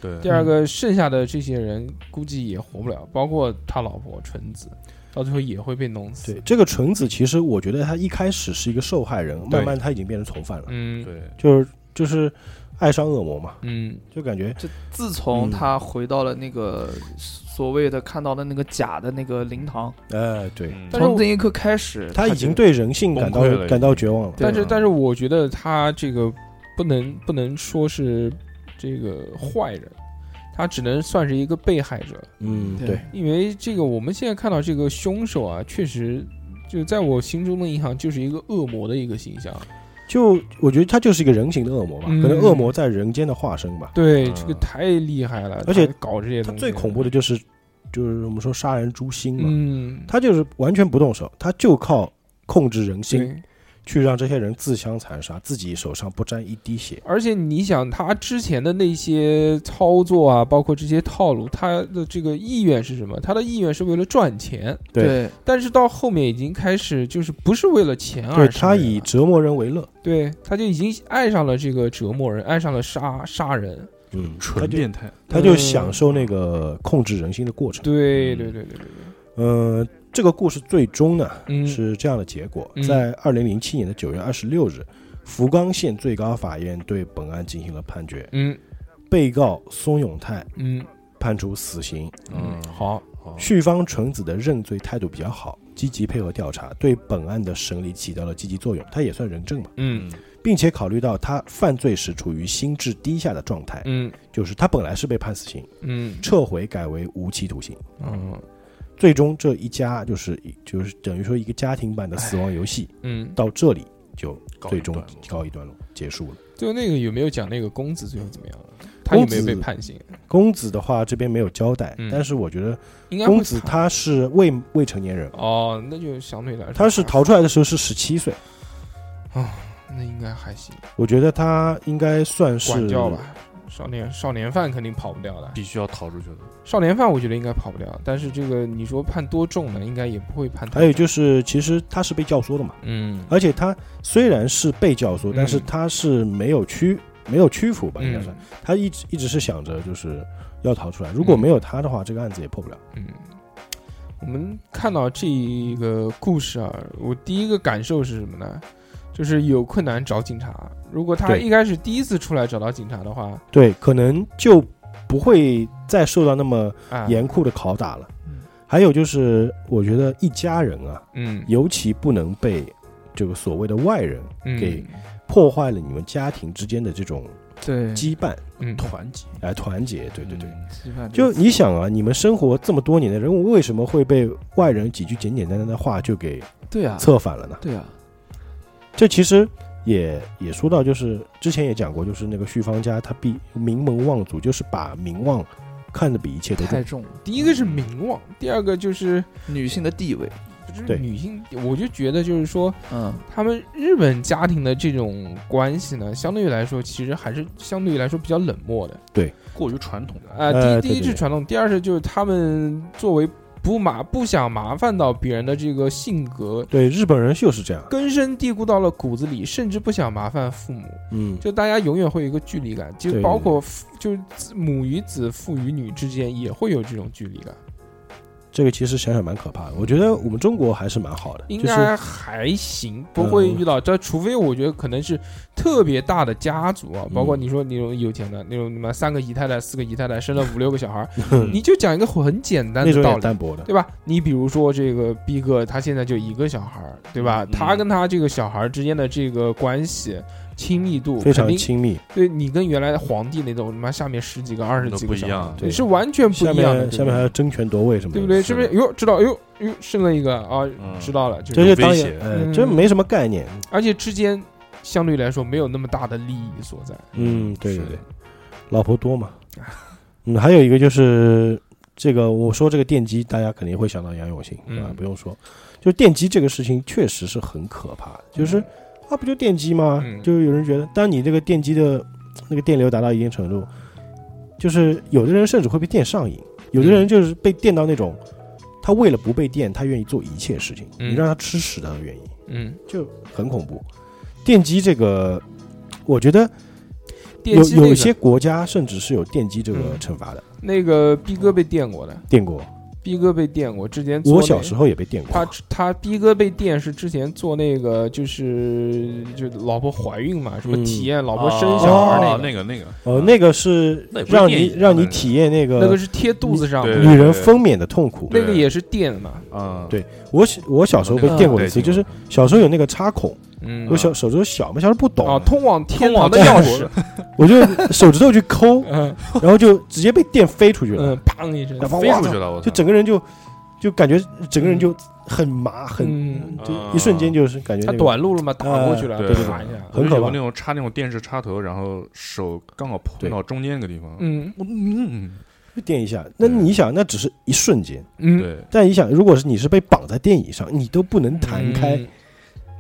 Speaker 3: 对，
Speaker 1: 第二个剩下的这些人估计也活不了，包括他老婆纯子，到最后也会被弄死。
Speaker 2: 对，这个纯子其实我觉得她一开始是一个受害人，
Speaker 1: 对
Speaker 2: 慢慢她已经变成从犯了，
Speaker 1: 嗯
Speaker 3: 对，
Speaker 2: 就是就是爱上恶魔嘛，
Speaker 1: 嗯
Speaker 2: 就感觉
Speaker 4: 就自
Speaker 2: 嗯
Speaker 4: 从他回到了那个所谓的看到了那个假的那个灵堂，
Speaker 2: 呃，对，
Speaker 3: 嗯
Speaker 1: 但是我
Speaker 4: 从那一刻开始，
Speaker 2: 她
Speaker 4: 他
Speaker 2: 已经对人性感到
Speaker 3: 崩溃了已经
Speaker 2: 感到绝望了。
Speaker 1: 但是
Speaker 3: 对啊
Speaker 1: 但是我觉得他这个不能不能说是这个坏人，他只能算是一个被害者。
Speaker 2: 嗯，
Speaker 5: 对
Speaker 2: 对，
Speaker 1: 因为这个，我们现在看到这个凶手啊，确实就在我心中的印象就是一个恶魔的一个形象。
Speaker 2: 就我觉得他就是一个人形的恶魔吧，
Speaker 1: 嗯
Speaker 2: 可能恶魔在人间的化身吧。
Speaker 1: 对，
Speaker 3: 嗯
Speaker 1: 这个太厉害了，
Speaker 2: 而且
Speaker 1: 他搞这些
Speaker 2: 他
Speaker 1: 东西，
Speaker 2: 最恐怖的就是就是我们说杀人诛心嘛，
Speaker 1: 嗯，
Speaker 2: 他就是完全不动手，他就靠控制人心。
Speaker 1: 对。
Speaker 2: 去让这些人自相残杀，自己手上不沾一滴血。
Speaker 1: 而且你想，他之前的那些操作啊，包括这些套路，他的这个意愿是什么？他的意愿是为了赚钱，
Speaker 2: 对
Speaker 4: 对
Speaker 1: 但是到后面已经开始就是不是为了钱
Speaker 2: 对
Speaker 1: 而杀
Speaker 2: 他
Speaker 1: 人
Speaker 2: 以
Speaker 1: 了
Speaker 2: 折磨人为乐，
Speaker 1: 对，他就已经爱上了这个折磨人，爱上了杀杀人。
Speaker 2: 嗯，他
Speaker 3: 纯
Speaker 2: 就
Speaker 3: 变态，
Speaker 2: 他就
Speaker 1: 嗯
Speaker 2: 享受那个控制人心的过程。
Speaker 1: 对
Speaker 3: 嗯
Speaker 1: 对对对对对，
Speaker 2: 呃，这个故事最终呢
Speaker 1: 嗯，
Speaker 2: 是这样的结果
Speaker 1: 嗯，
Speaker 2: 在二零零七年的九月二十六日，福冈县最高法院对本案进行了判决，
Speaker 1: 嗯
Speaker 2: 被告松永泰
Speaker 1: 嗯
Speaker 2: 判处死刑。
Speaker 1: 嗯，好，
Speaker 3: 好，
Speaker 2: 旭方纯子的认罪态度比较好，积极配合调查，对本案的审理起到了积极作用。他也算人证嘛。
Speaker 1: 嗯
Speaker 2: 并且考虑到他犯罪时处于心智低下的状态，
Speaker 1: 嗯
Speaker 2: 就是他本来是被判死刑，
Speaker 1: 嗯
Speaker 2: 撤回改为无期徒刑。
Speaker 1: 嗯
Speaker 2: 最终这一家就是就是等于说一个家庭版的死亡游戏，
Speaker 1: 嗯，
Speaker 2: 到这里就
Speaker 3: 告
Speaker 2: 最
Speaker 3: 一
Speaker 2: 终
Speaker 3: 段落
Speaker 2: 告一段落，结束了。
Speaker 1: 最后那个有没有讲那个公子最后怎么样了？他有没有被判刑？
Speaker 2: 公子的话这边没有交代，
Speaker 1: 嗯
Speaker 2: 但是我觉得
Speaker 1: 应该会
Speaker 2: 公子
Speaker 1: 判
Speaker 2: 他是未未成年人，
Speaker 1: 哦，那就相对来说
Speaker 2: 他是逃出来的时候是十七岁，
Speaker 1: 还，那应该还行，
Speaker 2: 我觉得他应该算是
Speaker 1: 管教吧。少年少年犯肯定跑不掉的，
Speaker 3: 必须要逃出去的，
Speaker 1: 少年犯我觉得应该跑不掉，但是这个你说判多重呢，应该也不会判太重。
Speaker 2: 还有就是，其实他是被教唆的嘛，
Speaker 1: 嗯
Speaker 2: 而且他虽然是被教唆
Speaker 1: 嗯，
Speaker 2: 但是他是没有屈没有屈服吧，应该是
Speaker 1: 嗯
Speaker 2: 他一直一直是想着就是要逃出来，如果没有他的话，这个案子也破不了。
Speaker 1: 嗯，我们看到这一个故事啊，我第一个感受是什么呢？这就是有困难找警察。如果他
Speaker 2: 对
Speaker 1: 一开始第一次出来找到警察的话，
Speaker 2: 对，可能就不会再受到那么
Speaker 1: 啊，
Speaker 2: 严酷的拷打了
Speaker 4: 嗯。
Speaker 2: 还有就是，我觉得一家人啊，
Speaker 1: 嗯
Speaker 2: 尤其不能被这个所谓的外人
Speaker 1: 嗯
Speaker 2: 给破坏了你们家庭之间的这种
Speaker 5: 对，
Speaker 2: 羁绊，
Speaker 1: 嗯
Speaker 5: 团结，
Speaker 2: 哎，团结。对对对，
Speaker 3: 嗯
Speaker 5: 羁绊
Speaker 2: 就你想啊，你们生活这么多年的人，为什么会被外人几句简简单单的话就给
Speaker 5: 对啊，
Speaker 2: 策反了呢？
Speaker 5: 对啊，
Speaker 2: 这其实也也说到，就是之前也讲过，就是那个旭芳家，他必名门望族，就是把名望看得比一切都重
Speaker 5: 太。重了，
Speaker 1: 第一个是名望，第二个就是
Speaker 4: 女性的地位，
Speaker 1: 就
Speaker 2: 对
Speaker 1: 是女性，我就觉得就是说，
Speaker 4: 嗯，
Speaker 1: 他们日本家庭的这种关系呢，相对于来说，其实还是相对于来说比较冷漠的。
Speaker 3: 过于传统的，
Speaker 1: 啊、
Speaker 2: 呃
Speaker 1: 第
Speaker 2: 对
Speaker 1: 第一
Speaker 2: 对
Speaker 1: 是
Speaker 2: 对
Speaker 1: 传统，第二是就是他们作为不麻不想麻烦到别人的这个性格。
Speaker 2: 对，日本人就是这样。
Speaker 1: 根深蒂固到了骨子里，甚至不想麻烦父母，
Speaker 2: 嗯，
Speaker 1: 就大家永远会有一个距离感，就
Speaker 2: 对
Speaker 1: 包括父就是子母与子、父与女之间也会有这种距离感，
Speaker 2: 这个其实想想蛮可怕的。我觉得我们中国还是蛮好的，
Speaker 1: 应
Speaker 2: 就是
Speaker 1: 该还行，不会遇到这，除非我觉得可能是特别大的家族啊，包括
Speaker 2: 嗯
Speaker 1: 你说那种有钱的那种，你妈三个姨太太、四个姨太太生了五六个小 孩儿，你就讲一个很简单
Speaker 2: 那
Speaker 1: 的
Speaker 2: 种
Speaker 1: 道
Speaker 2: 也
Speaker 1: 理，
Speaker 2: 淡薄的。
Speaker 1: 对吧？你比如说这个逼哥，他现在就一个小孩儿，对吧？
Speaker 3: 嗯
Speaker 1: 他跟他这个小孩儿之间的这个关系亲密度
Speaker 2: 非
Speaker 1: 肯
Speaker 2: 常
Speaker 1: 定
Speaker 2: 亲密，
Speaker 1: 对你跟原来的皇帝那种，你妈下面十几个、二十
Speaker 3: 都
Speaker 1: 几
Speaker 3: 不
Speaker 1: 个
Speaker 3: 一
Speaker 1: 小孩儿
Speaker 3: 样，
Speaker 2: 对
Speaker 1: 是完全不
Speaker 2: 下
Speaker 1: 一样的，
Speaker 2: 面
Speaker 1: 对
Speaker 2: 下面还要争权夺位什么
Speaker 1: 对
Speaker 2: 的，
Speaker 1: 不对？
Speaker 3: 是
Speaker 1: 是
Speaker 3: 的
Speaker 1: 不是？哟，知道，哟哟，生了一个啊，
Speaker 3: 嗯
Speaker 1: 知道了，就
Speaker 2: 这
Speaker 1: 是，
Speaker 2: 些当
Speaker 3: 有威
Speaker 2: 然
Speaker 3: 胁
Speaker 2: 呃，
Speaker 1: 嗯
Speaker 2: 这没什么概念。
Speaker 1: 而且之间相对来说没有那么大的利益所在，
Speaker 2: 嗯，对对
Speaker 3: 是
Speaker 2: 对，老婆多嘛。嗯，还有一个就是这个，我说这个电击，大家肯定会想到杨永信，对吧？
Speaker 1: 嗯
Speaker 2: 不用说，就电击这个事情确实是很可怕的，就是啊，不就电击吗？
Speaker 1: 嗯
Speaker 2: 就有人觉得，当你这个电击的那个电流达到一定程度，就是有的人甚至会被电上瘾，有
Speaker 1: 嗯
Speaker 2: 的人就是被电到那种，他为了不被电，他愿意做一切事情，
Speaker 1: 嗯
Speaker 2: 你让他吃屎他都愿意，
Speaker 1: 嗯，
Speaker 2: 就很恐怖。电击这个，我觉得
Speaker 1: 电击
Speaker 2: 有
Speaker 1: 那
Speaker 2: 有
Speaker 1: 个
Speaker 2: 些国家甚至是有电击这个
Speaker 1: 嗯
Speaker 2: 惩罚的，
Speaker 1: 那个逼哥被电过的，
Speaker 2: 电过。
Speaker 1: 逼哥被电过，之前做
Speaker 2: 我
Speaker 1: 那
Speaker 2: 小
Speaker 1: 个
Speaker 2: 时候也被电
Speaker 1: 他
Speaker 2: 过，
Speaker 1: 他逼哥被电是之前做那个就是就老婆怀孕嘛，什么
Speaker 2: 嗯
Speaker 1: 体验老婆生小孩那
Speaker 3: 哦
Speaker 1: 个，
Speaker 3: 那个那个
Speaker 2: 哦，那个是
Speaker 3: 那也不是
Speaker 2: 让
Speaker 3: 电
Speaker 2: 你
Speaker 3: 影啊
Speaker 2: 让你
Speaker 3: 那个
Speaker 2: 体验那
Speaker 1: 那个
Speaker 2: 个
Speaker 1: 是贴肚子上
Speaker 3: 对
Speaker 1: 的，
Speaker 2: 女人分娩的痛苦。
Speaker 1: 那个也是电的嘛，
Speaker 3: 啊，
Speaker 2: 对我小我小时候被电过一次，
Speaker 3: 对
Speaker 2: 就是
Speaker 3: 电
Speaker 2: 小时候有那个插孔，
Speaker 1: 嗯
Speaker 2: 我小小时候小嘛，小时候不
Speaker 1: 啊，
Speaker 3: 哦
Speaker 2: 懂，
Speaker 1: 通往天堂的钥匙，，
Speaker 2: 我就手指头去抠
Speaker 1: 嗯
Speaker 2: 然后就直接被电飞出去了
Speaker 1: 嗯，，砰一声，
Speaker 2: 然后
Speaker 3: 飞
Speaker 2: 哇
Speaker 3: 出去
Speaker 2: 操
Speaker 3: 了，我操
Speaker 2: 就整个人就就感觉整个人就很麻，很
Speaker 1: 嗯，
Speaker 2: 就一瞬
Speaker 3: 哦
Speaker 2: 间就是感觉
Speaker 1: 他
Speaker 2: 那个哎
Speaker 1: 短路了嘛，打过去了，
Speaker 3: 对
Speaker 1: 啪
Speaker 3: 对
Speaker 1: 一下，
Speaker 3: 我就
Speaker 2: 很可
Speaker 3: 有
Speaker 2: 怕
Speaker 3: 那种插那种电视插头，然后手刚好碰到中间那个地方，
Speaker 1: 嗯
Speaker 3: 我嗯，
Speaker 2: 就电一下。那你想，那只是一瞬间，
Speaker 1: 嗯，
Speaker 3: 对，
Speaker 2: 但你想，如果是你是被绑在电椅上，你都不能弹开。
Speaker 1: 嗯，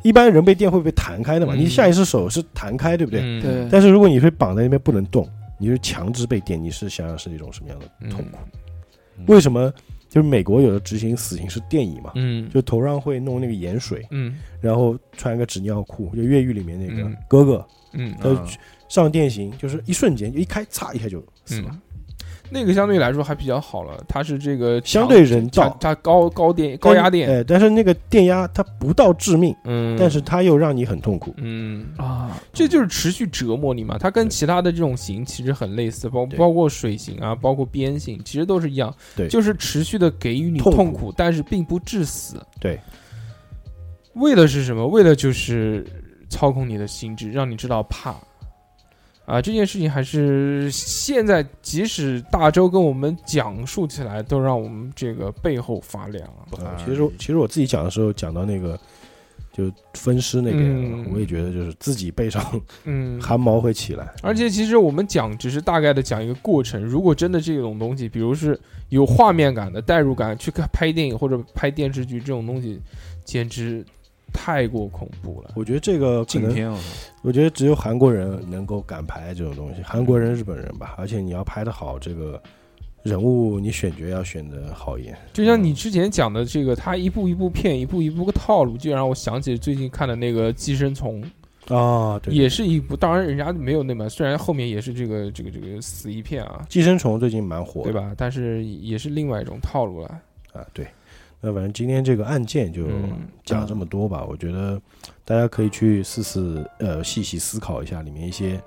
Speaker 2: 一般人被电会被弹开的嘛，
Speaker 1: 嗯
Speaker 2: 你下意识手是弹开，对不对？
Speaker 1: 嗯，
Speaker 5: 对，
Speaker 2: 但是如果你被绑在那边不能动，你就强制被电，你是想想是一种什么样的痛苦？
Speaker 3: 嗯
Speaker 2: 为什么就是美国有的执行死刑是电椅嘛？
Speaker 1: 嗯，
Speaker 2: 就头上会弄那个盐水，
Speaker 1: 嗯
Speaker 2: 然后穿个纸尿裤，就越狱里面那个
Speaker 1: 嗯
Speaker 2: 哥哥，
Speaker 1: 嗯
Speaker 2: 他
Speaker 3: 嗯
Speaker 2: 上电刑就是一瞬间就一开，嚓一下就死了，
Speaker 1: 嗯。那个相对来说还比较好了，它是这个
Speaker 2: 相
Speaker 1: 强
Speaker 2: 对人
Speaker 1: 它
Speaker 2: 道。
Speaker 1: 它高高电高压
Speaker 2: 但
Speaker 1: 电，
Speaker 2: 哎，但是那个电压它不到致命，
Speaker 1: 嗯，
Speaker 2: 但是它又让你很痛苦。
Speaker 1: 嗯，
Speaker 5: 啊，
Speaker 1: 这就是持续折磨你嘛。它跟
Speaker 2: 对
Speaker 1: 其他的这种刑其实很类似，包
Speaker 2: 对
Speaker 1: 包括水刑啊，包括鞭刑，其实都是一样，
Speaker 2: 对
Speaker 1: 就是持续的给予你
Speaker 2: 痛苦
Speaker 1: 痛苦，但是并不致死。
Speaker 2: 对，
Speaker 1: 为的是什么？为的就是操控你的心智，让你知道怕。啊，这件事情还是现在，即使大周跟我们讲述起来，都让我们这个背后发凉啊。
Speaker 2: 啊，其实我其实我自己讲的时候，讲到那个就分尸那边啊，
Speaker 1: 嗯
Speaker 2: 我也觉得就是自己背上
Speaker 1: 嗯，
Speaker 2: 汗毛会起来。
Speaker 1: 而且其实我们讲只是大概的讲一个过程，如果真的这种东西，比如是有画面感的代入感，去看拍电影或者拍电视剧这种东西，简直太过恐怖了。
Speaker 2: 我觉得这个可
Speaker 3: 今
Speaker 2: 能，
Speaker 3: 天我操
Speaker 2: 我觉得只有韩国人能够敢拍这种东
Speaker 1: 嗯
Speaker 2: 西，韩国人、日本人吧。而且你要拍的好，这个人物你选角要选的好一点。
Speaker 1: 就像你之前讲的这个，它一步一步骗，一步一步个套路，就让我想起最近看的那个《寄生虫》，
Speaker 2: 啊，对。
Speaker 1: 也是一部，当然人家没有那么，虽然后面也是这个这个这个死一片啊，
Speaker 2: 寄生虫最近蛮火，
Speaker 1: 对？吧？但是也是另外一种套路了。
Speaker 2: 啊，对。那反正今天这个案件就
Speaker 1: 嗯
Speaker 2: 讲这么多吧，我觉得大家可以去试试，呃，细细思考一下里面一些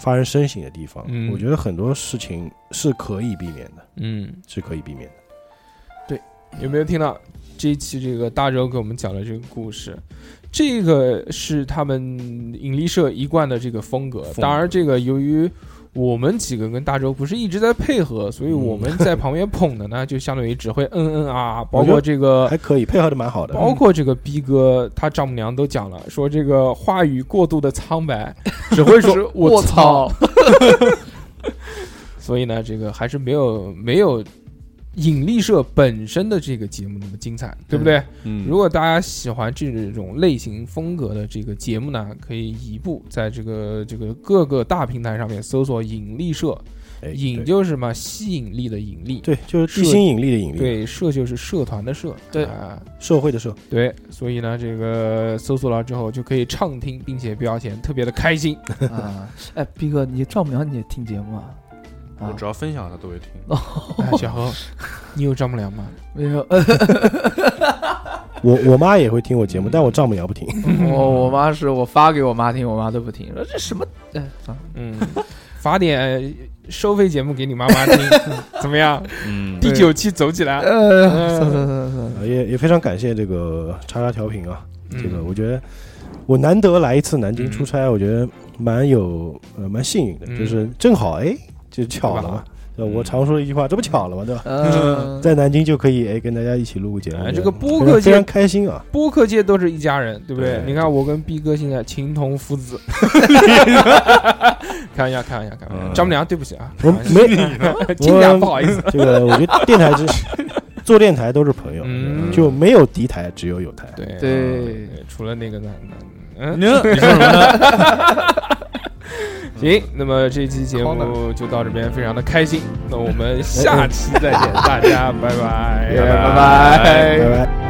Speaker 2: 发人深省的地方。
Speaker 1: 嗯
Speaker 2: 我觉得很多事情是可以避免的，
Speaker 1: 嗯，
Speaker 2: 是可以避免的。
Speaker 1: 有没有听到这一期这个大周给我们讲的这个故事？这个是他们引力社一贯的这个风格
Speaker 2: 风。格
Speaker 1: 当然，这个由于我们几个跟大周不是一直在配合，所以我们在旁边捧的呢，就相当于只会嗯嗯啊，包括这个
Speaker 2: 还可以，配合的蛮好的。嗯
Speaker 1: 包括这个逼哥他丈母娘都讲了，说这个话语过度的苍白，只会说我操。所以呢，这个还是没有没有引力社本身的这个节目那么精彩，对不对？
Speaker 3: 嗯
Speaker 1: 如果大家喜欢这种类型风格的这个节目呢，可以移步在这个这个各个大平台上面搜索“引力社”，
Speaker 2: 哎
Speaker 1: 引就是什么吸引力的引力，
Speaker 2: 对，对就是地
Speaker 1: 是
Speaker 2: 心引力的引力，
Speaker 1: 对，社就是社团的社，
Speaker 4: 对
Speaker 1: 啊。
Speaker 2: 社会的社。
Speaker 1: 对，所以呢，这个搜索了之后就可以畅听，并且不要钱，特别的开心。
Speaker 4: 啊， 哎，逼哥，你丈母娘你也听节目啊？
Speaker 3: 我
Speaker 4: 啊
Speaker 3: 只，要分享他都会听。
Speaker 1: 哎、小何，你有丈母娘吗？
Speaker 4: 没有， 呃，
Speaker 2: 我我妈也会听
Speaker 1: 嗯
Speaker 2: 我节目，但我丈母娘不听。
Speaker 4: 我我妈是我发给我妈听，我妈都不听，说这什么，哎，算了
Speaker 1: 嗯，发点呃收费节目给你妈妈听，怎么样？
Speaker 3: 嗯
Speaker 1: 第九期走起来。
Speaker 4: 呃，
Speaker 1: 嗯
Speaker 4: 算算算算
Speaker 2: 呃也也非常感谢这个叉叉调频啊，
Speaker 1: 嗯
Speaker 2: 这个我觉得我难得来一次南京出差，我觉得蛮有呃蛮幸运的，
Speaker 1: 嗯
Speaker 2: 就是正好哎就巧了
Speaker 1: 对
Speaker 2: 嘛
Speaker 1: 吧。
Speaker 2: 呃我常说的一句话，这不巧了嘛，对吧？
Speaker 4: 呃，
Speaker 2: 在南京就可以哎跟大家一起录个节目，
Speaker 1: 嗯哎这个播客
Speaker 2: 非常非
Speaker 1: 界
Speaker 2: 常开心 啊！
Speaker 1: 播客界都是一家人，对不对？
Speaker 2: 对
Speaker 1: 你看我跟逼哥现在情同父子， 开玩笑，开玩笑，开玩笑。
Speaker 3: 嗯
Speaker 1: 丈母娘，对不起啊，
Speaker 2: 我
Speaker 1: 开玩笑
Speaker 2: 没
Speaker 1: 亲家不好意 思。
Speaker 2: 这个我觉得电台是做电台都是朋友，
Speaker 1: 嗯
Speaker 2: 就没有敌台，只有友台。
Speaker 1: 对
Speaker 4: 对
Speaker 1: 对，除了那个呢，嗯，
Speaker 3: 你说什么呢？
Speaker 1: 行，那么这期节目就到这边，非常的开心。那我们下期再见，大家拜拜，
Speaker 4: 拜拜。
Speaker 1: 嗯
Speaker 2: 拜拜。